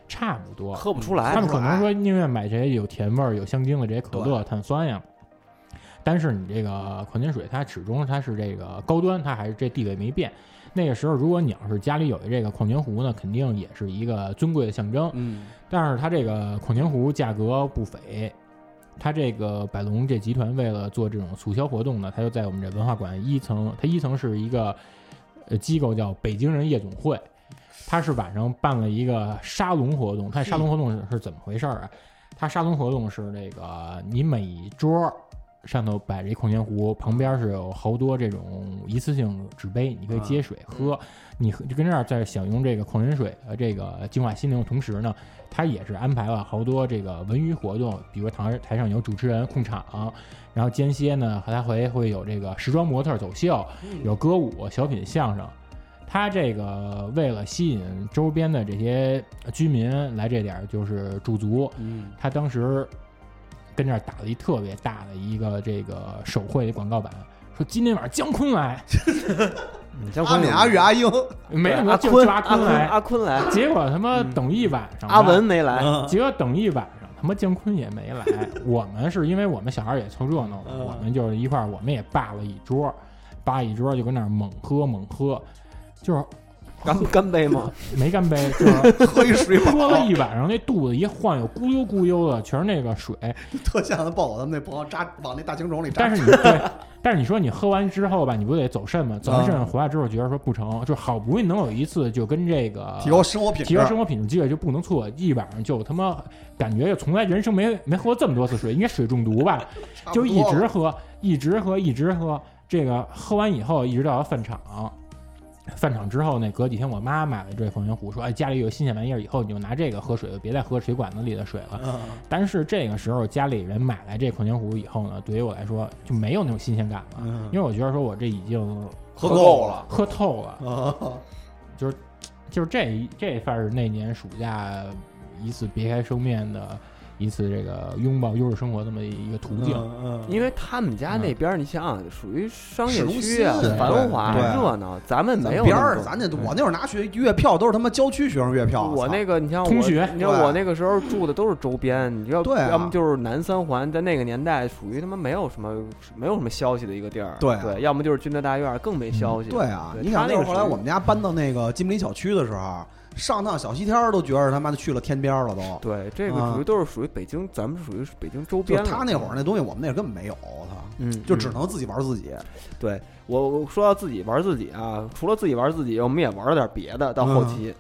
差不多。
喝不出
他
来
们可能说宁愿买这些有甜味儿、有香精的这些可乐、碳酸呀。但是你这个矿泉水，它始终它是这个高端，它还是这地位没变。那个时候，如果你要是家里有这个矿泉壶呢，肯定也是一个尊贵的象征。
嗯
但是它这个矿泉壶价格不菲，它这个百龙这集团为了做这种促销活动呢，它就在我们这文化馆一层，它一层是一个呃机构叫北京人夜总会，他是晚上办了一个沙龙活动。他沙龙活动是是怎么回事儿啊？他沙龙活动是那个你每一桌上头摆着一矿泉壶，旁边是有好多这种一次性纸杯，你可以接水喝。你喝就跟这儿在享用这个矿泉水呃这个净化心灵的同时呢，他也是安排了好多这个文娱活动，比如台台上有主持人控场，然后间歇呢，还会会有这个时装模特走秀，有歌舞、小品、相声。他这个为了吸引周边的这些居民来这点儿就是驻足，
嗯，
他当时跟这儿打了一特别大的一个这个手绘广告板，说今天晚上姜昆来，
你像
阿敏、阿玉、阿英，
嗯没什么
阿
就
坤、
就阿
坤
坤来，嗯
阿坤来，
结果他妈等一晚上吧，
阿文没来，
嗯
结果等一晚上，他妈姜昆也没来。我们是因为我们小孩儿也凑热闹嘛，
嗯
我们就是一块儿，我们也霸了一桌，霸一桌就跟那儿猛喝猛喝，就是
干干杯吗？
没干杯，就是
喝一水饱，
喝了一晚上，那肚子一晃悠，咕悠咕悠的，全是那个水。
特像咱暴走他们那朋友扎往那大青虫里扎
但。是你对，但是你说你喝完之后吧，你不得走肾吗？走完
嗯
肾回来之后觉得说不成，就好不容易能有一次就跟这个
提高生活品质
提高，生活品质机会就不能错过，一晚上就他妈感觉从来人生没没喝过这么多次水，应该水中毒吧？
差不
就
多
一直
了
喝，一直喝，一直喝。这个喝完以后，一直到饭场，饭场之后呢，隔几天我妈买了一对矿泉壶，说：“哎，家里有新鲜玩意儿，以后你就拿这个喝水了，别再喝水管子里的水了。
嗯
但是这个时候家里人买来这矿泉壶以后呢，对于我来说就没有那种新鲜感了，
嗯
因为我觉得说我这已经
喝够了
喝透了。
啊！
就是这一这算是那年暑假一次别开生面的一次这个拥抱优质生活这么一个途径。
嗯
因为他们家那边儿，你想想，属于商业区啊
市中心，
繁华
对
热闹，咱们没有
边
那
儿，
种
咱这我那会儿拿学月票都是他妈郊区学生月票，
我那
个
个，你像我，
通学
你像
对
我那个时候住的都是周边，你知道，
对啊
要么就是南三环，在那个年代属于他妈没有什么没有什么消息的一个地儿，
对
对
啊
要么就是军德大院，更没消息。
对啊，你
他
想那
那
会
个
儿后来
属于
我们家搬到那个金门里小区的时候，啊上趟小西天儿都觉得他妈的去了天边儿了都。
对这个
啊
属于都是属于北京，咱们属于北京周
就
边
是
了。
他那会儿那东西，我们那根本没有，我操，
嗯，
就只
嗯
能自己玩自己。
对我我说到自己玩自己啊，除了自己玩自己，我们也玩了点别的。到
嗯
后期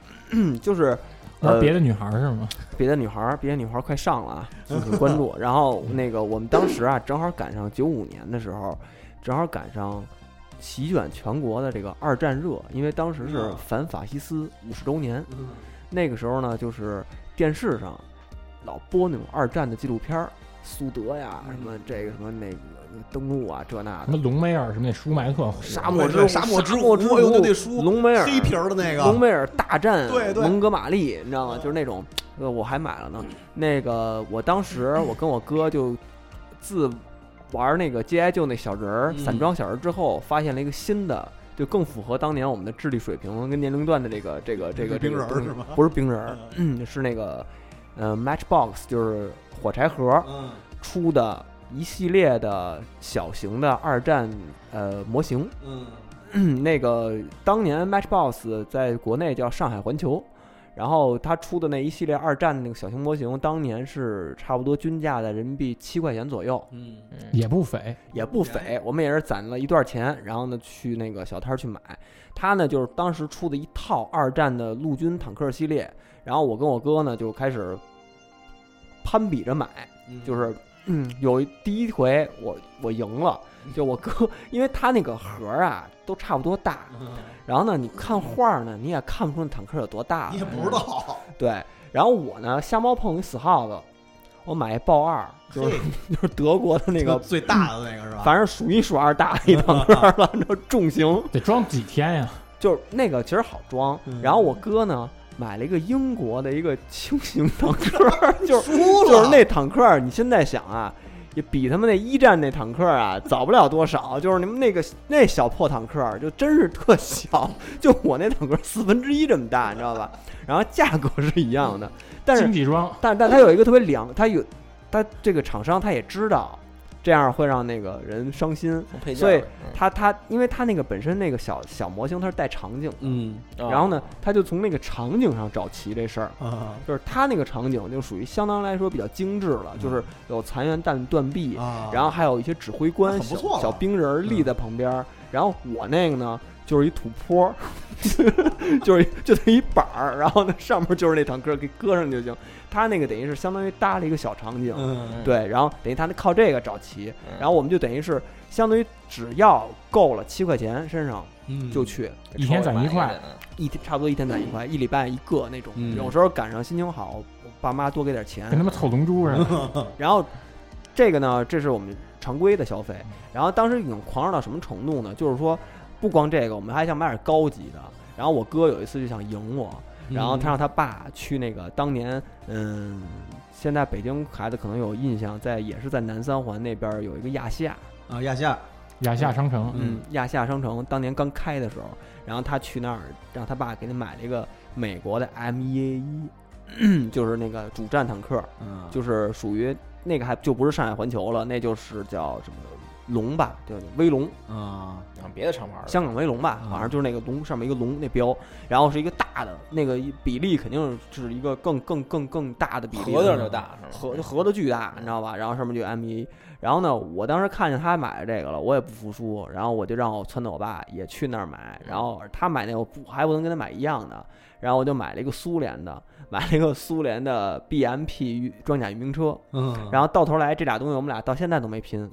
就是
玩
呃
别的女孩儿是吗？
别的女孩，儿，别的女孩儿快上了 啊，敬请关注。然后那个我们当时啊，正好赶上九五年的时候，正好赶上席卷全国的这个二战热，因为当时是
嗯
反法西斯五十周年。那个时候呢，就是电视上老播那种二战的纪录片儿，苏德呀，什
嗯
么这个什么那个登陆啊，这那
什
的。
么隆美尔什么那舒麦特
沙漠之
对
狐
沙漠之
沙漠
狐哎呦那那书
隆美尔啊
黑皮儿的那
隆
个，
美尔大战
对嗯对
蒙哥马利，你知道吗？就是那种，呃，我还买了呢。那个我当时我跟我哥就自玩那个 GI 就那小人儿、
嗯
散装小人儿之后，发现了一个新的，就更符合当年我们的智力水平跟年龄段的这个这个这个这
冰
个
人儿
东西
是吗
不是冰人儿，嗯是那个呃 Matchbox，就是火柴盒。
嗯，
出的一系列的小型的二战呃模型。嗯， 那个当年 Matchbox 在国内叫上海环球，然后它出的那一系列二战的那个小型模型，当年是差不多均价在人民币七块钱左右，
嗯
也不菲，
也不菲。我们也是攒了一段钱，然后呢去那个小摊儿去买。它呢就是当时出的一套二战的陆军坦克系列，然后我跟我哥呢就开始攀比着买。
嗯
就是嗯，有一第一回我我赢了，
嗯
就我哥，因为他那个盒儿啊都差不多大，
嗯
然后呢，你看画儿呢，你也看不出那坦克有多大
你，也不知道，
对。然后我呢，瞎猫碰一死耗子，我买一豹二， 就是
嘿
就是德国的那个，
最大的那个是吧？
反正数一数二大的一坦克 了，然后重型，嗯
得装几天呀？
就是那个其实好装。然后我哥呢。买了一个英国的一个轻型坦 克，就是
输了，
就是那坦克儿，你现在想啊，也比他们那一战那坦克儿啊早不了多 少。就是你们那个那小破坦克啊儿，就真是特小，就我那坦克儿 四分之一这么大，你知道 吧？然后价格是一样 的，但是
经济装
但但它有一个特别良，它有它这个厂商他也知道，这样会让那个人伤心。
从配件
所以
儿，
他他因为他那个本身那个小小模型它是带场景，
嗯
嗯
然后呢，他就从那个场景上找齐这事儿。
啊
就是它那个场景就属于相当来说比较精致了，
嗯
就是有残垣断断壁，
啊，
然后还有一些指挥官
很不
小
错了嗯
小冰人儿立在旁边儿。然后我那个呢，就是一土坡， 就是一就那一板儿，然后呢上面就是那坦克，给搁上就行。他那个等于是相当于搭了一个小场景，
嗯，
对，然后等于他靠这个找齐，
嗯
然后我们就等于是相当于只要够了七块钱身上
嗯
就去，
一天攒一块，
一天差不多一天攒一块，一礼拜一个那种。
嗯
有时候赶上心情好，我爸妈多给点钱，
跟他妈凑龙珠似
嗯
的。
然后这个呢，这是我们常规的消费。
嗯
然后当时已经狂热到什么程度呢？就是说，不光这个，我们还想买点高级的。然后我哥有一次就想赢我，
嗯
然后他让他爸去那个当年，嗯，现在北京孩子可能有印象，在也是在南三环那边有一个亚细亚，
啊亚夏，
亚细亚商城，
嗯，
亚细亚商城当年刚开的时候，然后他去那儿让他爸给他买了一个美国的 M 1 A 一， 就是那个主战坦克，
嗯，
就是属于那个还就不是上海环球了，那就是叫什么龙吧，叫威龙，
啊，
然后嗯别的厂牌儿的
香港威龙吧，
啊
好像就是那个龙上面一个龙那标，然后是一个大的，那个比例肯定是一个更更更更大的比例
盒子
的
儿就大，是
盒
吗？
盒子巨大，你知道吧？然后上面就 M 一，然后呢，我当时看见他买这个了，我也不服输，然后我就让我撺掇我爸也去那儿买，然后他买那个我不还不能跟他买一样的，然后我就买了一个苏联的，买了一个苏联的 BMP 装甲运兵车，
嗯，
然后到头来这俩东西我们俩到现在都没拼，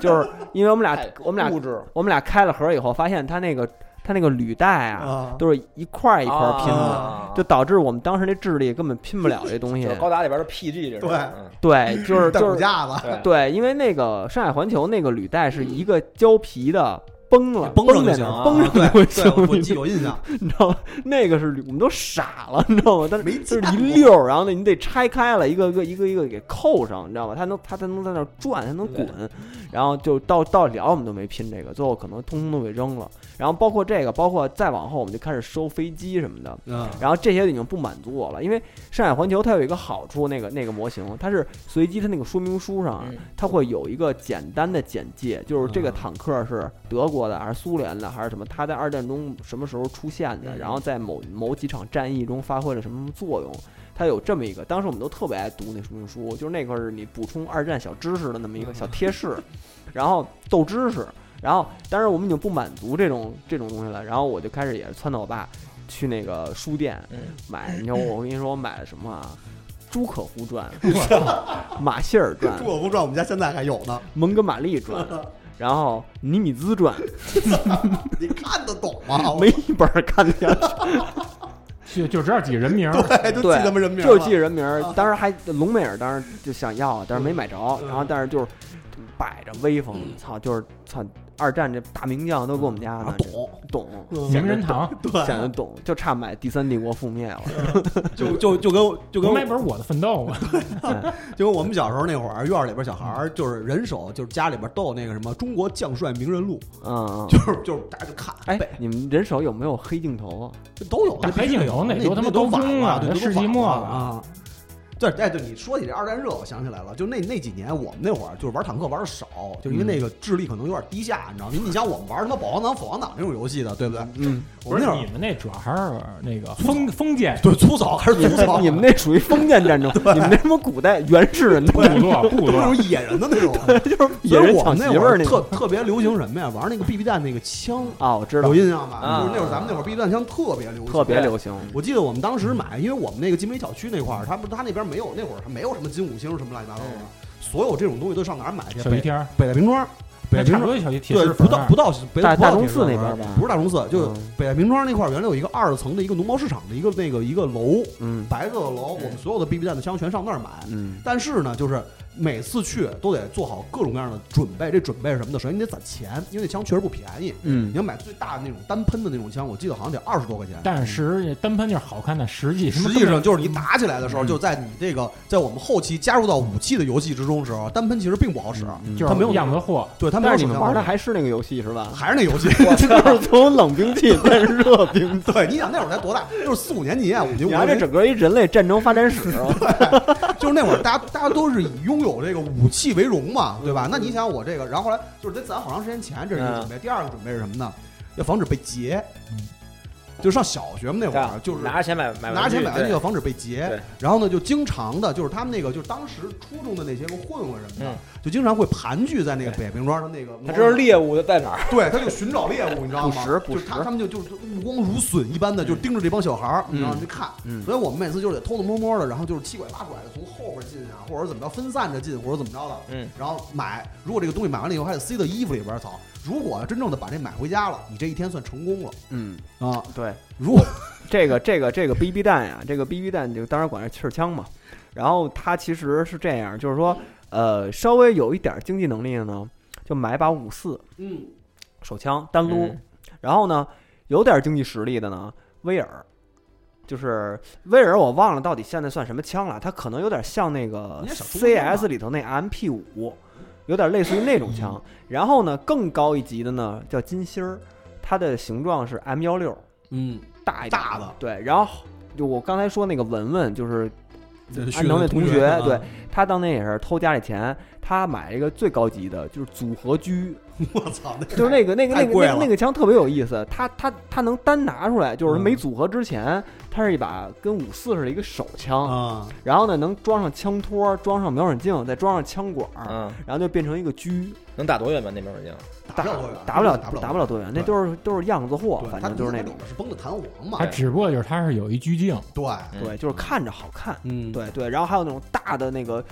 就是 因为我们俩
太
我们俩
物质
我们俩开了盒以后，发现它那个它那个履带啊，
啊，
都是一块儿一块儿拼的，
啊
就导致我们当时那智力根本拼不了这东西
就。是高达里边的 PG 这种，
对
嗯
对，就是
带
就
骨
是
架子，
对，
对，因为那个上海环球那个履带是一个胶皮的。崩了，
崩
崩
上
在
就
那
行
儿，
啊，
崩
对
上就行
对，我
你
记有印象，
你知道吗？那个是我们都傻了，你知道吗？但是
没
就是
见
一
过
溜儿，然后呢，你得拆开了，一个一个一个一个给扣上，你知道吗？它能它才能在那儿转，它能
对
滚，然后就到到了我们都没拼这个，最后可能通通都给扔了。然后包括这个，包括再往后我们就开始收飞机什么的，
嗯
然后这些已经不满足我了，因为上海环球它有一个好处，那个那个模型它是随机，它那个说明书上
嗯
它会有一个简单的简介，就是这个
嗯
坦克是德国的还是苏联的还是什么，它在二战中什么时候出现的，
嗯
然后在某某几场战役中发挥了什么作用。它有这么一个，当时我们都特别爱读那说明书，就是那块儿是你补充二战小知识的那么
嗯
一个小贴士，然后斗知识，然后当然我们已经不满足这种这种东西了，然后我就开始也是撺掇我爸去那个书店
嗯
买，你知道我我跟你说我买了什么啊？朱可夫 传、马歇尔传
《、诸葛不传》我们家现在还有呢，
蒙哥马利传，然后尼米兹传，
你看得懂吗？
没一本儿看得下去，
就就知道几个人名儿，
对，就记
对
他们人名，啊
就记。人名儿。当时还龙妹儿，当时就想要，但是
嗯
没买着。然后但是就是摆着威风，操，就是操，二战这大名将都给我们家
啊
呢，，
懂，
懂，
名人堂，
对，
显得懂，就差买第三帝国覆灭 了。
就就就跟我就跟
我
我
买本《我的奋斗》吧。啊
就跟我们小时候那会儿，院儿里边小孩儿就是人手，就是家里边都有那个什么《中国将帅名人录
嗯，嗯》，
就是就是大家就看，
哎
背，
你们人手有没有黑镜头啊？
这都有，
打
这必须
黑镜头那
那
都他妈
那都
高中
晚
了
对
那
都
世纪
晚
末
了
了
啊。对，哎，对，你说起这二战热，我想起来了，就那那几年，我们那会儿就是玩坦克玩的少，就是因
嗯
为那个智力可能有点低下，你知道吗？你想我们玩他妈保皇党、反王党这种游戏的，对不对？
嗯，
我
不
们
是
那会
你
儿
们那主要还是那个封封建
对粗糙还是粗糙，啊
你们那属于封建战争，你们那什么古代原始 人的
部落
都
部
是那
落
种野人的那种。
就是 野
所以
人
我
抢
们那
媳妇
会
儿
儿
那
特
种
特别流行什么呀？玩那个 BB 弹那个枪，
啊，我知道
有，印象吧？
啊
就是那会儿咱们那会儿 BB 弹枪特别流行，
特别流行。
我记得我们当时买，因为我们那个金梅小区那块儿，他不他那边没有，那会儿还没有什么金五星什么乱七八糟
哎
的，所有这种东西都上哪儿买去？
小鱼
北
天儿，
北太平庄，北
那
太平
差不
庄
多就小鱼铁
对
石，
不
粉
到
儿
不到北
大
不到
大钟
铁
寺
路
那
那
边吧
不是大钟寺，就是
嗯
北太平庄那块儿原来有一个二层的一个农贸市场的一个那个一个楼，
嗯
白色的楼，我们所有的 BB 弹的枪全上那儿买。
嗯，
但是呢，就是每次去都得做好各种各样的准备。这准备是什么呢？首先你得攒钱，因为那枪确实不便宜。
嗯
你要买最大的那种单喷的那种枪，我记得好像得二十多块钱。
但是单喷就是好看的，实际什么
实际上就是你打起来的时候，就在你这个在我们后期加入到武器的游戏之中的时候，单喷其实并不好使，
嗯
就
它没
是
有
样子货，
对它没
但
有
是
手
你们
枪
玩的
武器
还是那个游戏是 吧？
还是那游戏。
就是从冷兵器变热兵器，
对，你想那会儿才多大？就是四五年级啊，五年
你还这
级，
整个一人类战争发 展史，哦
就是那会儿大家大家都是以拥有这个武器为荣嘛，对吧？那你想我这个，然后后来
嗯
就是得攒好长时间钱，这是一个准备。第二个准备是什么呢？要防止被劫
嗯。
就上小学嘛那会
对
儿
啊，
就是
拿着钱买买
拿钱买玩具
对
要防止被劫
对，
然后呢，就经常的，就是他们那个，就是当时初中的那些个混混什么的，
嗯
就经常会盘踞在那个北冰庄的那个，
他知道，猎物在哪儿，
对，他就寻找猎物，你知道吗？
捕食捕
就是他
食
他们就就是目光如笋一般的，就盯着这帮小孩儿，你知道吗？就看，
嗯
所以我们每次就是得偷偷摸摸的，然后就是七拐八拐的从后边进啊，或者怎么着分散着进，或者怎么着的，
嗯，
然后买，如果这个东西买完了以后还得塞到衣服里边儿操，如果真正的把这买回家了，你这一天算成功了
嗯，
啊。
对，
如果
这个这个这个 BB 弹呀，这个 BB 弹就当然管是气儿枪嘛。然后它其实是这样，就是说，呃，稍微有一点儿经济能力的呢，就买把五四
嗯，
手枪单撸，
嗯
然后呢，有点儿经济实力的呢，威尔。就是威尔，我忘了到底现在算什么枪了，它可能有点像那个
人家小冲锋嘛
CS 里头那 MP 五，有点类似于那种枪。然后呢，更高一级的呢叫金星儿，它的形状是 M 幺六，
嗯，
大一点
大的
对，然后就我刚才说那个文文，就是安
安
藤那同学，对
啊
他当年也是偷家里钱，他买了一个最高级的，就是组合狙，
我操，那
就是那个那个那
太
个
贵
那个
了
那个枪特别有意思，他他他能单拿出来，就是
嗯
没组合之前，它是一把跟五四似的一个手枪，
啊，
然后呢能装上枪托，装上瞄准镜，再装上枪管，
啊
嗯，
然后就变成一个狙，
能打多远吧？那边已经
打
打
不了多远
打不了
打不了
打不了多远，
对
那都是都是样子货
对，
反
他
正就是那种
里，面是崩的弹簧嘛
它，只不过就是它是有一拘镜，
对，
嗯
对，就是看着好看。
嗯，
对对，然后还有那种大的那个，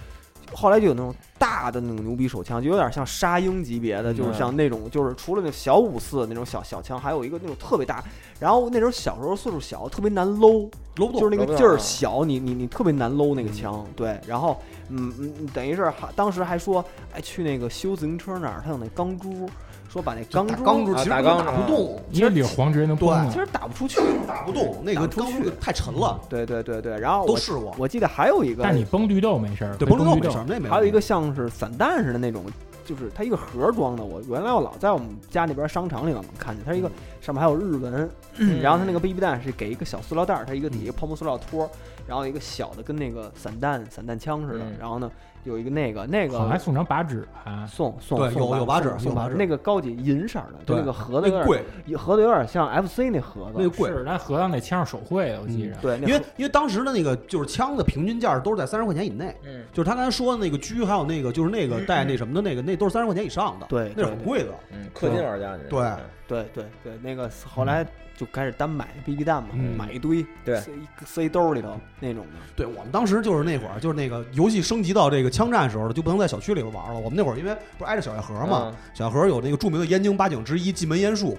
后来就有那种大的那种牛逼手枪，就有点像沙鹰级别的，
嗯
就是像那种就是除了那小五四那种小小枪，还有一个那种特别大。然后那时候小时候岁数小，特别难搂，
搂不动，
就是那
搂
个
不
劲儿
动啊
小，你你你特别难搂那个
嗯
枪。对，然后嗯嗯，嗯等于是还当时还说，哎，去那个修自行车那儿，他有那钢珠，说把那钢
打
珠，
钢珠
啊
其实
打
根
钢
本打
珠
不动，
因为里头黄直接能崩
其
了。
实打不出去，
打不动，那
打
个
不出
钢珠
去
太沉了，
对对对对，然后
都
我
试过，
我记得还有一个，
但你崩绿豆没事儿，
哦对，
没
崩漏
绿
没
豆
事儿，那没
还有一个像是散弹似的那种，就是它一个盒儿装的。我原来我老在我们家那边商场里老能看见，它是一
嗯
个上面还有日文，
嗯
然后它那个 BB 弹是给一个小塑料袋儿，它
嗯
一个底下泡沫塑料托儿，然后一个小的跟那个散弹散弹枪似的
嗯，
然后呢有一个那个那
好像还
个
送张靶纸啊，
送送
对
送
有有
把
靶纸
送
有靶
把
纸
那个高级银色儿的，就
对
那个盒子
那
有点
贵，
盒子有点像 FC 那盒
那
子，
贵。嗯
是咱合同得签上手绘的，我记着。
对，那
因为因为当时的那个就是枪的平均价儿都是在三十块钱以内，
嗯，
就是他刚才说的那个狙，还有那个就是那个带那什么的那个，那都是三十块钱以上的，
对
那是
对
很贵的。
嗯，氪金玩家你这
对
嗯
对对对，那个后来就开始单买 BB 弹嘛，
嗯
买一堆，
对
塞一塞兜里头那种的。
对我们当时就是那会儿，就是那个游戏升级到这个枪战时候了，就不能在小区里边玩了。我们那会儿因为不是挨着小月河嘛，
嗯
小河有那个著名的燕京八景之一蓟门烟树，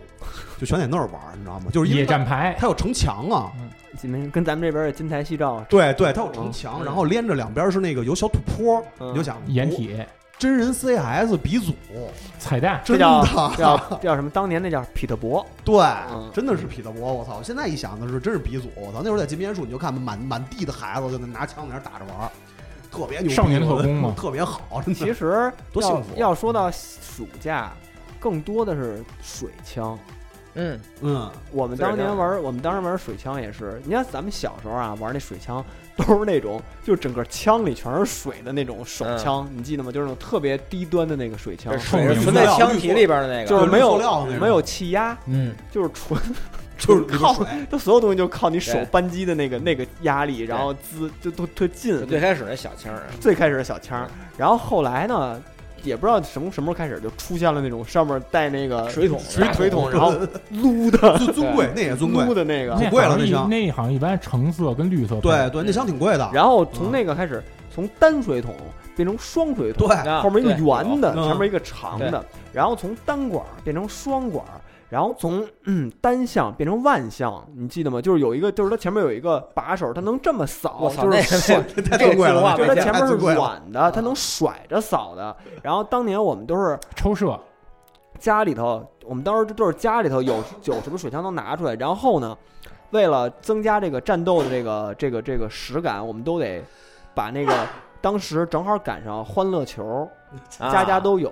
就全在那儿玩，你知道吗？就是因为
野
它
战牌，
它有城墙啊，
金门跟咱们这边的金台夕照，
对对，它有城墙，
嗯
然后连着两边是那个有小土坡，
嗯
你就想
掩体
真人 CS 鼻祖，
彩蛋，
真
叫
的
叫叫什么？当年那叫匹特博，嗯
对，真的是彼得伯，我操！现在一想的是真是鼻祖，我操！那会儿在金边树，你就看满满地的孩子就在那拿枪在那打着玩儿，特别牛逼，
少年特工嘛
特别好，真的
其实
多
要
幸福啊
要说到暑假，更多的是水枪。
嗯，
嗯，
我们
对
当年
对
啊
玩，我们当时玩水枪也是，你看咱们小时候啊，玩那水枪都是那种，就是整个枪里全是水的那种手
嗯
枪，你记得吗？就是那种特别低端的那个水枪
这，
透
水
明
是
塑
存在
料
枪体里边的那个，
就是没
塑
有
料那种
没有气压，
嗯，
就是纯
就是里边
靠
水，
它所有东西就靠你手
对
扳机的那个那个压力，然后滋就都特
就
近，
最开始那小枪儿，
最开始的小枪儿，然后后来呢，也不知道什么什么时候开始就出现了那种上面带那个
水桶
水
大
水桶，然后撸 的
尊尊贵那也尊贵
撸，的那个
嗯，
那
挺贵了
好像
那
一
枪
那好像一般橙色跟绿色配，
对对，那枪挺贵的，
然
嗯
后从那个开始，从单水桶变成双水桶，
对
啊
后面一个
对
圆的，
有嗯
前面一个长的，然后从单管儿变成双管儿。然后从嗯单向变成万向，你记得吗？就是有一个，就是它前面有一个把手，它能这么扫，
我操，
就
那
是啊
个
甩
太
这个
尊贵了
计划，
就是
没
它
见
前面
太
是
尊贵了
软的，
啊
它能甩着扫的。然后当年我们都是
抽射
家里头，我们当时都是家里头有有什么水枪能拿出来，然后呢，为了增加这个战斗的这个这个这个实感，我们都得把那个当时正好赶上欢乐球，
啊
家家都有，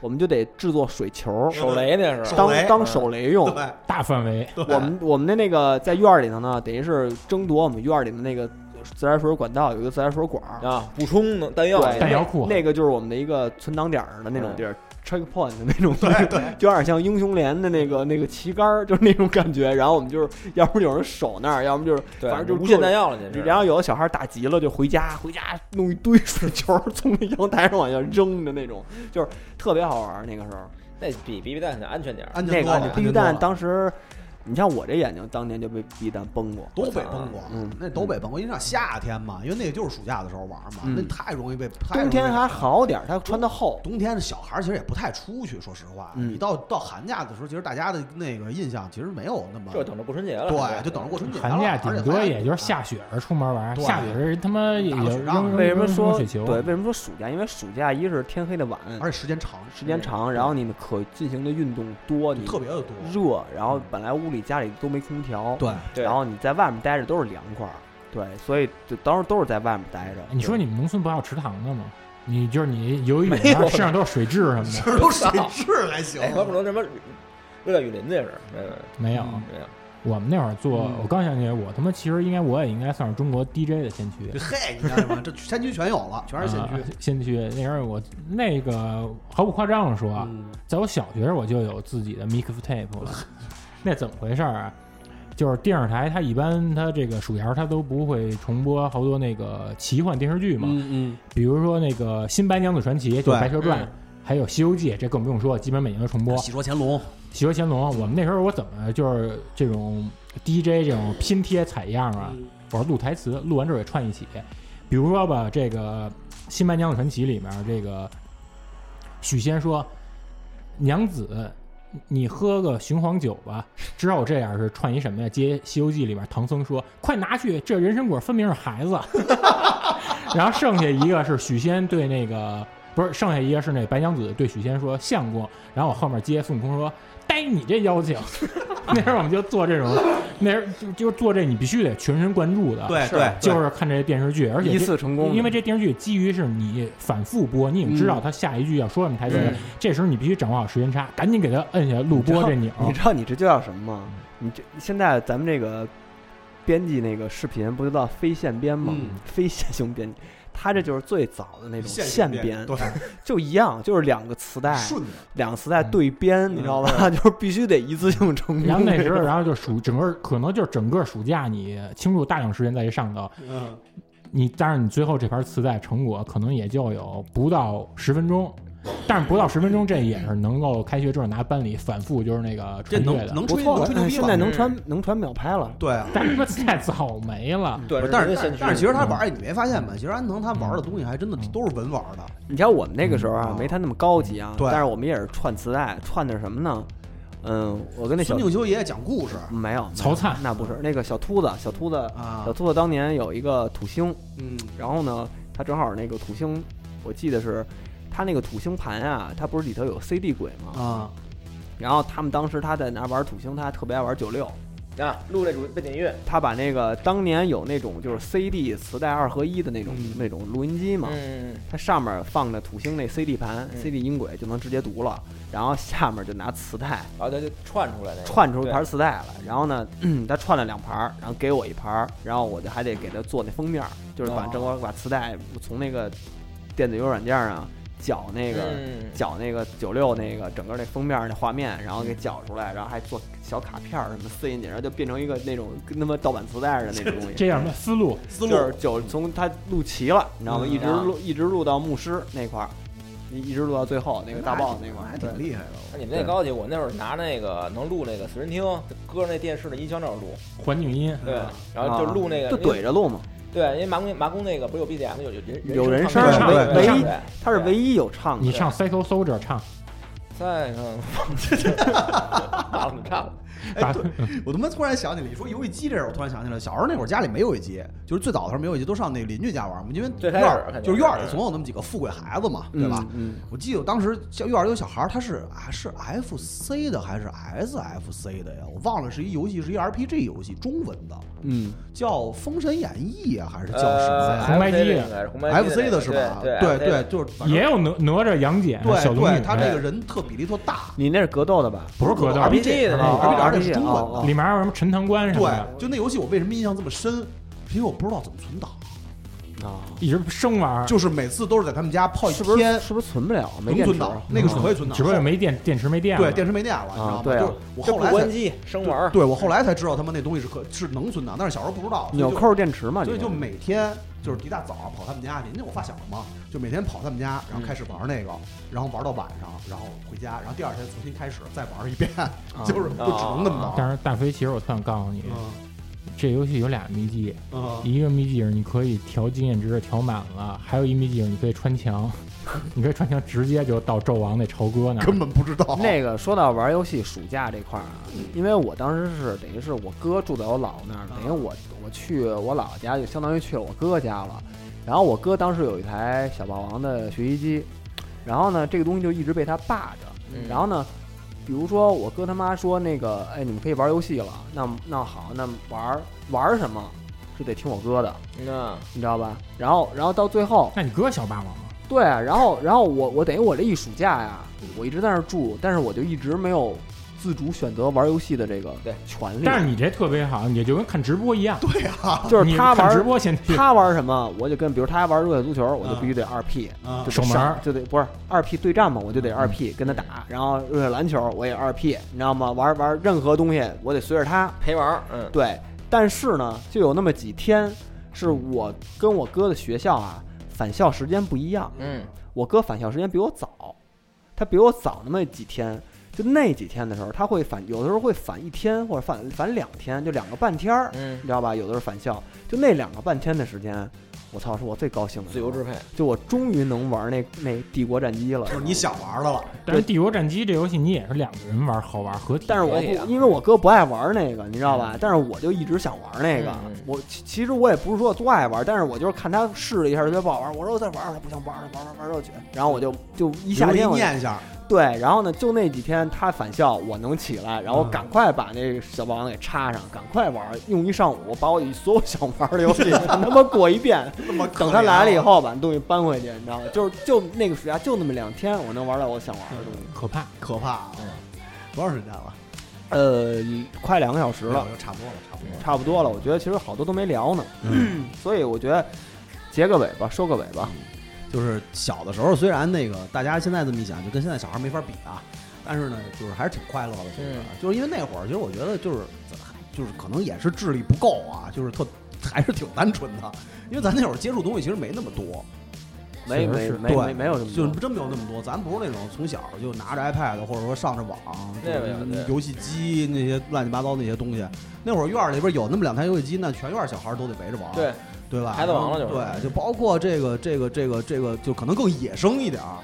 我们就得制作水球
手雷那是
手
当
雷
当手雷用。
对
大范围，
我们我们的那个在院儿里头呢，等于是争夺我们院儿里的那个自来水管道，有一个自来水管儿，
哎
啊，补充能弹药，
对，
弹药库
哎
那个就是我们的一个存档点儿的那种地儿， checkpoint 的那种，对对，
啊
就有点像英雄联的那个那个旗杆儿，就是那种感觉。然后我们就是，要不有人守那儿，要么就是，
对，
反正就
无
各
限
种
弹药了，这是。
然后有的小孩打急了就回家，回家弄一堆水球儿从那阳台上往下扔的那种，就是特别好玩儿。那个时候，
那比 BB 弹的安全点儿。
安全
那
多了
个，
安
避
全啊
避
多
弹
了
当时，你像我这眼睛当年就被避弹崩过，
都被崩过，
嗯
那都被崩过。因为那夏天嘛，因为那个就是暑假的时候玩嘛，
嗯
那太容易被。太容
冬
易
天
被
还好点儿，它穿的厚，
冬天的小孩儿其实也不太出去，说实话。
嗯
你到到寒假的时候，其实大家的那个印象其实没有那么
就等着过春节了，
对，就等着过春节了。
寒假
而且
顶多
寒
也就是下雪儿出门玩儿，
对
下雪儿他妈也
打个雪
扔
仗啊
扔
为什么
扔
说
雪球？
对？为什么说暑假？因为暑假一是天黑的晚，
而且时间长，
时间长，然后你可进行的运动多，你
特别的多。
热，然
嗯
后本来屋里家里都没空调，
对，
对
然后你在外面待着都是凉快儿，对，所以就当时都是在外面待着。
哎你说
对
你们农村不还有池塘呢吗？你就是你游泳
没有
啊，身上都是水蛭 什么的，
这都水质还行
哎，我不能什么热带雨林那是，嗯，
没有。
没有，
我们那会儿做，
嗯
我刚想起来，我他妈其实应该我也应该算是中国 DJ 的先驱。
嘿，你看嘛，这先驱全有了，全是先驱
啊。先驱。那时候我那个毫不夸张的说啊，
嗯
在我小学我就有自己的 mixtape 了。那怎么回事儿啊？就是电视台它一般它这个鼠谣它都不会重播好多那个奇幻电视剧嘛，
嗯
比如说那个《新白娘子传奇》就
对啊
《白蛇传》
嗯
还有《西游记》，这更不用说，基本每年都重播。
戏说乾隆，
喜游乾隆，我们那时候我怎么就是这种 DJ 这种拼贴采样啊？
嗯
我是录台词，录完之后也串一起。比如说吧，这个《新白娘子传奇》里面，这个许仙说：“娘子，你喝个雄黄酒吧。”之后这样是串一什么呀？接《西游记》里面唐僧说：“快拿去，这人参果分明是 孩子。” 然后剩下一个是许仙对那个不是，剩下一个是那白娘子对许仙说：“相公。”然后我后面接孙悟空说：“呆你这 妖精！” 那时候我们就做这种，那时候就就做这你必须得全神贯注的，
对
是
对，
就是是看这些电视剧，而且
一
这
次成功的，嗯
因为这电视剧基于是你反复播，你已经知道他下一句要说什么台词，
嗯
这时候你必须掌握好时间差，赶紧给他摁下录播这嗯钮。
你知道你这就叫什么吗？你这现在咱们这个编辑那个视频不就叫非线编吗？
嗯
非线性编辑，他这就是最早的那种
现
编，
对，
就一样，就是两个磁
哎
带，
顺的，
两个磁带对编，你知道吧？ 就是必须得一次性成功。
嗯然后那时候，然后就暑整个可能就是整个暑假，你倾注大量时间在这上头，
嗯，
你但是你最后这盘磁带成果可能也就有不到十分钟，但是不到十分钟这也是能够开学之后拿班里反复就是那个啊
这
传阅
能
的，
能
不
吹
错
能
了
吹牛，逼
现
吧
在能
嗯
传能传秒拍了。
对啊。
但是他太早没了。
嗯
对，
但是
是先驱
但是其实他玩儿，你没发现吗？其实安藤他玩儿的东西还真的
嗯
都是文玩儿的，
你像我们那个时候啊，没他那么高级啊，
嗯对
但是我们也是串磁带，串的什么呢？嗯，我跟那小
孙敬修爷爷讲故事，
没有
曹灿
那不是那个小秃子，小秃子
啊
小秃子当年有一个土星，
嗯，
然后呢，他正好那个土星，我记得是他那个土星盘啊，它不是里头有 CD 轨吗？
啊，
然后他们当时他在那玩土星，他还特别爱玩九六，
啊，录那主背景音乐，
他把那个当年有那种就是 CD 磁带二合一的那种、那种录音机嘛，
嗯，
它上面放着土星那 CD 盘、
嗯
c d 音轨就能直接读了，然后下面就拿磁带
然后他就串出来那个，
串出一
对
盘磁带来，然后呢， 他串了两盘儿，然后给我一盘儿，然后我就还得给他做那封面儿，就是把
哦
正好把磁带从那个电子游软件上搅那个、
嗯
搅那个九六那个整个那封面儿那画面，然后
嗯
给搅出来，然后还做小卡片儿什么塞进去，然后就变成一个那种跟他妈盗版磁带似的那种东西。
这叫什么思路？
思路
就是九从他录齐了，你知道吗？
嗯
一直录一直录到牧师那块儿，一一直录到最后那个大 boss 那块
还
儿。
哎挺
对，
厉害的。
那你们那高级，我那会儿拿那个能录那个随身听，搁着那电视的音箱那儿录，
环境音。
对，然后就录那
嗯
个，
啊就怼
着，
着录嘛。
对，因为麻工麻工那个不是有 BGM 有人
有人
声
声
唱
儿唯
的，对
唯一
对
他是唯一有唱的
你，唱 Psycho Soldier 唱，
再上放 罢了，唱了，
把
哎， 对，我他妈突然想起来，你说游戏机这事儿，我突然想起来，小时候那会儿家里没游戏机，就是最早的时候没有游戏机，都上那个邻居家玩嘛，因为
最
院
开始
儿
肯定
就是院儿里
是
总有那么几个富贵孩子嘛，
嗯
对吧？
嗯，
我记得我当时像院儿里有小孩儿，他是啊是 FC 的还是 SFC 的呀？我忘了是一游戏，是一 RPG 游戏，中文的
嗯，
叫《封神演义》啊，还是叫什么
呃，
呀
红白机
应该是红白机
？FC
那个
的是吧？
对
对
对，
就是反正
也有哪哪吒、杨戬、小
对
龙
对，
女。哎
他这个人特比例特大，
你那是格斗的吧？
不是格斗，
RPG 的那个
而啊且是
RPG
中文
哦
的
哦。
里面还有什么陈塘关什么的。
对，就那游戏我为什么印象这么深，是因为我不知道怎么存档，
啊，
一直生玩儿，
就是每次都是在他们家泡一
是不是
天，
是不是存不了？没
能
电
存
池
档，那个是可以存档，
只不过没电，电池没电了。
对电池没电了，你知道
啊
吗？
对啊
就是我
这
后
不
来
关
才
机生玩儿，
对我后来才知道他们那东西是可是能存档，但是小时候不知道，所以就
纽扣电池嘛，
所以就
你
每天就是一大早上跑他们家去，因为我发小嘛，就每天跑他们家，然
嗯
后开始玩那个，然后玩到晚上，然后回家，然后第二天重新开始再玩一遍，
啊
就是就只能那么玩。
但是大飞，其实我特想告诉你，
嗯
这游戏有俩秘籍，
嗯，
一个秘籍是你可以调经验值调满了，还有一秘籍是你可以穿墙， 你可以穿墙直接就到纣王那朝歌那儿
根。本不知道
那个说到玩游戏暑假这块儿啊，因为我当时是等于是我哥住在我姥姥那儿，等于我我去我姥姥家就相当于去了我哥家了。然后我哥当时有一台小霸王的学习机，然后呢这个东西就一直被他霸着。
嗯
然后呢，比如说我哥他妈说那个，哎，你们可以玩游戏了，那那好，那玩儿玩儿什么就得听我哥的，
那
你知道吧？然后然后到最后
那你哥小霸王啊，
对，然后然后我我等于我这一暑假呀，我一直在那儿住，但是我就一直没有自主选择玩游戏的这个
对
权利。
但是你这特别好，你就跟看直播一样，
就是
你
他
看直
玩
播先去
他玩什么，我就跟比如他玩热血足球，我就必须得二 P，、
啊
就得
守门
上
儿嗯
就得不是二 P 对战嘛，我就得二 P 跟他打。然后热血篮球我也二 P，你知道吗？玩玩任何东西我得随着他。
陪玩儿，嗯，
对，但是呢，就有那么几天是我跟我哥的学校啊返校时间不一样，
嗯，
我哥返校时间比我早，他比我早那么几天。就那几天的时候，他会返，有的时候会返一天或者返返两天，就两个半天儿，
嗯
你知道吧？有的时候返校，就那两个半天的时间，我操，是我最高兴的时
自
候。
由支配，
啊
就我终于能玩那那帝国战机 了。
就是你想玩的了，
但是《帝国战机》这游戏你也是两个人玩好玩合体，
但是我
可以啊嗯
不，因为我哥不爱玩那个，你知道吧？但是我就一直想玩那个
嗯嗯。
我其其实我也不是说多爱玩，但是我就是看他试了一下，觉得不好玩，我说我再玩玩，不想玩了，玩玩玩玩去。然后我就就一
一
夏天
一
我就
念一下，
对，然后呢，就那几天他返校，我能起来，然后
嗯
赶快把那小霸王给插上，赶快玩，用一上午把我所有想玩的游 戏全他妈过一遍。
那么可
等他
怜
来了以
啊，
后，把东西搬回去，你知道吗？就是就那个暑假就那么两天，我能玩到我想玩的东西。
可怕。
可怕啊！
嗯
多长时间了？
呃，快两个小时了，
就差不多了，差不多了。
差不多了。我觉得其实好多都没聊呢，
嗯，
所以我觉得结个尾吧，收个尾吧。
就是小的时候，虽然那个大家现在这么一想，就跟现在小孩没法比啊，但是呢，就是还是挺快乐的。其实
嗯，
就是因为那会儿，其实我觉得就是就是可能也是智力不够啊，就是特还是挺单纯的，因为咱那会儿接触东西其实没那么多，
没没没
对
没没有什么
就是
多，
真没有那么多。咱不是那种从小就拿着 iPad 或者说上着网，
那没有
就是嗯
对
游戏机那些乱七八糟那些东西。那会儿院儿里边有那么两台游戏机，那全院儿小孩儿都得围着玩。
对，
对吧？
孩子王了就是
对，就包括这个这个这个这个，就可能更野生一点儿。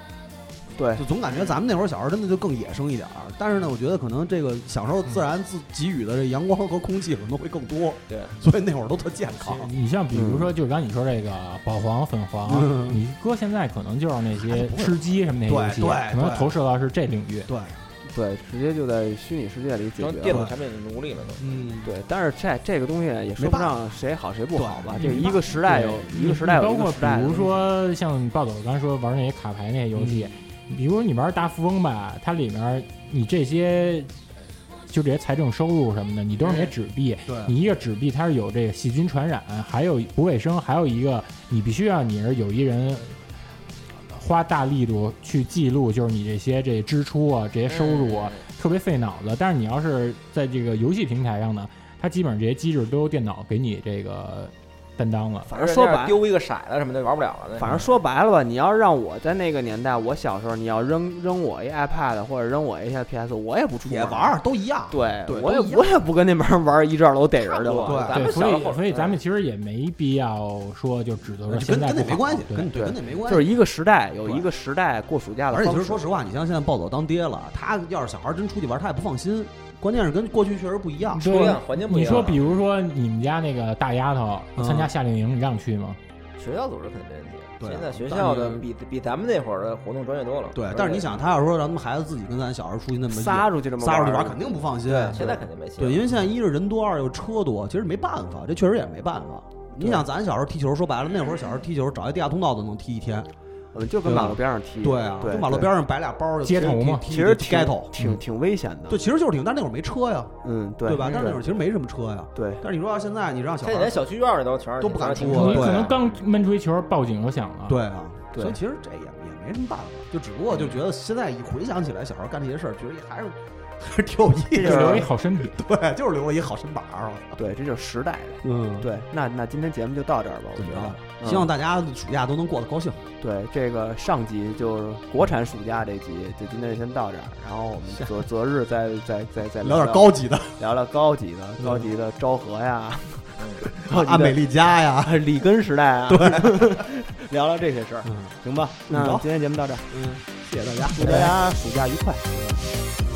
对
就总感觉咱们那会儿小时候真的就更野生一点儿，但是呢，我觉得可能这个享受自然自给予的这阳光和空气可能会更多，
嗯对，
所以那会儿都特健康。
你像比如说，就刚你说这个宝黄、粉黄，
嗯
你哥现在可能就是那
哎
些
不会
吃鸡什么那些
对
游戏，
对
可能
对
投射到是这领域。
对，
对，直接就在虚拟世界里解
成
决
电
了
子。产品的奴隶了都。
嗯，
对，但是这这个东西也说
没
不
办法
上谁好谁不好吧，这
对
个
没
一
办
个时代有
对
一个时代有
包
一个
括
时代
比
的
如
东西。
说像暴走刚才说玩那些卡牌那些游戏，
嗯
比如你玩大富翁吧，它里面你这些就这些财政收入什么的，你都是那
嗯
些纸币，
对，
你一个纸币它是有这个细菌传染，还有不卫生，还有一个你必须要你是有一人。花大力度去记录，就是你这些这支出啊，这些收入啊，
嗯
特别费脑子。但是你要是在这个游戏平台上呢，它基本上这些机制都由电脑给你这个担当了。
反正说
而且那
白
样，丢一个骰子什么的玩不了了。
反正说白了吧，你要让我在那个年代，我小时候，你要扔扔我一 iPad 或者扔我一下 PS，我也不出
也
门
玩。儿都一样。
对，
对
我也
都一样
我也不跟那帮人玩一阵楼逮人去
差不
了。
多
对
咱
对，
们
所
小的
以
后，
所以咱们其实也没必要说就指责说
就
现
跟
在
跟那
不好
没关系，
对
跟对
对
跟那没关
就是
系。
一个时代有
对
一个时代过暑假的
而
方
且
式。
其实说实话，你像现在暴走当爹了，他要是小孩真出去玩，他也不放心。关键是跟过去确实不一样。
不一
对
样，嗯环境不一
你
样。啊
说，比如说你们家那个大丫头
嗯
参加夏令营，你让去吗？
学校组织肯定没问题。
对啊
现在学校的
但是
比比咱们那会儿的活动专业多了。
对
而，且
但是你，想，他要说让他们孩子自己跟咱小时候出去那么远
撒出去这么
撒出去
玩
玩，
儿
肯定不放心。
现在肯定没戏了。
对，因为现在一是人多，二又车多，其实没办法，这确实也没办法。你想，咱小时候踢球，说白了，那会儿小时候踢球，找一地下通道都能踢一天。
嗯，就跟马路边上踢，
对啊，
对，
就马路边上摆俩包就
街头嘛
踢
其实挺
街头，
挺
嗯
挺危险的，
对，其实就是挺，但那会儿没车呀，
嗯，对
对吧？但是那会儿
对
其实没什么车呀。
对
但是你说要现在你让小
现在
孩
连小区院里都全是
都不敢
停
出
车
你
对
可能
啊
刚闷出一球，报警就响了。
对啊，
对
所以其实这也也没什么办法，就只不过就觉得现在一回想起来，小孩干这些事儿，觉得也还是还是挺有意
这
思
就留
的
一。好身体。
对，就是留了一好身板儿。
对，这就是时代呗。
嗯，
对，那那今天节目就到这儿吧，我
怎
觉
么
得
着。？
嗯
希望大家暑假都能过得高兴。
对这个上集就是国产暑假这集，就今天就先到这儿，然后我们择择日再再再再
聊点
哎聊
高级嗯的，
聊聊高级的高级的昭和呀，高级的
安美丽家呀。
啊里根时代啊，对， 聊聊这些事儿，
嗯
行吧？
嗯
那
好
今天节目到这儿，
嗯，谢谢大家，
祝大家暑假愉快。
嗯